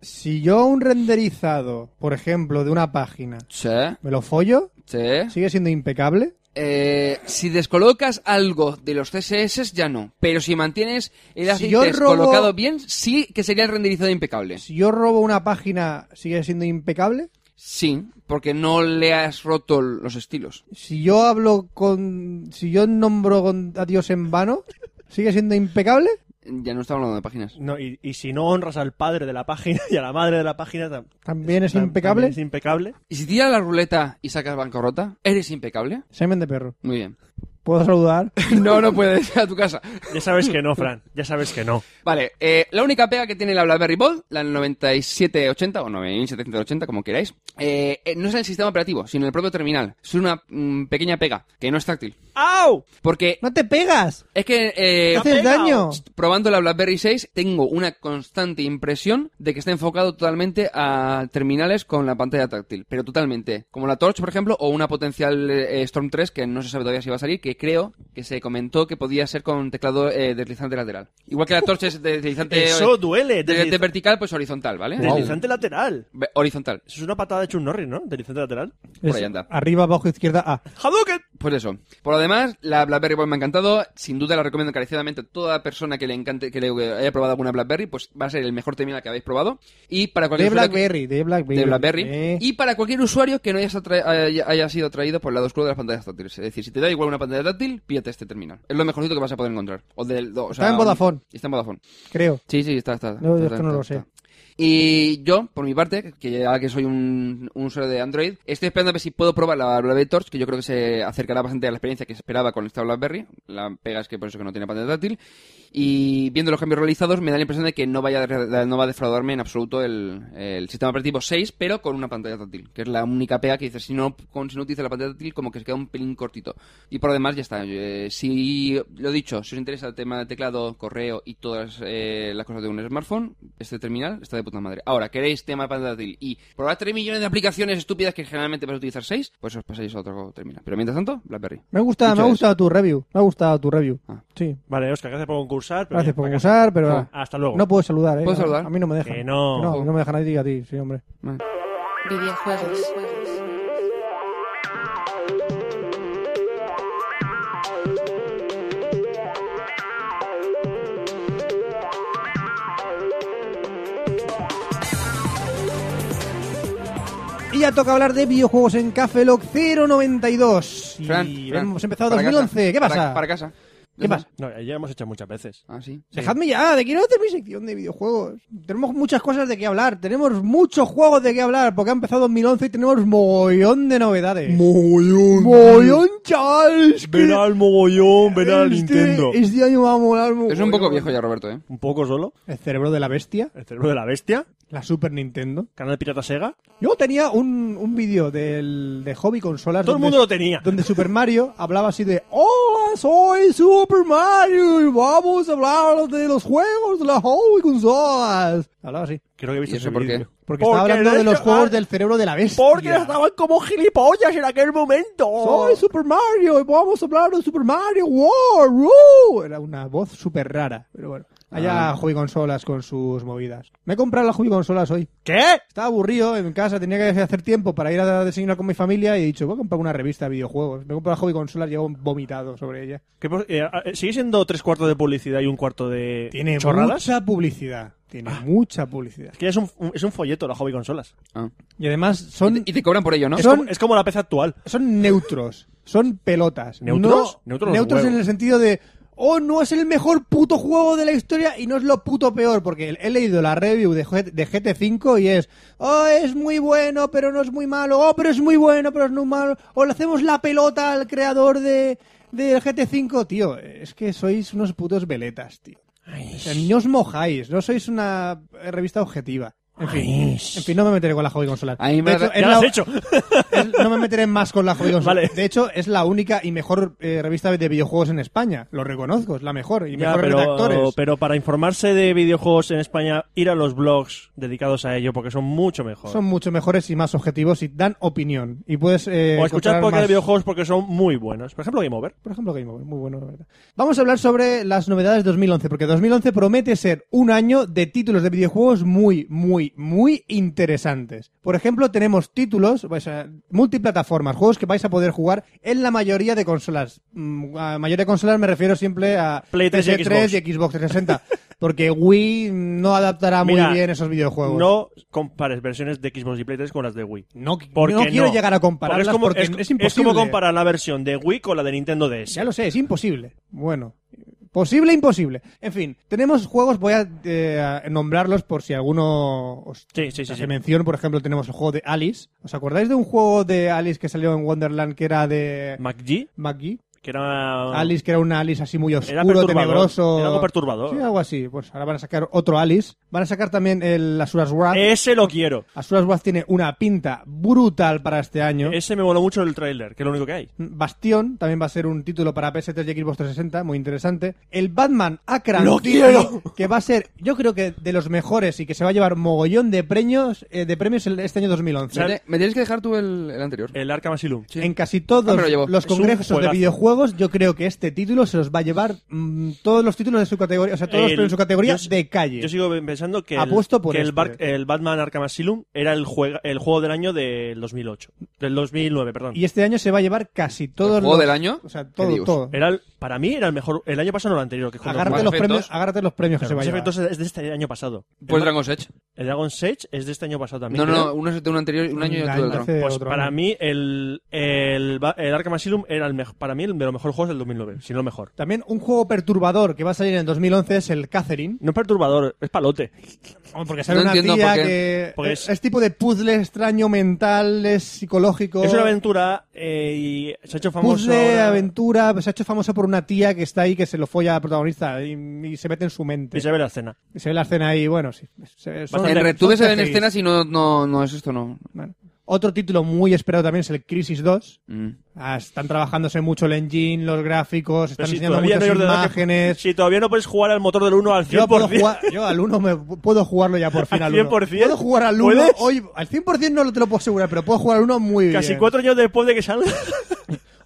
si yo un renderizado, por ejemplo, de una página,
Sí,
me lo follo,
sí.
¿sigue siendo impecable?
Eh, si descolocas algo de los CSS, ya no. Pero si mantienes el
Si
ACI
yo robo-
descolocado bien, sí que sería el renderizado impecable.
Si yo robo una página, ¿sigue siendo impecable?
Sí, porque no le has roto los estilos.
Si yo hablo con... Si yo nombro con- a Dios en vano, ¿sigue siendo impecable?
Ya no estamos hablando de páginas.
No, y, y si no honras al padre de la página y a la madre de la página, tam-
¿También es
tam-
impecable?
también Es impecable.
¿Y si tiras la ruleta y sacas bancarrota? ¿Eres impecable?
Semen de perro.
Muy bien.
¿Puedo saludar?
No, no puedes a tu casa.
Ya sabes que no, Fran. Ya sabes que no.
Vale, eh, la única pega que tiene la BlackBerry Bold, la 9780 o 9780, como queráis, eh, eh, no es el sistema operativo, sino el propio terminal. Es una mm, pequeña pega, que no es táctil.
¡Au!
Porque
No te pegas.
es que... eh,
Te haces
pegado.
daño.
probando la BlackBerry 6 tengo una constante impresión de que está enfocado totalmente a terminales con la pantalla táctil, pero totalmente, como la Torch por ejemplo o una potencial eh, Storm 3 que no se sabe todavía si va a salir, que creo que se comentó que podía ser con teclado eh, deslizante lateral. Igual que la Torch es deslizante
[laughs] Eso duele.
Eh, de, de
desliz-
vertical pues horizontal, ¿vale?
Deslizante lateral.
Ve- Horizontal,
Eso es una patada de Chun Norris, ¿no? Deslizante lateral.
por
Es
ahí anda.
Arriba, abajo, izquierda, Ah, A.
¡Hadouken!
Pues eso. Por lo demás, la BlackBerry Bold me ha encantado. Sin duda la recomiendo encarecidamente a toda persona que le encante, que le haya probado alguna BlackBerry, pues va a ser el mejor terminal que habéis probado. Y para
De
cualquier usuario que-
Blackberry, de Blackberry.
de BlackBerry.
Eh.
Y para cualquier usuario que no haya, atra- haya, haya sido atraído por el lado oscuro de las pantallas táctiles. Es decir, si te da igual una pantalla táctil, píllate este terminal. Es lo mejorcito que vas a poder encontrar. O del, o sea,
Está en Vodafone.
Está en Vodafone.
Creo.
Sí, sí, está, está.
No, yo
está,
esto no
está,
lo
está,
sé.
está. Y yo, por mi parte, que ya que soy un, un usuario de Android, estoy esperando a ver si puedo probar la BlackBerry Torch, que yo creo que se acercará bastante a la experiencia que se esperaba con esta BlackBerry. La pega es que por eso que no tiene pantalla táctil. Y viendo los cambios realizados, me da la impresión de que no, vaya, a re- no va a defraudarme en absoluto el, el sistema operativo 6, pero con una pantalla táctil, que es la única pega que dice, si no, con, si no utiliza la pantalla táctil, como que se queda un pelín cortito. Y por lo demás, ya está. Eh, si, lo dicho, si os interesa el tema de teclado, correo y todas eh, las cosas de un smartphone, este terminal está de puta madre. Ahora, queréis tema de pantalla táctil y probar 3 millones de aplicaciones estúpidas que generalmente vais a utilizar 6, pues os pasáis a otro terminal. Pero mientras tanto, BlackBerry.
Me gusta,
Dicho
me ha
eso.
gustado tu review. Me ha gustado tu review.
Ah.
Sí.
Vale, Oscar, gracias por concursar. pero
Gracias
ya,
por
para casa.
usar, pero
Ah.
ah,
Hasta luego.
no puedo saludar, ¿eh?
¿Puedo
A-
saludar?
A mí no me deja.
Que no.
no, no me deja nadie a ti, sí, hombre.
Vale.
videojuegos,
videojuegos.
Y ya toca hablar de videojuegos en Café Lock 092. Y
Fran, Fran,
hemos empezado
para
2011.
casa.
¿Qué pasa?
Para, para casa.
¿Qué pasa?
No, ya hemos hecho muchas veces.
Ah, sí.
Dejadme ya, de quiero hacer mi sección de videojuegos. Tenemos muchas cosas de qué hablar, tenemos muchos juegos de qué hablar, porque ha empezado 2011 y tenemos mogollón de novedades.
Mogollón.
mogollón, Charles.
Ven al mogollón, ven al
este,
Nintendo.
Este año va a molar mogollón.
Es un poco viejo ya, Roberto, ¿eh?
Un poco solo.
El cerebro de la bestia,
El cerebro de la bestia.
la Super Nintendo.
Canal Pirata Sega.
Yo tenía un, un vídeo del- de Hobby Consolas.
Todo el
donde-
mundo lo tenía.
Donde Super Mario hablaba así de ¡Hola, soy Super Mario! Y vamos a hablar de los juegos de la Hobby Consolas. Hablaba así.
Creo que he visto
¿Y eso
ese
por qué?
vídeo.
Porque, estaba hablando de ah, los juegos del cerebro de la bestia.
Porque estaban como gilipollas en aquel momento.
Soy Super Mario y vamos a hablar de Super Mario World. ¡uh! Era una voz súper rara, pero bueno. Allá Hobby Consolas con sus movidas. Me he comprado la Hobby Consolas hoy.
¿Qué?
Estaba aburrido en casa, tenía que hacer tiempo para ir a desayunar con mi familia y he dicho, voy a comprar una revista de videojuegos. Me he comprado la Hobby Consolas y llevo vomitado sobre ella.
¿Qué pos- eh, eh, ¿Sigue siendo tres cuartos de publicidad y un cuarto de
Tiene
chorradas?
mucha publicidad. Tiene mucha publicidad.
Es que ya es un, un- es un folleto la hobby consolas.
Ah.
Y además
Y
son,
te- Y te cobran por ello, ¿no?
Es,
Son-
como, es como la PC actual.
son neutros. Son pelotas.
¿Neutros?
No-
Neutros los
neutros en
huevos.
el sentido de. Oh, no es el mejor puto juego de la historia y no es lo puto peor, porque he leído la review de, G- de GT5 y es, oh, es muy bueno, pero no es muy malo, oh, pero es muy bueno, pero es muy malo, o le hacemos la pelota al creador de, del GT5, tío, es que sois unos putos veletas, tío. O sea, no os mojáis, no sois una eh, revista objetiva. En fin, en fin, no me meteré con la hobby consolar.
A mí me
De
da-
hecho, es
Ya lo has
la-
hecho.
es- no me meteré más con la Hobby Consolas.
Vale.
De hecho, es la única y mejor eh, revista de videojuegos en España. Lo reconozco, es la mejor y
Ya,
mejor
pero,
redactores.
pero para informarse de videojuegos en España, ir a los blogs dedicados a ello porque son mucho mejor.
Son mucho mejores y más objetivos y dan opinión. Y puedes eh,
o escuchar
encontrar
podcast de
más-
videojuegos porque son muy buenos. Por ejemplo, Game Over.
Por ejemplo, Game Over, muy bueno, la verdad. Vamos a hablar sobre las novedades de 2011, porque 2011 promete ser un año de títulos de videojuegos muy, muy, muy interesantes. Por ejemplo, tenemos títulos, o sea, multiplataformas, juegos que vais a poder jugar en la mayoría de consolas. Mm, A mayoría de consolas me refiero siempre a
Play 3 y
PS3 y Xbox 360, porque Wii no adaptará
Mira,
muy bien esos videojuegos.
No compares versiones de Xbox y Play 3 con las de Wii.
No-
Porque
no quiero llegar a
Porque
compararlas porque es
Es
imposible.
como comparar la versión de Wii con la de Nintendo DS.
Ya lo sé, es imposible. Bueno, posible, imposible. En fin, tenemos juegos, voy a eh, a nombrarlos por si alguno os
Sí, sí, sí.
hace
sí.
mención. Por ejemplo, tenemos el juego de Alice. ¿Os acordáis de un juego de Alice que salió en Wonderland que era de
MacG,
Maggie?
que era...
Alice, que era un Alice así muy oscuro,
Ah. perturbador,
tenebroso.
era algo perturbador.
Sí, algo así. Pues ahora van a sacar otro Alice. Van a sacar también el Asuras Wrath.
Ese lo quiero.
Asuras Wrath tiene una pinta brutal para este año.
Ese me moló mucho el tráiler, que es lo único que hay.
Bastión también va a ser un título para PS3 y Xbox 360, muy interesante. El Batman Akram
¡Lo
City,
quiero!
que va a ser, yo creo que de los mejores y que se va a llevar mogollón de premios eh, de premios el- este año 2011.
Me, te- me tienes que dejar tú el, el anterior.
El Arkham Asylum.
Sí.
En casi todos
Ah, me lo llevo.
los
Es un
congresos de
juegazo.
videojuegos, yo creo que este título se los va a llevar mm, todos los títulos de su categoría, o sea, todos los
El-
premios de su categoría
yo si-
de calle.
Yo sigo pensando que, el,
Apuesto por
que el,
este.
Bar- el Batman Arkham Asylum era el, juega- el juego del año del 2008. Del 2009, perdón.
Y este año se va a llevar casi todos
¿El juego
los-
del año?
o sea,
¿Qué
todo,
dios?
todo.
Era el- para mí era el mejor. El año pasado no el anterior. Que cuando
Agárrate
Mass
los,
jugaba-
Effect
premios,
2.
agárrate los premios que
Claro,
se va a
Mass
llevar.
Effect 2 es de este año pasado.
Pues
el,
Dragon's Edge.
el Dragon's Age es de este año pasado también.
No,
creo.
no, uno es de un anterior, un año y otro del otro.
Hace
Pues
otro
para
año.
mí el, el, Ba- el Arkham Asylum era el mej- para mí el de los mejores juegos del 2009, si no el mejor.
También un juego perturbador que va a salir en el 2011 es el Catherine.
No es perturbador, es palote.
Porque sale
No
una
entiendo
tía
por qué.
que
Porque
es,
es-
es tipo de puzzle extraño mental, es psicológico.
Es una aventura eh, y se ha hecho famoso.
Puzzle,
ahora-
aventura, pues, se ha hecho famosa por una tía que está ahí que se lo folla al protagonista y, y se mete en su mente.
Y se ve la escena.
Y se ve la escena ahí, bueno, sí. Se, son-
Bastante-
En
Son
Retuve se ven
CGIs.
escenas y no, no, no es esto, no.
Bueno. Otro título muy esperado también es el Crisis 2.
Mm.
Ah, están trabajándose mucho el engine, los gráficos, están
Pero si
enseñando
todavía, no
muchas
hay ordenador que-
imágenes.
si todavía no puedes jugar al motor del 1 al 100%.
Yo, puedo
[laughs]
jugar, yo al 1 me, puedo jugarlo ya por fin
¿Al
al 1.
100%?
Puedo jugar al 1
¿Puedes?
hoy. Al 100% no te lo puedo asegurar, pero puedo jugar al 1 muy bien.
[laughs]
Casi cuatro años después de que salga.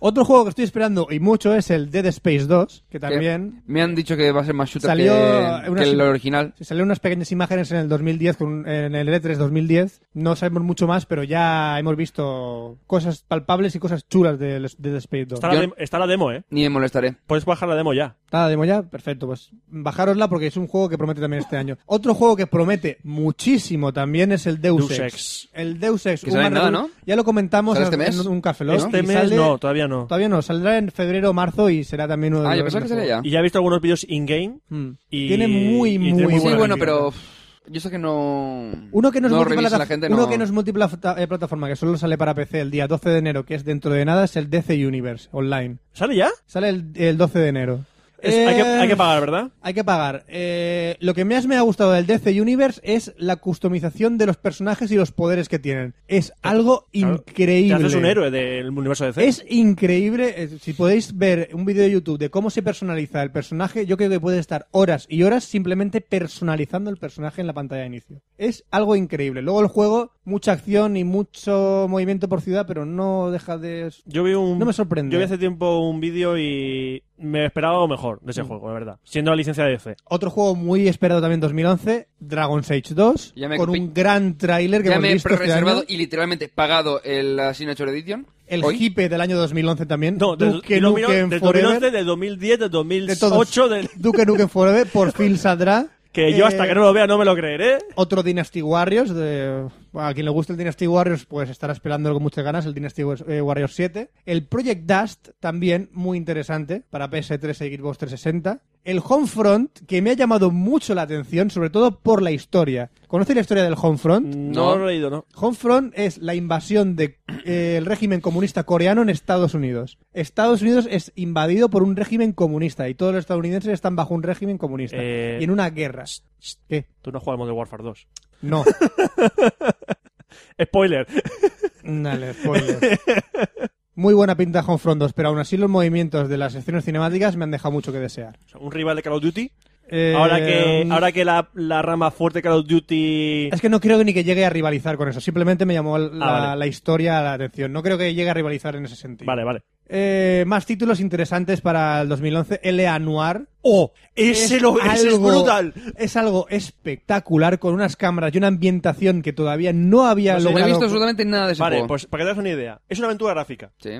Otro juego que estoy esperando y mucho es el Dead Space 2, que
Que
también
Me han dicho que va a ser más shooter
Salió
que,
una-
que el original.
se salieron unas pequeñas imágenes en el 2010, con- en el E E3 2010. No sabemos mucho más, pero ya hemos visto cosas palpables y cosas chulas del Dead Space 2.
Está la,
Yo-
dem- está la demo, ¿eh?
Ni me molestaré.
Puedes bajar la demo ya.
Está la demo ya, perfecto, pues bajárosla porque es un juego que promete también este año. Otro juego que promete muchísimo también es el Deus,
Deus
Ex.
Ex.
El Deus Ex.
Que sale en
Human
nada,
Revolution.
¿no?
Ya lo comentamos
¿Sale este
en-
mes?
en un café Lock,
Este
y
mes
sale-
no, todavía no.
Todavía no, saldrá en febrero o marzo y será también uno de
Ah, yo
los
pensaba que sería
grandes
ya.
Y ya he visto algunos vídeos in-game.
juegos. Mm.
Y-
Tiene muy,
y
muy,
tiene muy
Sí,
buena
bueno,
review.
pero pff, yo sé que no.
Uno que no es,
revisa
multiplata-
la gente,
uno
no.
que no es multiplata- eh, plataforma, que solo sale para PC el día 12 de enero, que es dentro de nada, es el DC Universe Online.
¿Sale ya?
Sale el, el 12 de enero.
Es- hay, que,
Eh,
hay que pagar, ¿verdad?
Hay que pagar. Eh, lo que más me ha gustado del DC Universe es la customización de los personajes y los poderes que tienen. Es algo
Claro.
increíble.
Te haces un héroe del universo de C.
Es increíble. Eh, Si podéis ver un vídeo de YouTube de cómo se personaliza el personaje, yo creo que puede estar horas y horas simplemente personalizando el personaje en la pantalla de inicio. Es algo increíble. Luego el juego, mucha acción y mucho movimiento por ciudad, pero no deja de...
Yo vi un.
No me sorprende.
Yo vi hace tiempo un vídeo y me esperaba algo mejor
Mm.
de ese juego, la verdad. Siendo la licencia de DC.
Otro juego muy esperado también en 2011, Dragon's Age 2,
Ya me
con
copi-
un gran tráiler que
Ya
hemos
me he
visto este
reservado
año.
y literalmente pagado el Signature Edition.
El
hoy.
hipe del año 2011 también.
No, del,
Duke
del 2011,
Nukem
del
Forever.
2011, del 2010, del
De todos.
2008, del-
Duke Nukem Forever por fin saldrá.
[laughs] que yo hasta
Eh,
que no lo vea no me lo creeré.
Otro Dynasty Warriors. De, bueno, a quien le guste el Dynasty Warriors, pues estará esperándolo con muchas ganas. El Dynasty Wars- eh, Warriors 7. El Project Dust, también muy interesante para PS3 y Xbox 360. El Homefront, que me ha llamado mucho la atención, sobre todo por la historia. ¿Conoce la historia del Homefront?
Mm.
No,
No.
lo he leído, ¿no?
Homefront es la invasión del régimen comunista coreano en Estados Unidos. Estados Unidos es invadido por un régimen comunista y todos los estadounidenses están bajo un régimen comunista
Eh,
y en una guerra. ¿Qué?
Tú no has jugado al Modern Warfare 2.
No.
Spoiler. [laughs]
Dale, spoiler. [laughs] Muy buena pinta Homefront 2, pero aún así los movimientos de las secciones cinemáticas me han dejado mucho que desear.
O sea, Un rival de Call of Duty.
Eh,
ahora que, ahora que la, la rama fuerte de Call of Duty.
Es que no creo ni que llegue a rivalizar con eso. Simplemente me llamó la,
Ah, vale.
la historia la atención. No creo que llegue a rivalizar en ese sentido.
Vale, vale.
Eh, más títulos interesantes para el 2011. L.A. Noir.
¡Oh!
Es
Ese, lo, ese es
algo-
brutal.
Es algo espectacular con unas cámaras y una ambientación que todavía no había
No sé,
No he
logrado.
visto absolutamente nada de ese
Vale,
juego.
pues para que te hagas una idea. Es una aventura gráfica.
Sí.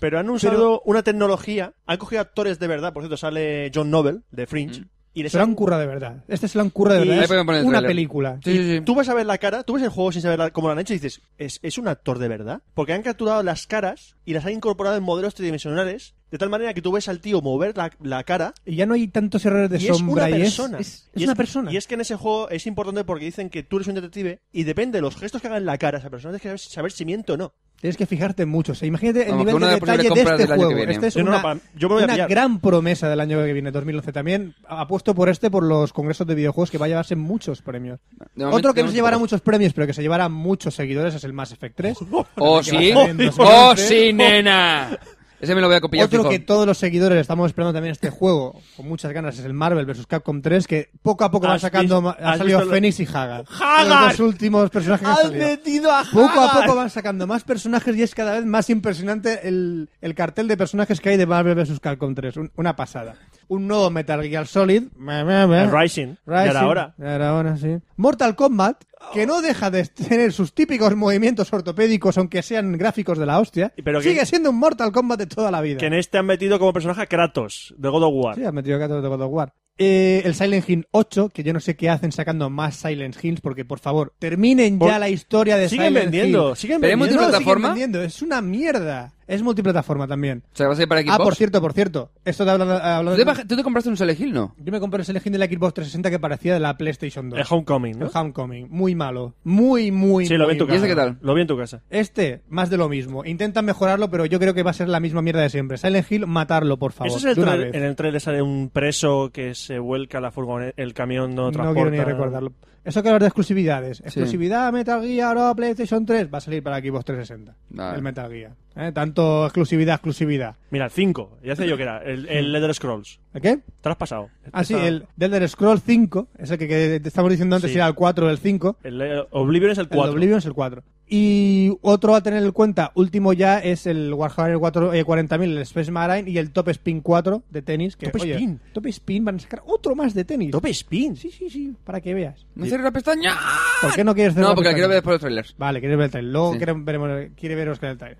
Pero han usado una tecnología. Han cogido actores de verdad. Por cierto, sale John Noble de Fringe.
Mm.
Y les
Se lo
han-
han currado de verdad. Este se lo han currado de
Y-
verdad.
Ahí
Es
pueden poner el
una
tráiler.
película.
Sí, sí, sí.
Tú vas a ver la cara, tú ves el juego sin saber la- cómo lo han hecho y dices, ¿es, es un actor de verdad? Porque han capturado las caras y las han incorporado en modelos tridimensionales, de tal manera que tú ves al tío mover la, la cara
Y ya no hay tantos errores de
y es
sombra.
una
y es-
persona.
Es, es
Y
una persona.
Y es que en ese juego es importante porque dicen que tú eres un detective y depende de los gestos que haga en la cara esa persona, tienes que saber, saber si miente o no.
Tienes que fijarte mucho. O sea, imagínate el
Vamos,
nivel
con
de
una de las
detalle de
primeras compras del
este
año que
juego.
viene.
Este es
Yo no
una,
la pa- yo me voy a
una
pillar.
gran promesa del año que viene, 2011. También apuesto por este, por los congresos de videojuegos, que va a llevarse muchos premios.
De momento-
Otro que no
de
se llevará
momento-
muchos premios, pero que se llevará muchos seguidores, es el Mass
[laughs]
Effect 3.
¡Oh,
que va a
sí!
salir en
¡Oh,
2011.
sí, nena! Ese me lo voy a copiar
Otro
fijo.
que todos los seguidores estamos esperando también este juego con muchas ganas es el Marvel vs Capcom 3 que poco a poco va
¿Has
sacando
vis-
ma- ha
has
salido
visto lo-
Fénix y Hagar.
¡Hagar!
Los dos últimos personajes que han salido.
a
Poco a poco van sacando más personajes y es cada vez más impresionante el, el cartel de personajes que hay de Marvel vs Capcom 3. Un- una pasada. Un nuevo Metal Gear Solid. Me, me, me.
El Rising, ya era hora.
Ya era hora, sí. Mortal Kombat, que no deja de tener sus típicos movimientos ortopédicos, aunque sean gráficos de la hostia.
Pero que-
sigue siendo un Mortal Kombat de toda la vida.
Que en este han metido como personaje a Kratos, de God of War.
Sí, has metido gatos de God of War. Eh, el Silent Hill 8, que yo no sé qué hacen sacando más Silent Hills, porque por favor, terminen
Por-
ya la historia de
siguen
Silent
vendiendo,
Hill.
siguen
Pero hay
vendiendo.
No, siguen
¿Multiplataforma?
vendiendo, es una mierda. Es multiplataforma también.
O sea, va a ser para Xbox.
Ah, por cierto, por cierto. Esto de hablando,
¿Tú
hablando-
te, baj- tú te compraste un Silent Hill, no?
Yo me compré el Silent Hill de la Xbox 360 que parecía de la PlayStation 2.
El Homecoming, ¿no?
El Homecoming. Muy malo. Muy, muy
Sí, lo vi
muy
en tu
¿Y
casa.
ese qué
malo.
tal?
Lo vi en tu casa.
Este, más de lo mismo. Intentan mejorarlo, pero yo creo que va a ser la misma mierda de siempre. Silent Hill, matarlo, por favor.
Eso es el
de una
trailer-
vez.
en el trailer sale un preso que se vuelca la furgoneta, el camión no transporta.
quiero ni recordarlo. Eso que hablas de exclusividades. Exclusividad Metal Gear o PlayStation 3 va a salir para Xbox 360.
Vale.
El Metal Gear. ¿Eh? Tanto exclusividad, exclusividad.
Mira, el 5, ya sé yo que era, el, el Elder Scrolls.
¿El ¿Qué?
Te lo has pasado.
Ah, sí,
Está-
el The Elder Scrolls 5, es el que, que te estamos diciendo antes
Sí.
era el 4 o el 5.
el- el Oblivion es el
El
4.
Oblivion es el 4. Y otro a tener en cuenta, último ya, es el Warhammer 4, eh, 40.000, el Space Marine y el Top Spin 4 de tenis. Que,
Top
oye,
Spin.
Top Spin, van a sacar otro más de tenis.
Top Spin.
Sí, sí, sí, para que veas.
¿No cierres la pestaña?
¿Por qué no quieres hacer
No,
una
porque la quiero ver después
pestaña?
de los trailers.
Vale, quieres ver el trailer. Luego
Sí.
quiere, veremos, quiere veros con el trailer.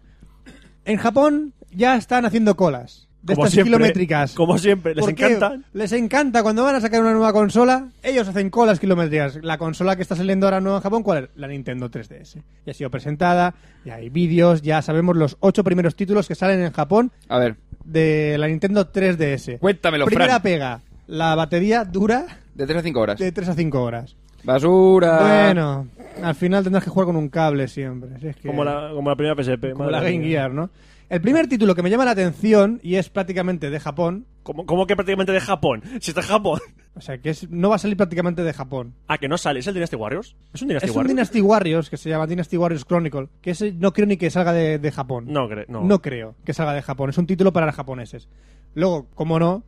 En Japón ya están haciendo colas. De estas kilométricas.
Como siempre, les
¿Por qué?
encanta.
Les encanta cuando van a sacar una nueva consola, ellos hacen colas kilométricas. La consola que está saliendo ahora nueva en Japón, ¿cuál es? La Nintendo 3DS. Ya ha sido presentada, ya hay vídeos, ya sabemos los ocho primeros títulos que salen en Japón
A ver,
de la Nintendo 3DS.
Cuéntamelo,
Primera
Fran.
pega, la batería dura
de 3 a 5 horas.
de 3 a 5 horas.
Ah.
Basura.
Bueno, al final tendrás que jugar con un cable siempre. si es que-
Como la, como la primera PSP.
como
madre
la Game
mía.
Gear, ¿no? El primer título que me llama la atención, y es prácticamente de Japón,
Como, como que prácticamente de Japón. Si está en Japón. [laughs]
o sea, que es- no va a salir prácticamente de Japón.
Ah, que no sale. ¿Es el Dynasty Warriors? ¿Es un Dynasty
Es un
Warriors?
Dynasty Warriors que se llama Dynasty Warriors Chronicle, que ese no creo ni que salga de, de Japón.
No, creo. No.
No creo que salga de Japón. Es un título para japoneses. Luego, como no,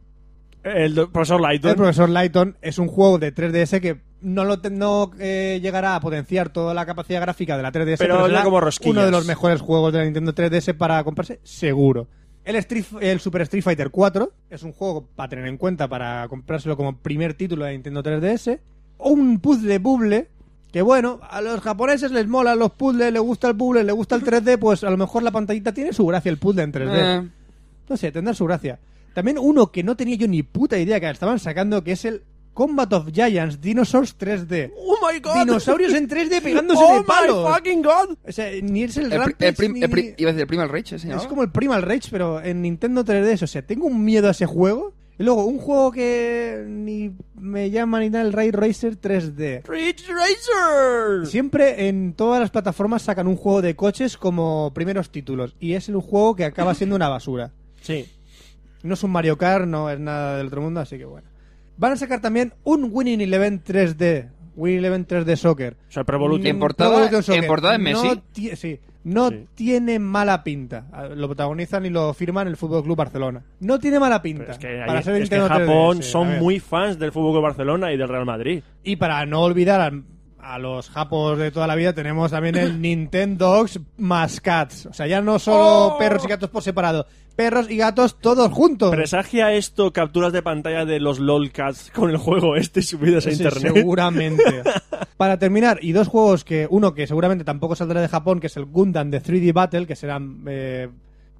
El do- profesor Lighton.
el profesor Lighton es un juego de 3DS que no lo te- no eh, llegará a potenciar toda la capacidad gráfica de la
Pero
3DS, pero,
ya
será
como rosquillas.
uno de los mejores juegos de la Nintendo 3DS para comprarse, seguro. El, Street, el Super Street Fighter 4 es un juego para tener en cuenta para comprárselo como primer título de Nintendo 3DS. O un puzzle puzzle que bueno, a los japoneses les molan los puzzles, les gusta el puzzle, les gusta el 3D, pues a lo mejor la pantallita tiene su gracia el puzzle en 3D.
Eh,
No sé, tendrá su gracia. También uno que no tenía yo ni puta idea que estaban sacando, que es el Combat of Giants Dinosaurs 3D.
Oh my god.
[laughs]
Dinosaurios
[laughs]
en 3D pegándose
oh
de palos.
my fucking god.
O sea, ni es
el,
el,
pri-
Rampage,
el prim-
ni-
el pri- iba a decir el Primal Rage, ese, ¿no?
Es como el Primal Rage, pero en Nintendo 3DS. O sea, tengo un miedo a ese juego. Y luego, un juego que ni me llama ni nada, el Ray Racer 3D.
Ridge Racer.
Siempre en todas las plataformas sacan un juego de coches como primeros títulos. Y es un juego que acaba siendo una basura.
Sí.
No es un Mario Kart, no es nada del otro mundo, así que bueno. Van a sacar también un Winning Eleven 3D. Winning Eleven 3D Soccer.
O sea, el Pro Evolution.
En portada-
Pro Evolution Soccer.
en portada es
No
Messi.
ti- sí, no
Sí.
tiene mala pinta. A- Lo protagonizan y lo firman el Fútbol Club Barcelona. No tiene mala pinta.
Pero es que, ahí-
para ser
es que en
Nintendo 3D,
Japón
sí, a
son
ver.
muy fans del fútbol de Barcelona y del Real Madrid.
Y para no olvidar a, a los japos de toda la vida, tenemos también
[coughs]
el Nintendogs más cats. O sea, ya no solo
¡Oh!
perros y gatos por separado, perros y gatos todos juntos.
¿Presagia esto capturas de pantalla de los LOLcats con el juego este subidas a
Sí,
internet?
Seguramente. Para terminar, y dos juegos que uno que seguramente tampoco saldrá de Japón, que es el Gundam de 3D Battle, que serán eh,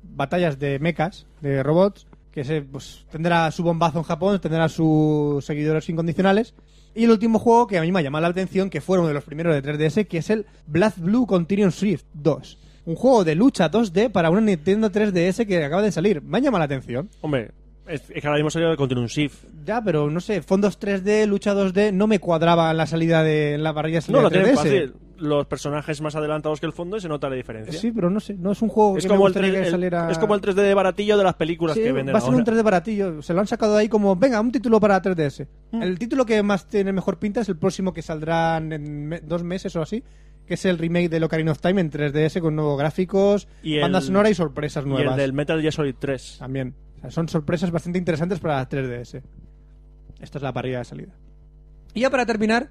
batallas de mechas, de robots, que se, pues, tendrá su bombazo en Japón, tendrá sus seguidores incondicionales. Y el último juego que a mí me ha llamado la atención, que fue uno de los primeros de 3DS, que es el Black Blue Continuum Shift 2. Un juego de lucha 2D para una Nintendo 3DS que acaba de salir. Me ha llamado la atención.
[laughs] Hombre, es, es que ahora mismo salió el Continuum Shift.
Ya, pero no sé, fondos 3D, lucha 2D, no me cuadraba en la salida de en la parrilla de salida
No, lo tienen
3DS.
fácil. Los personajes más adelantados que el fondo y se nota la diferencia.
eh. Sí, pero no sé, no es un juego
es,
que me
como el
gustaría
3D
que
el-
saliera...
es como el 3D de baratillo de las películas
Sí,
que venden
va a ser
ahora.
un 3D baratillo, se lo han sacado ahí como, venga, un título para 3DS.
Mm.
El título que más tiene mejor pinta es el próximo que saldrá en me- dos meses o así, que es el remake de Ocarina of Time en 3DS con nuevos gráficos,
Y el-
banda sonora y sorpresas
y
nuevas.
el del Metal Gear Solid 3.
También. O sea, son sorpresas bastante interesantes para la 3DS. Esta es la parrilla de salida. Y ya para terminar,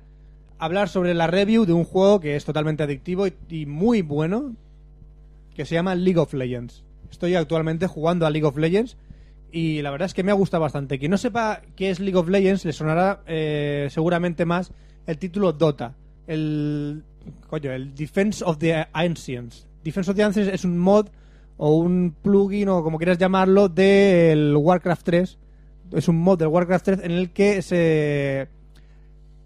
hablar sobre la review de un juego que es totalmente adictivo y, y muy bueno, que se llama League of Legends. Estoy actualmente jugando a League of Legends y la verdad es que me ha gustado bastante. Quien no sepa qué es League of Legends le sonará eh, seguramente más el título Dota, el coño, el Defense of the Ancients. Defense of the Ancients es un mod o un plugin o como quieras llamarlo del Warcraft 3. Es un mod del Warcraft 3 en el que se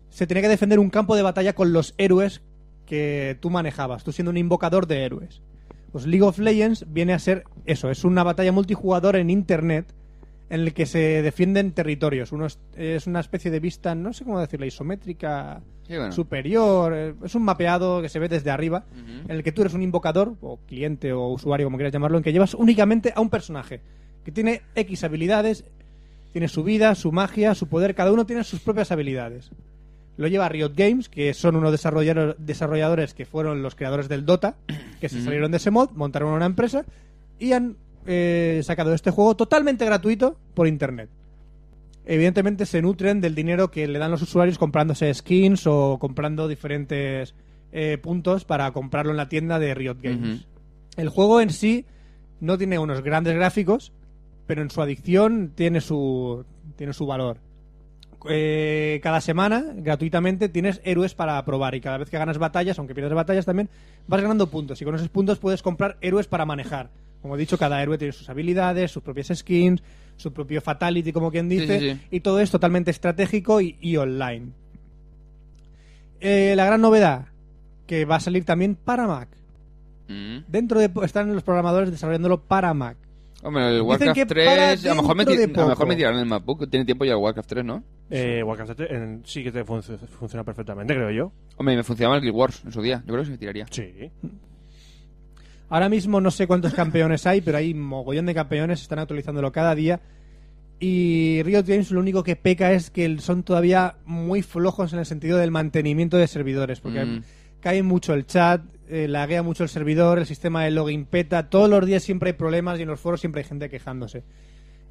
se tenía que defender un campo de batalla con los héroes que tú manejabas, tú siendo un invocador de héroes. Pues League of Legends viene a ser eso, es una batalla multijugador en internet en el que se defienden territorios. Uno es, es una especie de vista, no sé cómo decirlo, isométrica,
Sí, bueno.
superior, eh, es un mapeado que se ve desde arriba, en el que tú eres un invocador, o cliente, o usuario, como quieras llamarlo, en que llevas únicamente a un personaje, que tiene X habilidades, tiene su vida, su magia, su poder, cada uno tiene sus propias habilidades. Lo lleva Riot Games, que son unos desarrollador- desarrolladores que fueron los creadores del Dota, que se salieron de ese mod, montaron una empresa y han eh, sacado este juego totalmente gratuito por internet. Evidentemente se nutren del dinero que le dan los usuarios comprándose skins o comprando diferentes eh, puntos para comprarlo en la tienda de Riot Games. El juego en sí no tiene unos grandes gráficos, pero en su adicción tiene su, tiene su valor. Eh, cada semana, gratuitamente, tienes héroes para probar y cada vez que ganas batallas, aunque pierdas batallas también, vas ganando puntos y con esos puntos puedes comprar héroes para manejar. Como he dicho, cada héroe tiene sus habilidades, sus propias skins, su propio fatality, como quien dice,
sí, sí.
y todo es totalmente estratégico y, y online. Eh, la gran novedad, que va a salir también para Mac.
Mm.
Dentro de... po- Están los programadores desarrollándolo para Mac.
Hombre, el
que
Warcraft
para
3. A lo mejor me,
dentro de
ti- a lo mejor
poco.
me tiraron el MacBook. Tiene tiempo ya el Warcraft 3, ¿no?
Eh, Warcraft 3, eh, sí que te fun- funciona perfectamente, creo yo.
Hombre, me funcionaba el Guild Wars en su día. Yo creo que se me tiraría.
Sí.
Ahora mismo no sé cuántos campeones hay, pero hay mogollón de campeones, están actualizándolo cada día. Y Riot Games lo único que peca es que el- son todavía muy flojos en el sentido del mantenimiento de servidores, porque
Mm.
cae mucho el chat, eh, laguea mucho el servidor, el sistema de login peta, todos los días siempre hay problemas y en los foros siempre hay gente quejándose.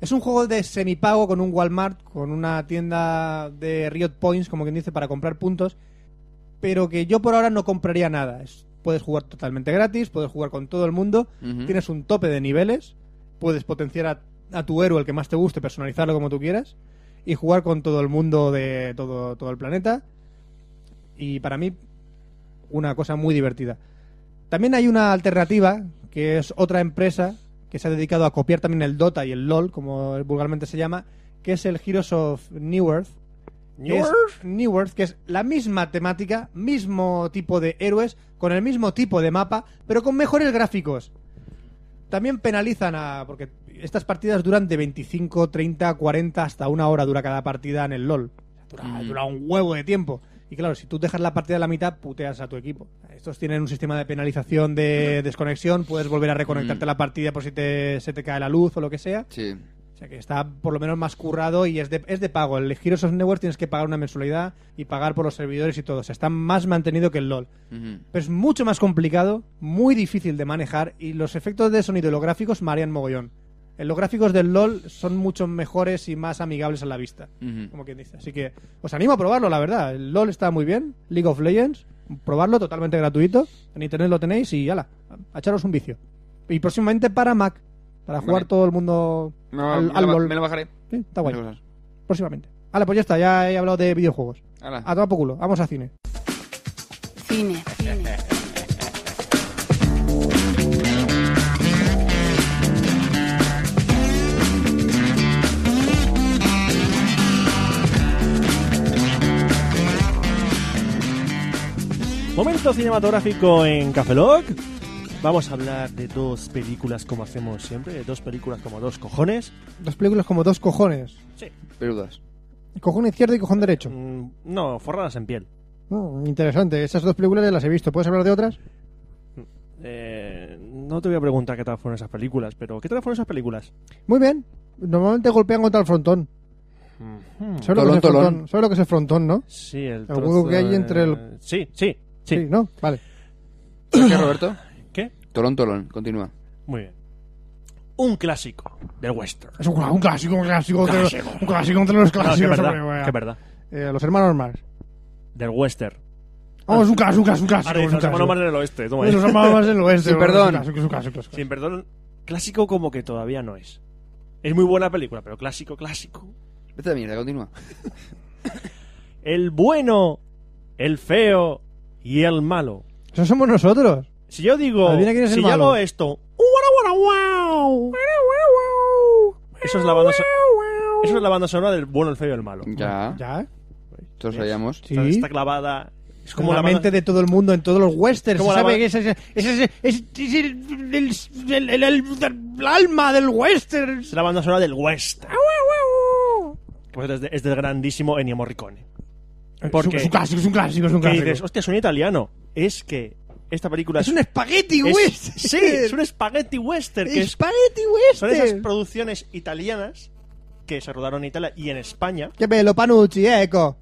Es un juego de semipago con un Walmart, con una tienda de Riot Points, como quien dice, para comprar puntos, pero que yo por ahora no compraría nada. Es- puedes jugar totalmente gratis, puedes jugar con todo el mundo,
Ujú.
tienes un tope de niveles, puedes potenciar a, a tu héroe el que más te guste, personalizarlo como tú quieras, y jugar con todo el mundo de todo, todo el planeta. Y para mí, una cosa muy divertida. También hay una alternativa, que es otra empresa que se ha dedicado a copiar también el Dota y el LOL, como vulgarmente se llama, que es el Heroes of New Earth. que es- New Earth, que es la misma temática, mismo tipo de héroes, con el mismo tipo de mapa, pero con mejores gráficos. También penalizan a... porque estas partidas duran de 25, 30, 40, hasta una hora dura cada partida en el LOL. Dura, dura un huevo de tiempo. Y claro, si tú dejas la partida a la mitad, puteas a tu equipo. Estos tienen un sistema de penalización de desconexión, puedes volver a reconectarte a la partida por si te- se te cae la luz o lo que sea.
Sí.
O sea que está por lo menos más currado y es de, es de pago. El Heroes of Network tienes que pagar una mensualidad y pagar por los servidores y todo. O sea, está más mantenido que el LOL.
Ujú.
Pero es mucho más complicado, muy difícil de manejar y los efectos de sonido y los gráficos marean mogollón. Eh, Los gráficos del LOL son mucho mejores y más amigables a la vista,
Ujú.
como quien dice. Así que os animo a probarlo, la verdad. El LOL está muy bien, League of Legends, probarlo totalmente gratuito. En internet lo tenéis y ala, a echaros un vicio. Y próximamente para Mac, para jugar
Vale.
todo el mundo
No,
al,
me,
al
lo,
LOL.
me lo bajaré.
Sí, está guay.
Esas cosas.
Próximamente. Vale, pues ya está, ya he hablado de videojuegos.
Hala.
A tomar por culo, vamos a cine.
Cine, cine.
Momento cinematográfico en Cafeloc. Vamos a hablar de dos películas como hacemos siempre, de dos películas como dos cojones.
Dos películas como dos cojones.
Peludas.
Cojón izquierdo y cojón derecho.
Mm, no, forradas en piel.
Oh, interesante, esas dos películas ya las he visto. ¿Puedes hablar de otras?
Eh, no te voy a preguntar qué tal fueron esas películas, pero ¿qué tal fueron esas películas?
Muy bien. Normalmente golpean contra el frontón. ¿Sabes, lo
Tolón,
que es
tolón.
el frontón? ¿Sabes lo que es el frontón, no?
Sí, el,
El hueco
trozo
que hay
de-
entre el-
Sí, sí, sí.
¿no? Vale.
¿Sabes qué, Roberto?
¿Qué?
Tolón, tolón. Continúa.
Muy bien. Un clásico del western.
Es un, un clásico, un clásico, entre los-
Clásico.
un clásico entre los
No, que es
clásicos.
verdad,
hombre, vaya.
que es verdad.
Eh, los hermanos Marx.
Del western.
Vamos, un clásico, un clásico, un
Ah. Ahora
clásico. es Ah, un
dices,
clásico.
hermano más del oeste, toma
Los
ahí.
hermanos Marx del oeste.
Sí,
bueno, es
perdón.
un clásico, es un clásico, es un clásico.
Sin perdón, clásico como que todavía no es. Es muy buena película, pero clásico, clásico.
Vete de mierda, continúa.
El bueno, el feo y el malo.
Eso somos nosotros.
Si yo digo,
Adivina quién es el
si yo
malo.
hago esto, "Uara, uara, guau". Eso es la banda, so- eso es la banda sonora del bueno, el feo y el malo.
Ya.
¿Ya?
Todos sabíamos.
Sí.
O sea, Está clavada. Es como la,
mente
banda-
de todo el mundo en todos los westerns.
Como
se
la
sabe
ma-
que ese es, ese es- es- es el, el- el- el- el alma del western.
es la banda sonora del West. Que por cierto, es, de- es del grandísimo Ennio Morricone. Porque-
es un clásico, es un clásico, es un
Que
clásico.
dices, hostia, suena italiano. Es que esta película
es un espagueti
es-
western.
Sí, es
[laughs]
un spaghetti western. Que es-
espagueti
son esas
western.
producciones italianas que se rodaron en Italia y en España
Qué pelo, Panucci, eh, eco.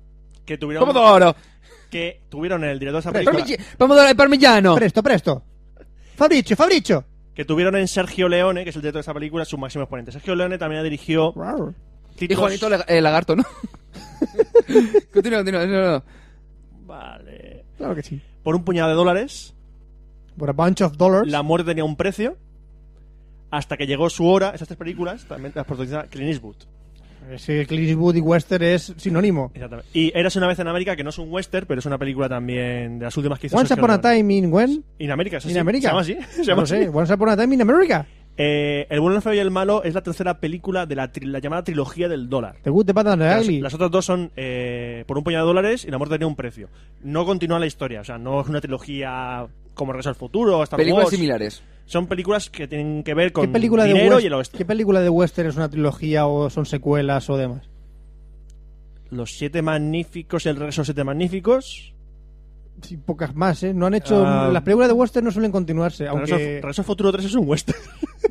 que tuvieron
Pomodoro.
que tuvieron el director de esa película
Parmigiano. Pomodoro el parmigiano.
Presto, presto. Fabricio, Fabricio.
que tuvieron en Sergio Leone que es el director de esa película su máximo exponente Sergio Leone también dirigió
Y
títulos-
Juanito Lag- eh, Lagarto, [laughs] ¿no? continúa, continúa. No, no, no.
vale
Claro que sí.
por un puñado de dólares.
Por a bunch of dollars.
La muerte tenía un precio. Hasta que llegó su hora, esas tres películas, también las protagoniza Clint Eastwood.
Sí, Clint Eastwood y Western es sinónimo.
Exactamente. Y Eras una vez en América, que no es un western, pero es una película también de las últimas que hizo
Once
Sergio
upon a
Leone.
time in when?
In América, sí.
in
sí.
America.
Se llama así. [laughs] Se
No
llama
lo sé.
así.
Once upon a time in America.
Eh, el bueno, el feo y el malo es la tercera película de la, tri- la llamada trilogía del dólar.
The good, the bad and the
Las,
ugly.
las otras dos son eh, por un puñado de dólares y la muerte tenía un precio. No continúa la historia, o sea, no es una trilogía como Regreso al Futuro, Star
Películas
Wars.
similares.
Son películas que tienen que ver con
¿Qué película, de
dinero
West-
y el oeste.
¿Qué película de western es una trilogía o son secuelas o demás?
Los Siete Magníficos, el Regreso de los Siete Magníficos,
Sí, pocas más, ¿eh? No han hecho...
Ah.
las películas de western no suelen continuarse,
Regreso-
aunque
Regreso al Futuro 3 es un western.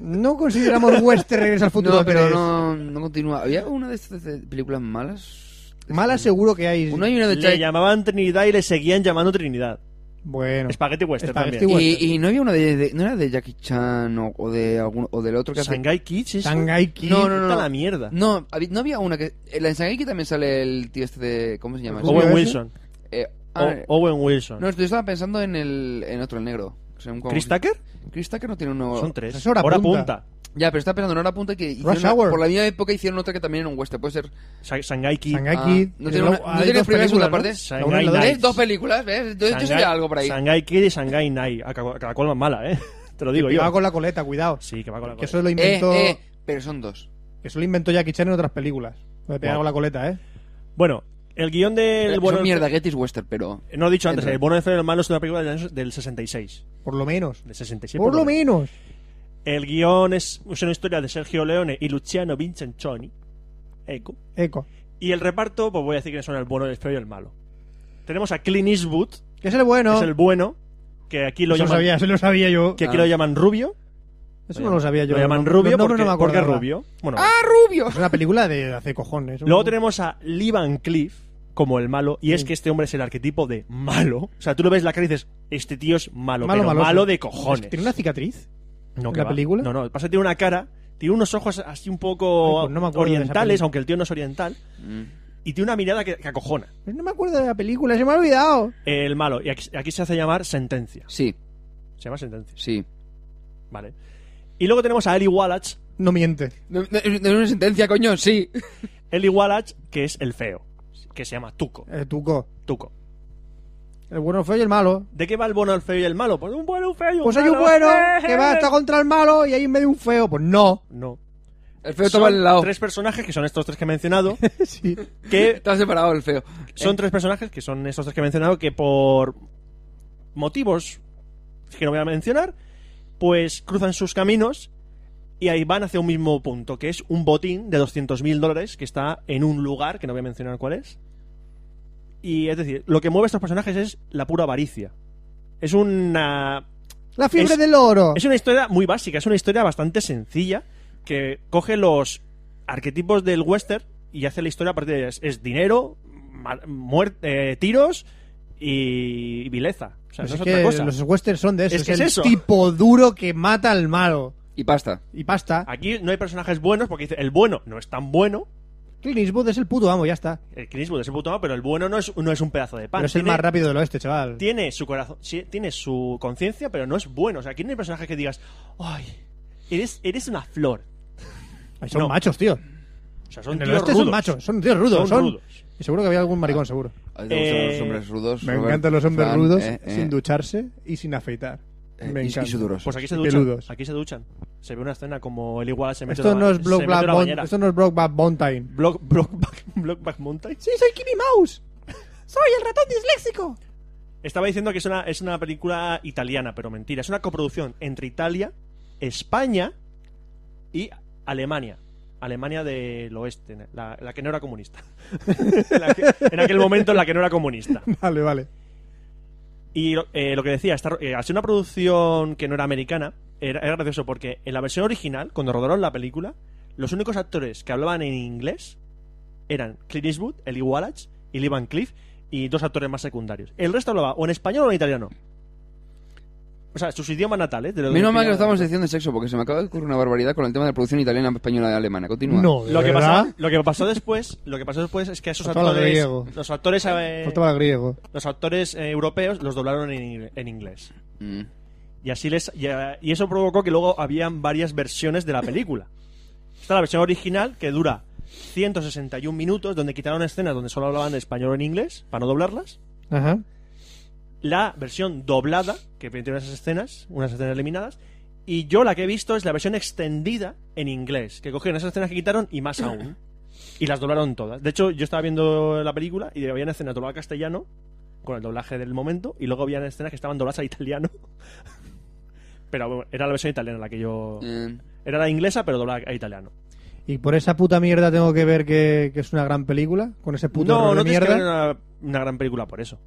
no consideramos western Regreso al
[laughs]
Futuro
no, pero
tres.
no, no continúa. ¿Había una de estas de películas malas?
Mala seguro que hay.
Una y una de
le
Charlie.
llamaban Trinidad y le seguían llamando Trinidad.
Bueno.
Spaghetti Western
Spaghetti
también.
Western.
Y, y no había una de, de- no era de Jackie Chan o, o de alguno o del otro que hace
Shanghai Kids, ¿eso?
Shanghai Kid.
No, no, no.
Está la mierda.
No, habi- no había una que en la de Shanghai que también sale el tío este de ¿cómo se llama?
Owen-
Owen
¿Ese?
Wilson.
Eh, ah,
O- Owen Wilson.
no, yo estaba pensando en el en otro el negro. O sea, un- como-
¿Chris Tucker?
Chris Tucker no tiene un nuevo.
Son tres.
es hora punta.
Ya, pero estaba pensando en hora punta que hicieron
Rush
una-
Hour.
por la misma época hicieron otra que también era un western, puede ser.
Sha- Shanghai Kid.
Shanghai
Ah,
Kid.
no
Es
tiene
la-
una- no
hay
tiene
dos
primera y segunda
películas,
parte.
¿no? La una y
Shanghai
la dos.
¿Ves?
Nights.
Dos películas, ¿ves? Yo, yo sabía algo por ahí. Eh,
Shanghai Kid y Shanghai Night. A cada, cada cual más mala, ¿eh? [laughs] Te lo digo
Que
yo.
[laughs]
va con la coleta, cuidado.
Sí, que va con la
Que
cosa.
eso lo
Eh,
inventó,
eh, pero son dos.
que eso lo inventó Jackie Chan en otras películas. Lo de pegar
Wow.
con la coleta, ¿eh?
Bueno, el guión del...
Eh,
bueno,
son mierda, Getty's Western, pero.
No he dicho antes,
Entra.
el bueno de Feo y el malo es una película del año- del 66.
Por lo menos.
Del 67.
Por lo
menos.
menos.
El guión es, es una historia de Sergio Leone y Luciano Vincenzoni. Eco.
Eco.
Y el reparto, pues voy a decir que son el bueno, el feo y el malo. Tenemos a Clint Eastwood,
Que es el bueno.
que es el bueno, que aquí lo
eso lo
llaman,
sabía, eso lo sabía yo.
que aquí
Ah.
lo llaman rubio.
Eso no lo sabía yo.
Lo llaman
No,
rubio
no, no,
porque,
no me
porque es
acordaba.
rubio. Bueno,
Ah,
Es una película de hace cojones.
luego tenemos a Lee Van Cleef como el malo, y es que este hombre es el arquetipo de malo. O sea, tú lo ves la cara y dices, este tío es malo,
Malo,
pero
maloso.
malo de cojones.
¿Tiene una cicatriz?
No,
en
que
la
va.
película?
No, no, pasa que tiene una cara, tiene unos ojos así un poco
Ay, pues no me acuerdo de esa
orientales,
película.
aunque el tío no es oriental,
Mm.
y tiene una mirada que, que acojona.
Pero Pues no me acuerdo de la película, se me ha olvidado.
El malo, y aquí, aquí se hace llamar sentencia.
Sí,
Se llama sentencia,
sí.
vale. Y luego tenemos a Eli Wallach,
No miente.
No, no, no es una sentencia, coño, sí.
Eli Wallach, que es el feo, que se llama Tuco.
El eh, tuco.
Tuco.
El bueno, el feo y el malo.
¿De qué va el bueno, el feo y el malo? Pues un bueno, un feo y un
Pues hay un
malo. [laughs]
bueno
¡Eh!
que va hasta contra el malo y hay en medio un feo. Pues no.
No.
El feo
son
estaba al lado.
tres personajes que son estos tres que he mencionado,
[laughs] Sí.
que
Estaba separado el feo.
son tres personajes que son estos tres que he mencionado que por motivos que no voy a mencionar, pues cruzan sus caminos y ahí van hacia un mismo punto, que es un botín de 200.000 dólares que está en un lugar, que no voy a mencionar cuál es. Y es decir, lo que mueve a estos personajes es la pura avaricia. Es una
La fiebre
Es-
del oro.
es una historia muy básica, es una historia bastante sencilla que coge los arquetipos del western y hace la historia a partir de es, es dinero, ma- muer- eh, tiros y, y vileza. O sea, no
Pues
es,
es
otra
que
cosa.
los westerns son de eso.
Es
Es,
que es
el
eso.
tipo duro que mata al malo.
Y pasta.
Y pasta.
Aquí no hay personajes buenos porque dice, el bueno no es tan bueno.
Clint Eastwood es el puto amo, ya está.
El Clint Eastwood es el puto amo, pero el bueno no es, no es un pedazo de pan.
Pero es el
Tiene-
más rápido del oeste, chaval.
tiene su corazón, sí, tiene su conciencia, pero no es bueno. O sea, aquí no hay personajes que digas, ay, eres, eres una flor.
Ay, son
no.
machos, tío.
O sea, son
En el
tíos
oeste
rudos.
son machos. Son tíos rudos.
Son
Son
rudos.
Y seguro que había algún maricón, seguro.
Ay, te gustan
Eh,
los hombres rudos.
Me
Robert,
encantan los hombres
Fran,
rudos
eh, eh,
sin ducharse y sin afeitar.
eh,
Me
y- y
encanta.
sudoros.
Pues aquí se
Y
duchan.
peludos.
Aquí se duchan. Se ve una escena como el igual se mete
Esto
la-
no, es
se mete
Brokeback
la
Bon-
bañera.
esto no es Brokeback Mountain.
[laughs] Block, Blockback, Blockback Mountain.
Sí, soy Kimmy Mouse. [laughs] Soy el ratón disléxico.
Estaba diciendo que es una, es una película italiana, pero mentira. Es una coproducción entre Italia, España y Alemania. Alemania del oeste, la, la que no era comunista. [laughs] La que- en aquel momento la que no era comunista.
[laughs] Vale, vale.
Y lo- eh, lo que decía, esta- eh, al ser una producción que no era americana, era, era gracioso porque en la versión original, cuando rodaron la película, los únicos actores que hablaban en inglés eran Clint Eastwood, Eli Wallach y Lee Van Cleef y dos actores más secundarios. El resto hablaba o en español o en italiano. O sea, sus idiomas natales. de lo
Menos
pilla-
mal que no estamos en sección de sexo, porque se me acaba de ocurrir una barbaridad con el tema de la producción italiana, española y alemana. Continúa.
No,
Lo que,
pasa
pasó, lo que pasó después, lo que pasó después es que a esos
Faltaba lo
actores,
griego.
los actores, eh,
Faltaba el griego.
los actores eh, europeos los doblaron en, ingle- en inglés.
Mm.
Y así les y, eh, y eso provocó que luego habían varias versiones de la película. Está la versión original que dura 161 minutos donde quitaron escenas donde solo hablaban español o en inglés para no doblarlas.
Ajá.
La versión doblada que tiene esas escenas, unas escenas eliminadas. Y yo la que he visto es la versión extendida en inglés, que cogieron esas escenas que quitaron y más aún. Y las doblaron todas. De hecho, yo estaba viendo la película y habían escenas dobladas al castellano, con el doblaje del momento, y luego habían escenas que estaban dobladas al italiano. [laughs] Pero bueno, era la versión italiana la que yo...
Eh,
Era la inglesa, pero doblada a italiano.
Y por esa puta mierda tengo que ver que, que es una gran película, con ese puto
no,
error
no
de
tienes que ver
mierda.
una, una gran película por eso.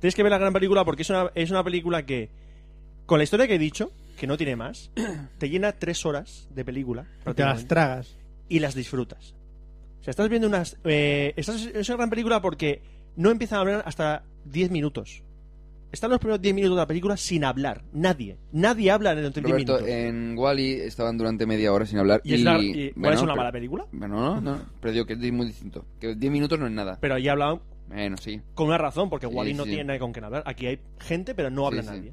Tienes que ver la gran película porque es una, es una película que, con la historia que he dicho, que no tiene más,
[clears throat]
te llena tres horas de película
Te las
prácticamente,
tragas.
y las disfrutas. O sea, estás viendo unas... eh, estás- es una gran película porque no empiezan a hablar hasta 10 minutos. Están los primeros 10 minutos de la película sin hablar. Nadie. Nadie habla en el 10
Roberto,
minutos.
en Wally estaban durante media hora sin hablar.
y es una- y- ¿Cuál
bueno,
es una
pero-
mala película?
Bueno, no, no, pero digo que es muy distinto. Que 10 minutos no es nada.
Pero ahí hablan
Bueno, sí.
con una razón, porque
Sí,
Wally no
sí.
tiene nadie con quien hablar. Aquí hay gente, pero no
Sí,
habla
sí.
nadie.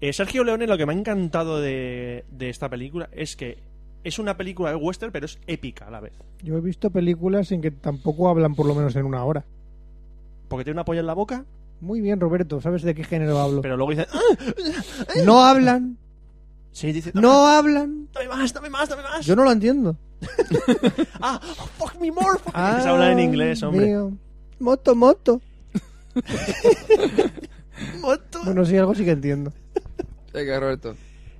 Eh, Sergio Leone, lo que me ha encantado de, de esta película es que es una película de western, pero es épica a la vez.
Yo he visto películas en que tampoco hablan por lo menos en una hora.
Porque tiene una polla en la boca,
Muy bien, Roberto, ¿sabes de qué género hablo?
pero luego dice. "Ah,
No hablan,
Sí, dice.
no hablan.
Dame más, dame más, dame más.
Yo no lo entiendo.
Ah, oh, fuck me more. Fuck me.
Ah,
Empieza a hablar en inglés, hombre.
mío. Ah, Moto, moto.
[laughs] Moto.
Bueno, sí, algo sí que entiendo.
Venga, Roberto.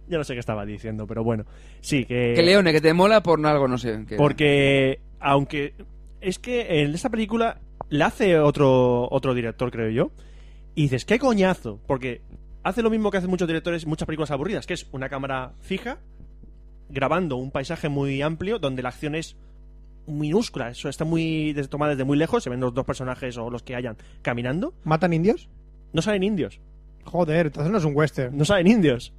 Ya no sé qué estaba diciendo, pero bueno. Sí,
Eh,
Que Leone, que te mola por algo, no sé. que-
Porque, aunque. Es que en esta película la hace otro, otro director, creo yo. Y dices, qué coñazo. Porque hace lo mismo que hacen muchos directores, muchas películas aburridas, que es una cámara fija, grabando un paisaje muy amplio, donde la acción es minúscula. Eso está muy des- tomada desde muy lejos. Se ven los dos personajes o los que hayan caminando.
¿Matan indios?
No salen indios.
Joder, entonces no es un western.
No salen indios.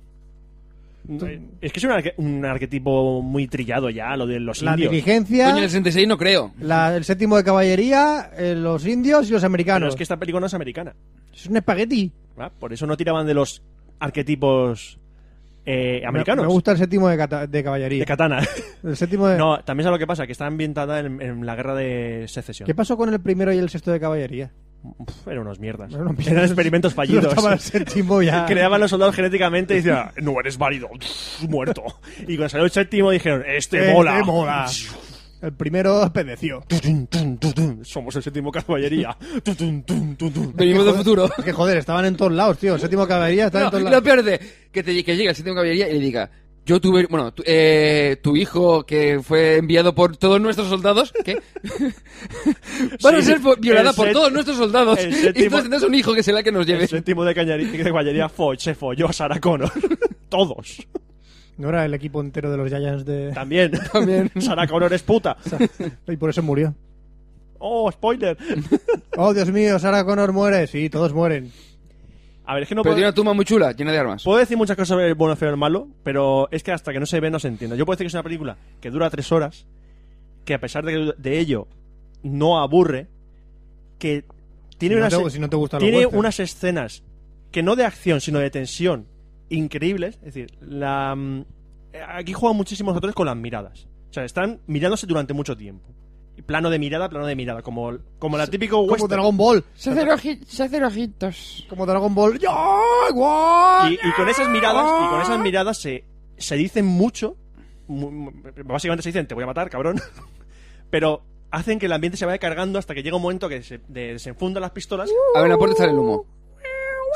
Es que es un, arque- un arquetipo muy trillado ya, lo de los
La
indios.
dirigencia,
Coño, en el 66 no creo.
la- el séptimo de caballería, eh, los indios y los
Pero
americanos.
es que esta película no es americana.
Es un espagueti.
¿verdad? Por eso no tiraban de los arquetipos eh, americanos.
Me, me gusta el séptimo de, cata- de caballería.
De
[laughs]
katana.
el séptimo de...
no, también sabes lo que pasa, que está ambientada en, en la guerra de eh, secesión.
¿Qué pasó con el primero y el sexto de caballería?
Pff, eran unos mierdas.
Bueno, no
eran experimentos
[laughs] No
fallidos.
estaba el séptimo
[laughs]
ya.
Creaban los soldados genéticamente y decían, no eres válido, [laughs] muerto. Y cuando salió el séptimo dijeron, este,
Este
mola.
mola. El primero [laughs] pedeció.
Tun, [laughs] tun, tun, tun. Somos el séptimo
[laughs]
caballería. Tun, tun, tun, tun, tun.
[laughs] Venimos del futuro.
Es que joder, estaban en todos lados, tío. El séptimo de caballería estaba
No,
en todos
lo
lados.
peor de que, te, que llegue el séptimo caballería y le diga, yo tuve, bueno, tu, eh, tu hijo que fue enviado por todos nuestros soldados, que [laughs] van a
Sí,
ser po-
el
violada por
set-
todos nuestros soldados.
el
y
séptimo-
entonces tendrás un hijo que será el que nos lleve.
El séptimo de, cañari- de caballería fo- se folló a Sarah Connor. [laughs] Todos.
No era el equipo entero de los Giants de... [laughs]
También. [laughs]
También.
Sarah Connor es puta.
Y por eso murió.
Oh, spoiler.
Oh, Dios mío, Sarah Connor muere. Sí, todos mueren.
A ver, es que no
Pero
puedo,
tiene una tumba muy chula, llena de armas.
puedo decir muchas cosas sobre el bueno, feo y el malo, pero es que hasta que no se ve no se entiende. Yo puedo decir que es una película que dura tres horas, que a pesar de, que- de ello no aburre, que tiene,
Si no
unas,
te- si no te gustan los
tiene
westerns.
unas escenas que no de acción, sino de tensión increíbles. Es decir, la, mm, aquí juegan muchísimos autores con las miradas. O sea, están mirándose durante mucho tiempo. Y Plano de mirada, plano de mirada, como, como la típico
Como
western.
Dragon Ball.
Se hacen, ojitos.
Como Dragon Ball. ¡Ya! ¡Guau!
y, y con esas miradas y con
¡Ah!
esas miradas se, se dicen mucho mu- mu- básicamente se dicen te voy a matar cabrón [laughs] pero hacen que el ambiente se vaya cargando hasta que llega un momento que se de- desenfundan las pistolas
A ver, en la puerta sale el humo.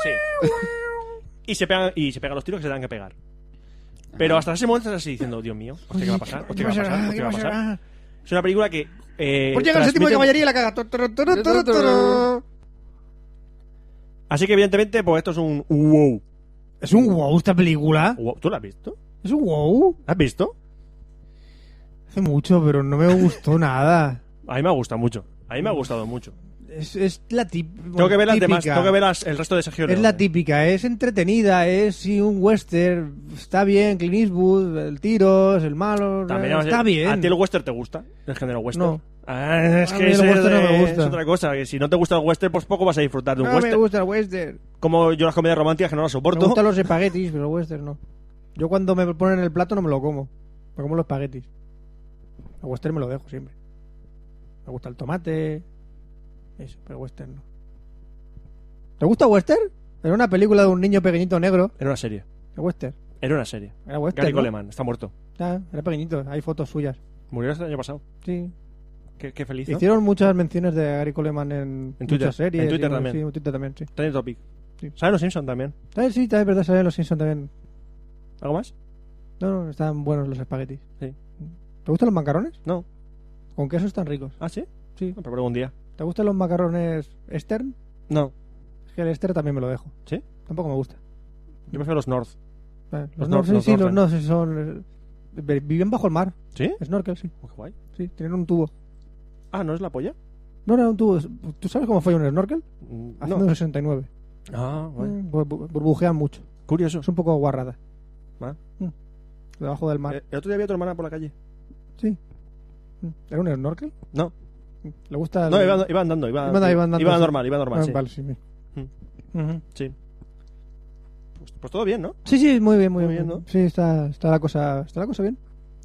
sí. [laughs] y se pegan y se pegan los tiros que se dan que pegar pero hasta ese momento estás así diciendo Dios mío hostia, ¿qué va a pasar?
¡Oh!
Hostia, ¿qué va a pasar? Hostia, ¿qué va a pasar? Eh, es una película que eh,
Pues llega el séptimo de
transmite-
caballería y la caga. Tu, tu, tu, tu, tu, tu.
así que evidentemente pues esto es un wow,
Es un wow esta película.
Wow. ¿tú lo has visto?
Es un wow.
¿La ¿has visto?
Hace mucho, pero no me gustó [laughs] nada.
a mí me ha gustado mucho a mí me ha gustado mucho
es, es la tip-
Tengo que ver las
típica.
demás, tengo que ver las- el resto de Sergio
Es
Leone.
la típica, es entretenida, es sí, un western, está bien, Clint Eastwood, el tiros, el malo,
También, además,
está bien.
¿A ti el western te gusta? ¿El género western?
No.
Ah, es
A
que
mí el
ese
western no me
es-
gusta.
es otra cosa. Que si no te gusta el western, pues poco vas a disfrutar de un
no me
western.
gusta el western.
Como yo las comedias románticas que no las
Me
soporto.
gustan los espaguetis, pero el western no. Yo cuando me ponen el plato no me lo como. Me como los espaguetis. El western me lo dejo siempre. Me gusta el tomate. Eso, pero western no. ¿Te gusta western? Era una película de un niño pequeñito negro.
Era una serie.
El western.
Era una serie.
Era western.
Gary
¿no?
Coleman está muerto.
Ah, era pequeñito. Hay fotos suyas.
Murió el año pasado.
Sí.
Qué, qué feliz. ¿no?
Hicieron muchas menciones de Gary Coleman en,
En Twitter.
muchas series.
En Twitter
y-
también.
Sí, en Twitter también, sí.
Trending topic.
Sí.
¿Saben los Simpsons también?
Ah, Sí, también es verdad, salen los Simpsons también.
¿Algo más?
No, no, están buenos los espaguetis.
Sí.
¿Te gustan los macarrones?
No.
Con queso están ricos.
¿Ah, sí?
Sí.
Me pregunto un día.
¿Te gustan los macarrones Stern?
No.
Es que el Stern también me lo dejo.
¿Sí?
Tampoco me gusta.
Yo prefiero los North.
Eh,
Los
Los
nor-
no, sí,
los
sí, los
norten.
no, sí, son. eh, vi- Viven bajo el mar.
¿Sí?
Snorkel, sí.
Oh, qué guay.
Sí, tienen un tubo.
Ah, ¿no es la polla?
No, no, un tubo. ¿Tú sabes cómo fue un snorkel?
Mm,
Haciendo
No.
69.
Ah, guay.
Eh, bu- bu- burbujean mucho.
Curioso.
Es un poco guarrada.
Ah.
Mm. Debajo del mar.
Eh, el otro día vi a tu hermana por la calle.
Sí. Mm. ¿Era un snorkel?
No.
Mm. ¿Le gusta?
No,
el-
iba, iba andando. Iba,
Iba- iba andando, sí.
normal, iba normal.
Ah,
sí.
Vale, sí. Mm. me- Ujú.
Sí. Pues, pues todo bien, ¿no?
Sí, sí, muy bien, muy,
Muy
bien.
bien, ¿no?
Sí, está, está la cosa, está la cosa bien.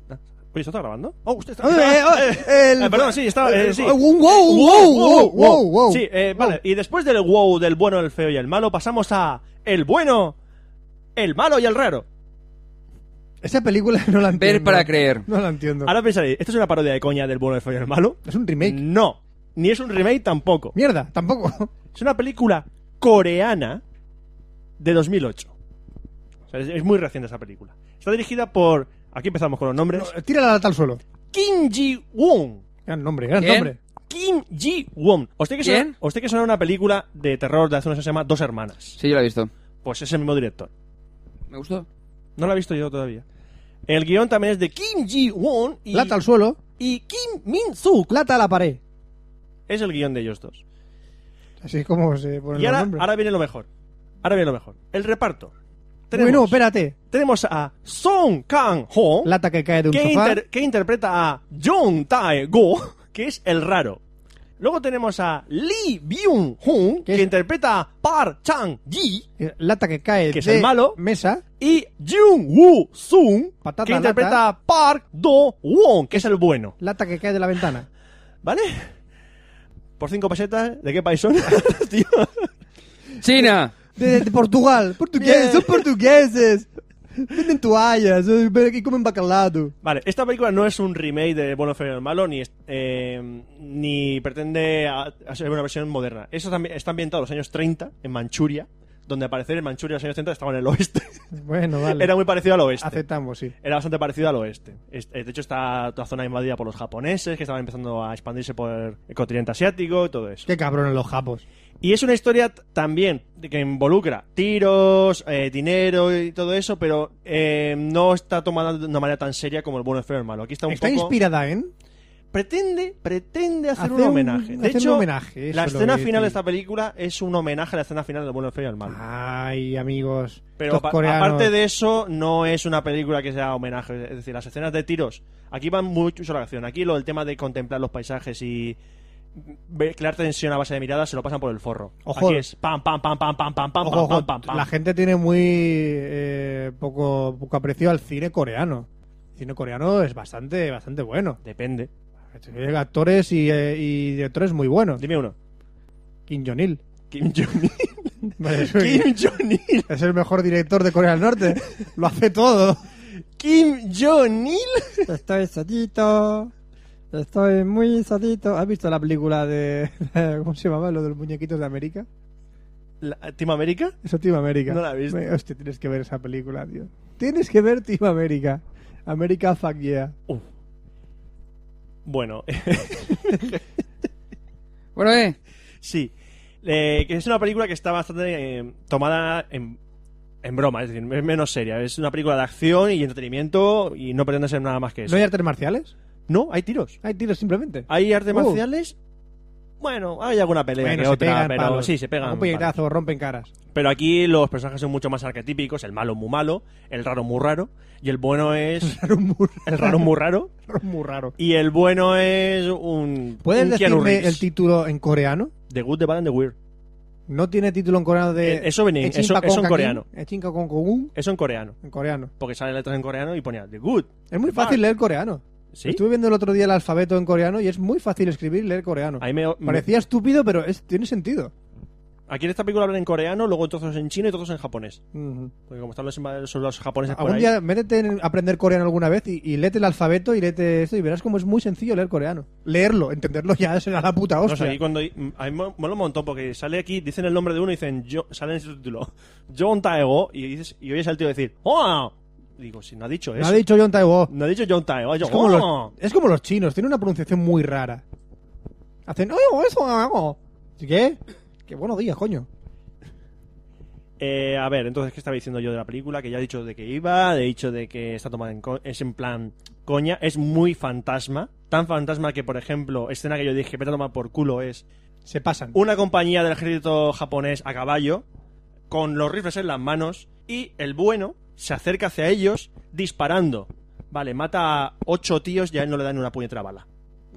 Oye, ¿esto está grabando? Oh, usted está.
Eh, eh, eh, el-
Eh, perdón, sí, está. eh, sí.
Eh, wow, wow, wow, wow, wow, wow.
Sí, eh, vale. Y después del wow del bueno, el feo y el malo, pasamos a el bueno, el malo y el raro.
Esa película [laughs] no la entiendo.
Ver para creer.
No la entiendo.
Ahora pensaréis, ¿esto es una parodia de coña del bueno, el feo y el malo?
Ah, Es un remake.
No, ni es un remake tampoco.
Mierda, tampoco.
Es una película coreana de 2008. O sea, es, es muy reciente esa película. Está dirigida por. Aquí empezamos con los nombres.
Tírala al tal suelo.
Kim Ji-woon.
Gran nombre, gran
¿Quién?
nombre.
Kim Ji-woon. Os tiene que sonar-
¿Quién?
os tiene que sonar una película de terror de hace unos años que se llama Dos Hermanas.
Sí, yo la he visto.
Pues es el mismo director.
¿Me gustó?
No la he visto yo todavía. El guión también es de Kim Ji-woon y,
Lata al suelo,
y Kim Min-suk.
lata a la pared.
Es el guión de ellos dos.
Así es como se ponen
Y
los
ahora,
nombres.
ahora viene lo mejor. Ahora viene lo mejor. El reparto. Tenemos,
Bueno, espérate.
tenemos a Song Kang-ho,
Lata que cae de un
que,
sofá.
inter- que interpreta a Jong Tae-go, [laughs] que es el raro. Luego tenemos a Lee Byung-hun,
¿Qué
que
es?
interpreta a Park Chang-gi.
Eh, Lata que cae
Que es
de
el malo.
mesa.
Y Jung Woo Sung,
Patata
que
lata.
interpreta a Park Do Won, que es el bueno.
Lata que cae de la ventana.
¿Vale? Por cinco pesetas, ¿de qué país son? [laughs] Tío.
¡China!
De, de Portugal. Portugueses, son portugueses. Venden toallas eh, y comen bacalado.
Vale, esta película no es un remake de Bueno, Feo y el Malo, ni, es- eh, ni pretende a- hacer una versión moderna. Eso también está ambientado en los años 30, en Manchuria, donde al parecer en Manchuria en los años 30 estaba en el
[laughs]
oeste.
Bueno, vale.
Era muy parecido al oeste.
Aceptamos, sí.
Era bastante parecido al oeste. Es- eh, De hecho, está toda zona invadida por los japoneses, que estaban empezando a expandirse por el continente asiático y todo eso.
Qué cabrones los japos.
Y es una historia t- también de que involucra tiros, eh, dinero y todo eso, pero eh, no está tomada de una manera tan seria como el bueno, el feo y el malo. Aquí está un
Está
poco...
inspirada en.
pretende, pretende hacer,
Hacer
un
un-
homenaje. de
hacer un
hecho,
homenaje, eso
la
es lo
escena
que
final de
decís.
esta película es un homenaje a la escena final del bueno, el feo y el malo.
Ay, amigos.
Pero
estos
apa-
coreanos.
aparte de eso, no es una película que sea homenaje. Es decir, las escenas de tiros, aquí van mucho a la acción. Aquí lo, el tema de contemplar los paisajes y ver- crear tensión a base de miradas se lo pasan por el forro.
Ojo.
Aquí es pam, pam, pam, pam, pam, pam, pam,
Ojo,
pam,
ojo,
pam, pam,
La
pam.
gente tiene muy eh, poco, poco aprecio al cine coreano. El cine coreano es bastante, bastante bueno.
Depende.
Tiene actores y, eh, y directores muy buenos.
Dime uno.
Kim Jong-il.
Kim Jong-il.
es
Kim Jong-il.
el mejor director de Corea del Norte. Lo hace todo.
Kim Jong-il.
Estoy sadito. Estoy muy sadito. ¿Has visto la película de. ¿Cómo se llamaba? Lo de los muñequitos de América.
La- ¿Team América?
Eso, Team América.
No la he visto.
Me- Hostia, tienes que ver esa película, tío. Tienes que ver Team América. América fuck yeah.
Bueno, [laughs]
Bueno, eh.
Sí. Eh, que es una película que está bastante eh, tomada en, en broma, es decir, es menos seria. Es una película de acción y entretenimiento y no pretende ser nada más que eso.
¿No hay artes marciales?
No, hay tiros. Ah,
Hay tiros simplemente.
Hay artes
Uh.
marciales Bueno, hay alguna pelea
Bueno,
que
se
otra,
pegan
pero
palos.
sí, se pegan.
Un puñetazo, rompen caras.
Pero aquí los personajes son mucho más arquetípicos, el malo muy malo, el raro muy raro, y el bueno
[laughs]
es... el raro muy raro.
Muy raro.
Y el bueno es un...
¿Puedes
un Keanu
decirme
Reeves.
el título en coreano?
The Good, The Bad and The Weird.
No tiene título en coreano
Eh,
de...
eso venía-
Echin
eso-
Pakong
eso en
Kakin,
coreano.
Echin Pakong Kogun,
Eso en coreano.
en coreano.
Porque sale letras en coreano y ponía The Good.
Es muy
The Bad.
fácil leer coreano.
¿Sí?
Estuve viendo el otro día el alfabeto en coreano y es muy fácil escribir y leer coreano.
Ahí me, me-
Parecía estúpido, pero es- tiene sentido.
Aquí en esta película hablan en coreano, luego todos en chino y todos en japonés.
Ujú.
Porque como están los, invasores- los japoneses por
Algún
ahí...
día métete en aprender coreano alguna vez y, y léete el alfabeto y léete esto y verás cómo es muy sencillo leer coreano. Leerlo, entenderlo ya [laughs] será la puta
No sé,
hostia.
aquí cuando. A mí me me lo un montón porque sale aquí, dicen el nombre de uno y dicen. Yo, sale en su título. [laughs] John Taego. Y, dices, y oyes al tío decir. ¡Oh! Digo, si no ha dicho
Me
eso.
ha dicho John Taiwo.
No ha dicho John Taego. Yo,
Es como,
"Oh".
los, es como los chinos, tiene una pronunciación muy rara. Hacen, oye, eso hago. ¿Qué? Qué buenos días, coño.
Eh, a ver, entonces, ¿qué estaba diciendo yo de la película? Que ya he dicho de que iba, he dicho de que está tomada en. co- Es en plan. Coña, es muy fantasma. Tan fantasma que, por ejemplo, escena que yo dije, vete a tomar por culo, es.
Se pasan.
una compañía del ejército japonés a caballo, con los rifles en las manos, y el bueno se acerca hacia ellos disparando. Vale, mata a ocho tíos y a él no le dan una puñetera bala.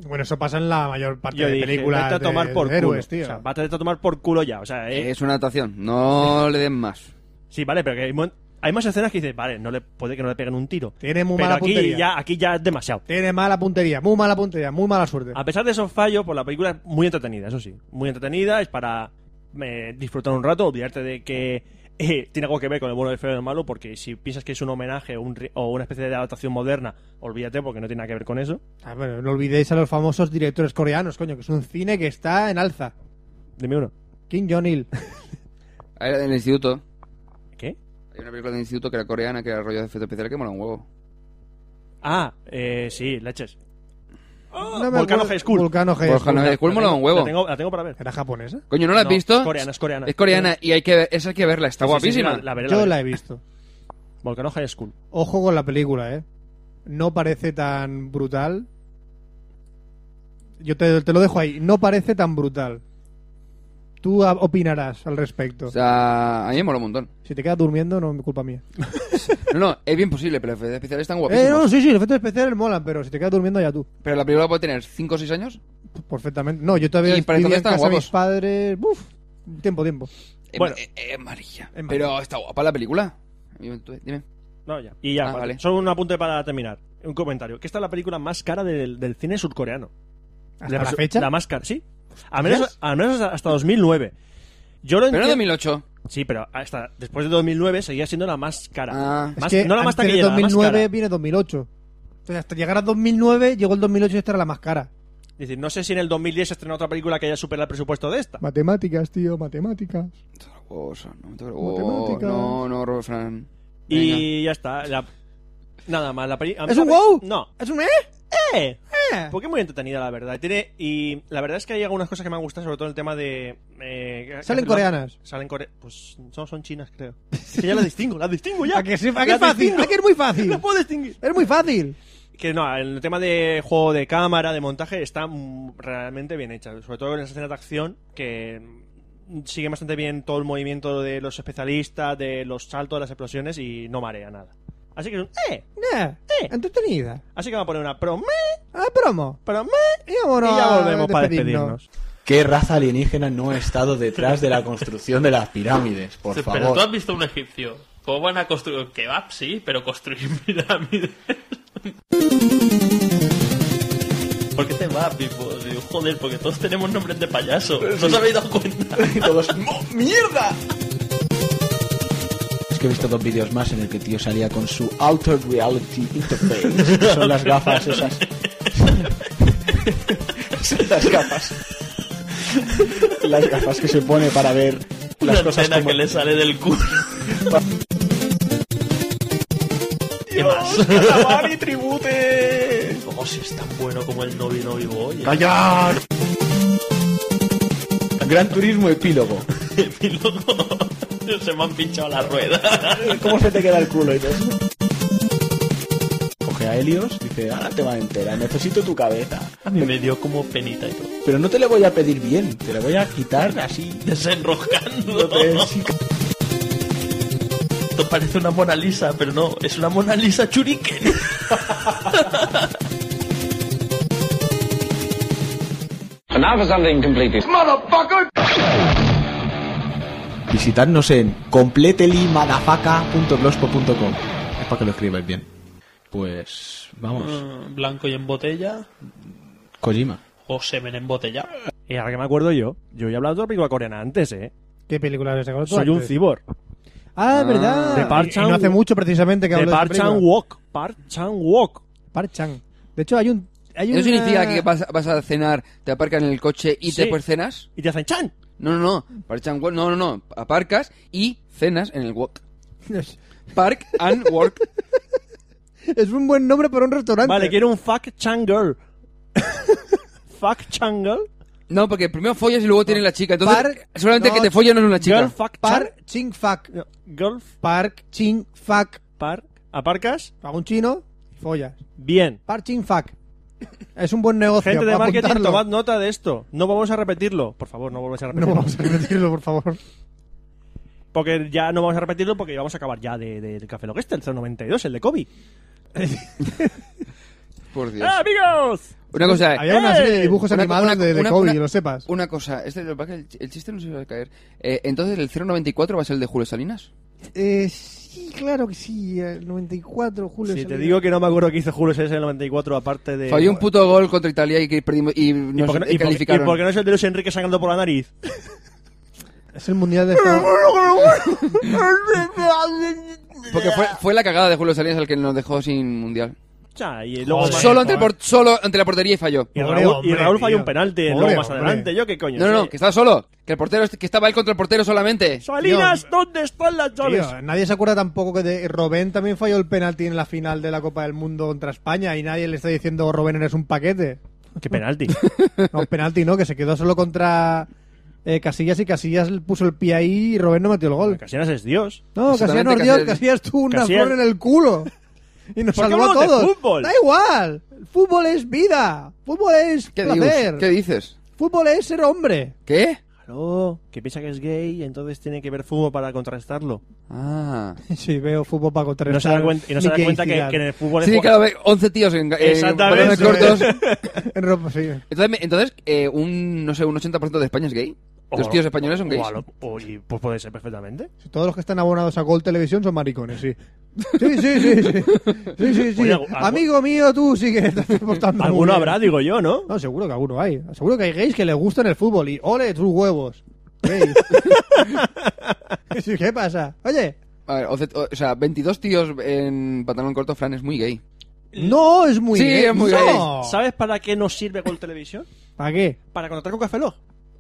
Bueno, eso pasa en la mayor parte
Yo
de
dije,
películas
vete a
de-
tomar por
de
culo.
héroes, tío.
O sea, vete a tomar por culo ya. O sea, eh,
Es una adaptación, no le den más.
sí, vale, pero que hay, mon- hay más escenas que dices, vale, no le, puede que no le peguen un tiro.
Tiene muy
pero
mala
aquí
puntería.
ya, aquí ya es demasiado.
Tiene mala puntería, muy mala puntería, muy mala suerte.
A pesar de esos fallos, pues la película es muy entretenida, eso sí. Muy entretenida, es para eh, disfrutar un rato, olvidarte de que eh, tiene algo que ver con el bueno, el feo y el malo, porque si piensas que es un homenaje o, un ri- o una especie de adaptación moderna, olvídate porque no tiene nada que ver con eso.
Ah, bueno, no olvidéis a los famosos directores coreanos, coño, que es un cine que está en alza.
Dime uno.
Kim Jong-il.
[laughs]
Era En el instituto.
¿Qué?
Hay una película del instituto que era coreana, que era rollo de efecto especial, que mola un huevo.
Ah, eh, sí, leches.
No me
Volcano
acuerdo-
High School.
Volcano High
Borja,
School.
no, el culo mola un
La
huevo.
tengo, la tengo para ver.
¿Era japonesa?
Coño, ¿no la has
No,
visto?
Es coreana, es coreana.
Es coreana y hay que ver, esa hay que verla, está
Sí, sí, sí,
guapísima.
la, la veré, la
Yo
veré.
la he visto.
Volcano High School.
Ojo con la película, ¿eh? No parece tan brutal. Yo te, te lo dejo ahí. No parece tan brutal. Tú a- opinarás al respecto.
O sea, a mí me mola un montón.
si te quedas durmiendo, no es culpa mía.
No, no, es bien posible, pero los efectos especiales están
Eh,
guapísimos.
no, sí, sí, los efectos especiales molan, pero si te quedas durmiendo ya tú.
Pero la película puede tener 5 o 6 años.
Pues Perfectamente. No, yo todavía
Y para
vivía en
entonces
casa
están
de
guapos.
mis padres. Buf, tiempo, tiempo.
Es
Bueno.
ma- eh, eh, amarilla.
Es
Pero está guapa la película. Dime. tú, dime.
No, ya. Y ya,
Ah,
vale.
vale.
Solo un apunte para terminar. Un comentario. Que esta es la película más cara del, del cine surcoreano.
¿Hasta
De
la
su-
fecha?
La más cara, sí. Al menos, al menos hasta 2009. Yo lo
Pero no
entiendo.
2008.
Sí, pero hasta después de 2009 seguía siendo la más cara.
Ah.
Más-
es que
no la más
antes de
taquillera, la más
2009
cara.
viene 2008. Entonces, hasta llegar a 2009, llegó el 2008 y esta era la más cara.
Es decir, no sé si en el 2010 se estrenó otra película que haya superado el presupuesto de esta.
Matemáticas, tío, matemáticas.
Huevos, no, me toca- oh,
Matemáticas.
no, no, Robert Fran. Venga.
Y ya está. la- Nada más. La peli- a mí
¿Es
la
un
peli-
wow?
No.
¿Es un eh?
¡Eh! Porque es muy entretenida, la verdad. Tiene, y la verdad es que hay algunas cosas que me han gustado, sobre todo el tema de. eh, que-
Salen
que-
coreanas.
Salen core... Pues no, son chinas, creo. que ya las distingo, las distingo ya.
[laughs] ¿A que, sí? ¿A que
Las
es fácil?
distingo.
¿A que es muy fácil?
Las puedo distinguir.
Es muy fácil.
Que no, el tema de juego de cámara, de montaje, está mm, realmente bien hecha. Sobre todo en las escenas de acción, que mm, sigue bastante bien todo el movimiento de los especialistas, de los saltos, de las explosiones y no marea nada. Así que es un ¡eh!
Nah, Entretenida.
Así que vamos a poner una promo
Ah, promo.
promo
Y, vámonos
y ya
a
volvemos para despedirnos.
¿Qué raza alienígena no ha estado detrás de la construcción de las pirámides? Por
Sí,
favor.
Pero tú has visto un egipcio. ¿Cómo van a construir? Kebab, sí, pero construir [laughs] pirámides. ¿Por qué te vas, Pipo? Digo, joder, porque todos tenemos nombres de payaso. ¿No os habéis dado cuenta?
Y todos, "¡Mo- ¡Mierda! Es que he visto dos vídeos más en el que el tío salía con su Altered Reality Interface. que Son las gafas esas. Son las gafas. Las gafas que se pone para ver las
Una
cosas
antena
como...
que le sale del culo. ¿Qué más?
¡Calamari tribute!
Oh, si es tan bueno como el Novi Novi Boy. [laughs]
¡Callar! Gran Turismo Epílogo.
El piloto. [laughs] Se me han pinchado la rueda.
¿Cómo se te queda el culo? Y todo eso? Coge a Helios, dice, ahora te va a enterar, necesito tu cabeza.
A mí me dio como penita y todo.
Pero no te la voy a pedir bien, te la voy a quitar así.
Desenroscando.
Sí,
Esto parece una Mona Lisa, pero no, es una Mona Lisa churiken.
And now for something completely. Motherfucker!
Visitadnos en completelimadafaka.blogspot.com. Es para que lo escribáis bien. Pues vamos,
Mm, Blanco y en botella.
Kojima.
O semen en botella.
[laughs] Y ahora que me acuerdo yo, yo ya he hablado de otra película coreana antes, ¿eh?
¿Qué película habías sacado tú
Soy un
antes?
cibor.
Ah, verdad.
De Park
Y- y no hace
Chan-
mucho precisamente que
De
habló
Park
de esta
Chan
película.
Wok. Park Chan Wok.
Park Chan. De hecho, hay un... Hay
¿Eso
una-
significa que vas, vas a cenar, te aparcan en el coche y
Sí.
después cenas?
Y te hacen chan.
No, no, no. Parchan Wok- no, no, no. Aparcas y cenas en el wok. Park and work.
Es un buen nombre para un restaurante.
Vale, quiero un fuck chan girl. [laughs] fuck chan girl.
No, porque primero follas y luego tiene la chica. Entonces,
Par-
seguramente
no,
que te follan no es una chica.
Girl fuck chan.
Park Ching Fak.
Girl
Park Ching Fak.
par. Aparcas.
Paga un chino, follas.
Bien.
Park Ching Fak. Es un buen negocio.
Gente de
pa'
marketing,
apuntarlo.
tomad nota de esto. No vamos a repetirlo. Por favor, no volváis a
No
repetirlo.
vamos a repetirlo, por favor.
Porque ya no vamos a repetirlo porque ya vamos a acabar ya de- de- del Café Loguesta, el 092, el de Kobe.
Por Dios.
¡Ah, amigos!
Una cosa, eh,
Había una serie de dibujos
Una-
animados
una-
de, de
una-
Kobe,
una-
que lo sepas.
una cosa. Este, lo que pasa es que el, el chiste no se va a caer. Eh, entonces, ¿el 094 va a ser el de Julio Salinas?
Eh, sí, claro que sí. El 94, Julio.
Si te
Salinas.
digo que no me acuerdo que hizo Julio César en el 94, aparte de.
Falló un puto gol contra Italia y que perdimos y
¿Y
nos
por qué no- y por-
calificaron.
y por qué no es el de Luis Enrique sacando por la nariz?
Es el mundial de.
Porque fue, fue la cagada de Julio Salinas el que nos dejó sin mundial.
O sea, y luego
Joder.
más-
solo, ante el por- solo ante la portería y falló.
Y Raúl,
Pobre
y
hombre,
Raúl
tío.
falló un penalti
Pobre
luego más
hombre.
adelante. Yo qué coño. [laughs]
No, no,
sé.
no, que estaba solo. Que el portero que estaba él contra el portero solamente.
Salinas, ¿dónde están las llaves?
Tío, nadie se acuerda tampoco que de Robén también falló el penalti en la final de la Copa del Mundo contra España y nadie le está diciendo Robén eres un paquete.
Qué penalti.
[laughs]
No, penalti no, que se quedó solo contra eh, Casillas y Casillas puso el pie ahí y Robén no metió el gol.
Casinas es Dios.
No, Casillas no
Exactamente,
es Dios,
Casillas-
Casillas tuvo una
Casillas-
flor en el culo. Y nos
¿Por qué
salvó a
hablamos de
todos.
fútbol?
Da igual. El fútbol es vida. Fútbol es
¿Qué, dices?
placer.
¿Qué dices?
Fútbol es ser hombre.
¿Qué?
Claro, que piensa que es gay y entonces tiene que ver fútbol para contrarrestarlo.
Ah.
Sí, veo fútbol para
Y
contrarrestar.
no se da cuenta, y no se
mi
da cuenta que,
gaycidad.
que en el fútbol es
Sí,
ju-
claro, ve, 11 tíos en, en
Exactamente.
Eh, pantalones cortos.
[laughs]
[laughs]
En ropa, sí.
Entonces, me- entonces eh, un, no sé, un 80% de España es gay. Los
o-
tíos españoles son gays.
o a lo- o- y, pues puede ser perfectamente.
Sí, Todos los que están abonados a Gol Televisión son maricones, sí. Sí, sí, sí. sí. Sí, sí, sí.
Oye, algu-
Amigo mío, tú sí que te estás [laughs] portando. muy
Alguno
bien.
habrá, digo yo, ¿no?
No, seguro que alguno hay. Seguro que hay gays que les gustan el fútbol y ole tus huevos.
[laughs]
Gays. Sí, ¿Qué pasa?
Eh,
Oye,
A ver, 11 o, o sea, 22 tíos en pantalón corto, Fran, es muy gay.
no es muy
Sí,
gay.
es muy
no.
gay.
¿Sabes para qué nos sirve Gol Televisión?
¿Para qué?
Para contratar con Café Log.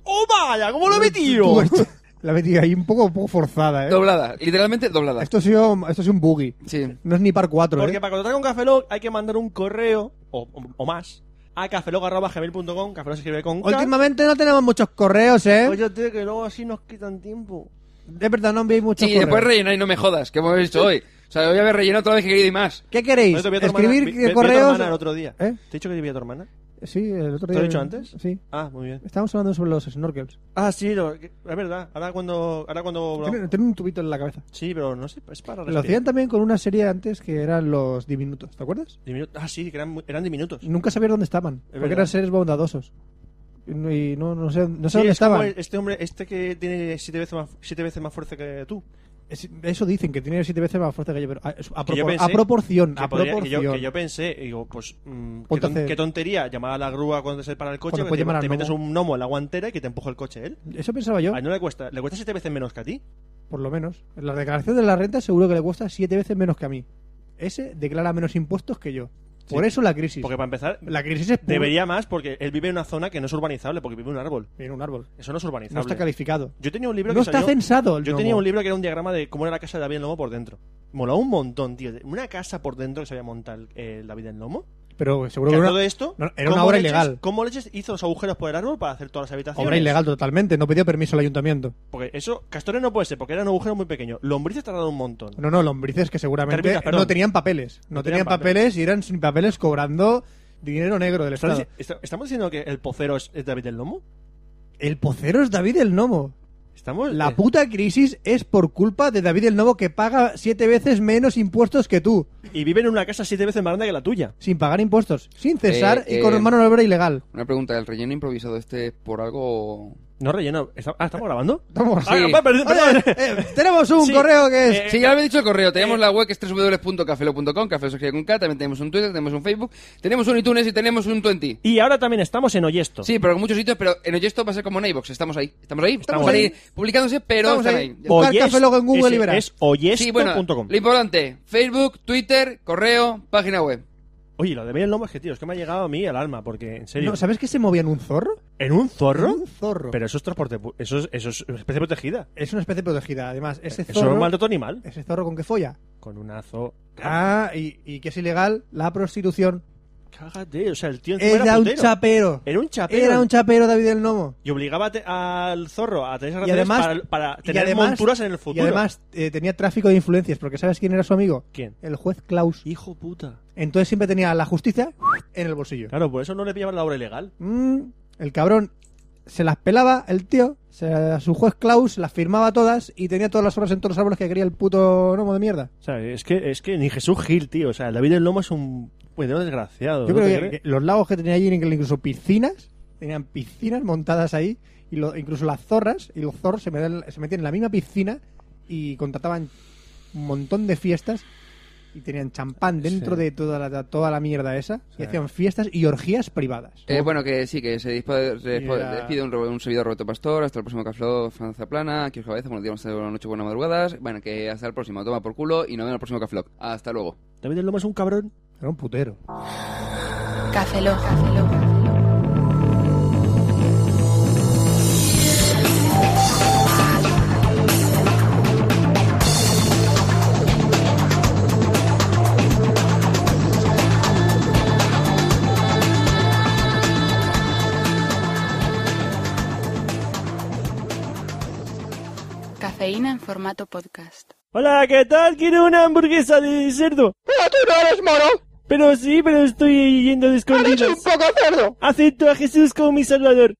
¡Oh, vaya! ¿Cómo lo he metido?
Tú, esto- La metí ahí un poco, un poco forzada, ¿eh?
Doblada, literalmente doblada.
Esto ha, sido, esto ha sido un buggy.
Sí.
No es ni par 4,
Porque
¿eh?
para contratar con Café Lock hay que mandar un correo o, o- o más a cafelog.gmail.com. Café Lock se escribe con K.
Últimamente no tenemos muchos correos, ¿eh?
Oye, tío, que luego así nos quitan tiempo.
de verdad, no enviéis muchos
Sí,
correos.
después rellenar y no me jodas, que hemos hecho hoy. O sea, voy a haber rellenado otra vez que quería y más.
¿Qué queréis?
Oye, vi a tu hermana- vi-
¿Escribir
vi- vi a tu
correos?
hermana el otro día. ¿Te
¿Eh?
he dicho que vi a tu hermana?
Sí, el otro
¿Te
día.
lo he dicho antes?
Sí.
Ah, muy bien.
Estábamos hablando sobre los snorkels.
Ah, sí, lo- es verdad. Ahora cuando... Ahora cuando
Tiene, tiene un tubito en la cabeza.
Sí, pero no sé, es para
Lo
respirar.
hacían también con una serie antes que eran los diminutos, ¿te acuerdas?
Diminu- Ah, sí, que eran, muy- eran diminutos.
Nunca sabía dónde estaban, porque
verdad.
eran seres bondadosos. Y no, y no, no sé, no sé
Sí,
dónde
es como
estaban.
Este hombre, este que tiene siete veces más, siete veces más fuerza que tú.
Es- Eso dicen, que tiene siete veces más fuerza que yo, pero a, a
Que yo
propor-
pensé
a proporción,
que
a
podría-
proporción.
que yo, que yo pensé, y digo, pues, mm, qué,
Ponte a
ton-
hacer-
qué tontería, llamar a la grúa cuando se para el coche,
Cuando
te,
puedes llamar al
te metes
gnomo.
un gnomo en la guantera y que te empuja el coche él.
Eso pensaba yo,
A él no le cuesta, le cuesta siete veces menos que a ti.
por lo menos. En la declaración de la renta seguro que le cuesta siete veces menos que a mí. Ese declara menos impuestos que yo. Por eso la crisis.
Porque para empezar,
La crisis es pura.
debería más porque él vive en una zona que no es urbanizable, porque vive en un árbol.
Mira, un árbol.
Eso no es urbanizable.
No está calificado.
Yo tenía un libro
No
que
está
salió-
censado el
Yo
gnomo.
tenía un libro que era un diagrama de cómo era la casa de David el Lomo por dentro. Molaba un montón, tío. Una casa por dentro que sabía montar eh, David el Lomo.
pero seguro
Que
que
a
era
todo
una,
esto,
no, era una
¿cómo
obra
leches-
ilegal.
¿Cómo leches hizo los agujeros por el árbol para hacer todas las habitaciones?
Obra ilegal totalmente, no pidió permiso al ayuntamiento.
Porque eso, castores no puede ser, porque eran agujeros muy pequeños. Lombrices tardaron un montón.
No, no, lombrices que seguramente
Termitas, perdón.
no tenían papeles. No, tenían, papeles. y eran sin papeles cobrando dinero negro del
¿Estamos
Estado.
dic- est- ¿Estamos diciendo que el pocero es, es David el Lomo?
El pocero es David el Nomo.
Estamos. eh,
La puta crisis es por culpa de David el Nomo que paga siete veces menos impuestos que tú.
Y viven en una casa siete veces más grande que la tuya.
Sin pagar impuestos. Sin cesar
Eh,
y con
eh,
mano de obra ilegal.
Una pregunta, ¿el relleno improvisado este por algo...?
No relleno. ¿Está- ah, ¿estamos grabando?
Estamos-
Ah,
Sí.
pa- [laughs] perdón, perdón.
eh, Tenemos un
Sí, Eh,
correo que es...
Sí, ya habéis dicho el correo. Tenemos la web que es www.cafelo.com, café se escribe con K, también tenemos un Twitter, tenemos un Facebook, tenemos un iTunes y tenemos un Twenty.
Y ahora también estamos en Oyesto.
Sí, pero en muchos sitios, pero en esto va a ser como en iVoox, estamos ahí. Estamos ahí, estamos,
ahí.
ahí. publicándose, pero
Estamos
están
ahí.
ahí.
Buscar
Oyesto-
Café Lock en Google
ese
y verás.
Es oyesto.com.
Sí, bueno, lo importante, Facebook, Twitter, correo, página web.
Oye, lo de David el Lomo es que, tío, es que me ha llegado a mí al alma, porque, en serio.
No, ¿Sabes que se movía en un zorro?
¿En eh, un zorro?
En un zorro.
Pero eso es transporte. pu- Eso es, eso es especie protegida.
Es una especie protegida. Además, ese
Eso es un
zorro...
maltrato animal.
¿Ese zorro con qué folla?
Con un azo.
Ah, y, y que es ilegal la prostitución.
Cágate, o sea, el tío encima
Era un
putero.
chapero.
Era un chapero.
Era un chapero David el Nomo.
Y obligaba a te- al zorro a tener esas
Y
relaciones para,
además,
para
y
tener
además-
monturas en el futuro.
Y además eh, tenía tráfico de influencias, porque ¿sabes quién era su amigo?
¿Quién?
El juez Klaus.
Hijo puta.
Entonces siempre tenía la justicia en el bolsillo.
Claro, por eso no le pillaban la obra ilegal.
Mm, el cabrón se las pelaba el tío, se- a su juez Klaus se las firmaba todas y tenía todas las obras en todos los árboles que quería el puto gnomo de mierda.
O sea, es que, es que ni Jesús Gil, tío. O sea, el David del Lomo es un puñetero desgraciado.
Yo
¿no te
creo que,
crees?
que los lagos que tenía allí, incluso piscinas, tenían piscinas montadas ahí, y lo- incluso las zorras y los zorros se, metían- se metían en la misma piscina y contrataban un montón de fiestas y tenían champán dentro
Sí.
de toda la, toda la mierda esa y hacían fiestas y orgías privadas.
Eh, bueno, que sí, que se dispo- se dispo-
Mira.
despide un, ro- un servidor Roberto Pastor. Hasta el próximo Café Franza Plana. Aquí os cabeza, buenos días, buenas tardes, buenas noches, buenas madrugadas. Bueno, que hasta el próximo. Toma por culo y nos vemos en el próximo Café Lock. Hasta luego.
David del Lomo es un cabrón.
Era un putero.
Café Lock. Café Lock. Cafeína en formato podcast.
Hola, ¿qué tal? Quiero una hamburguesa de cerdo.
Pero tú no eres moro.
Pero sí, pero estoy yendo de
Eres un
escondidas.
poco cerdo.
Acepto a Jesús como mi salvador.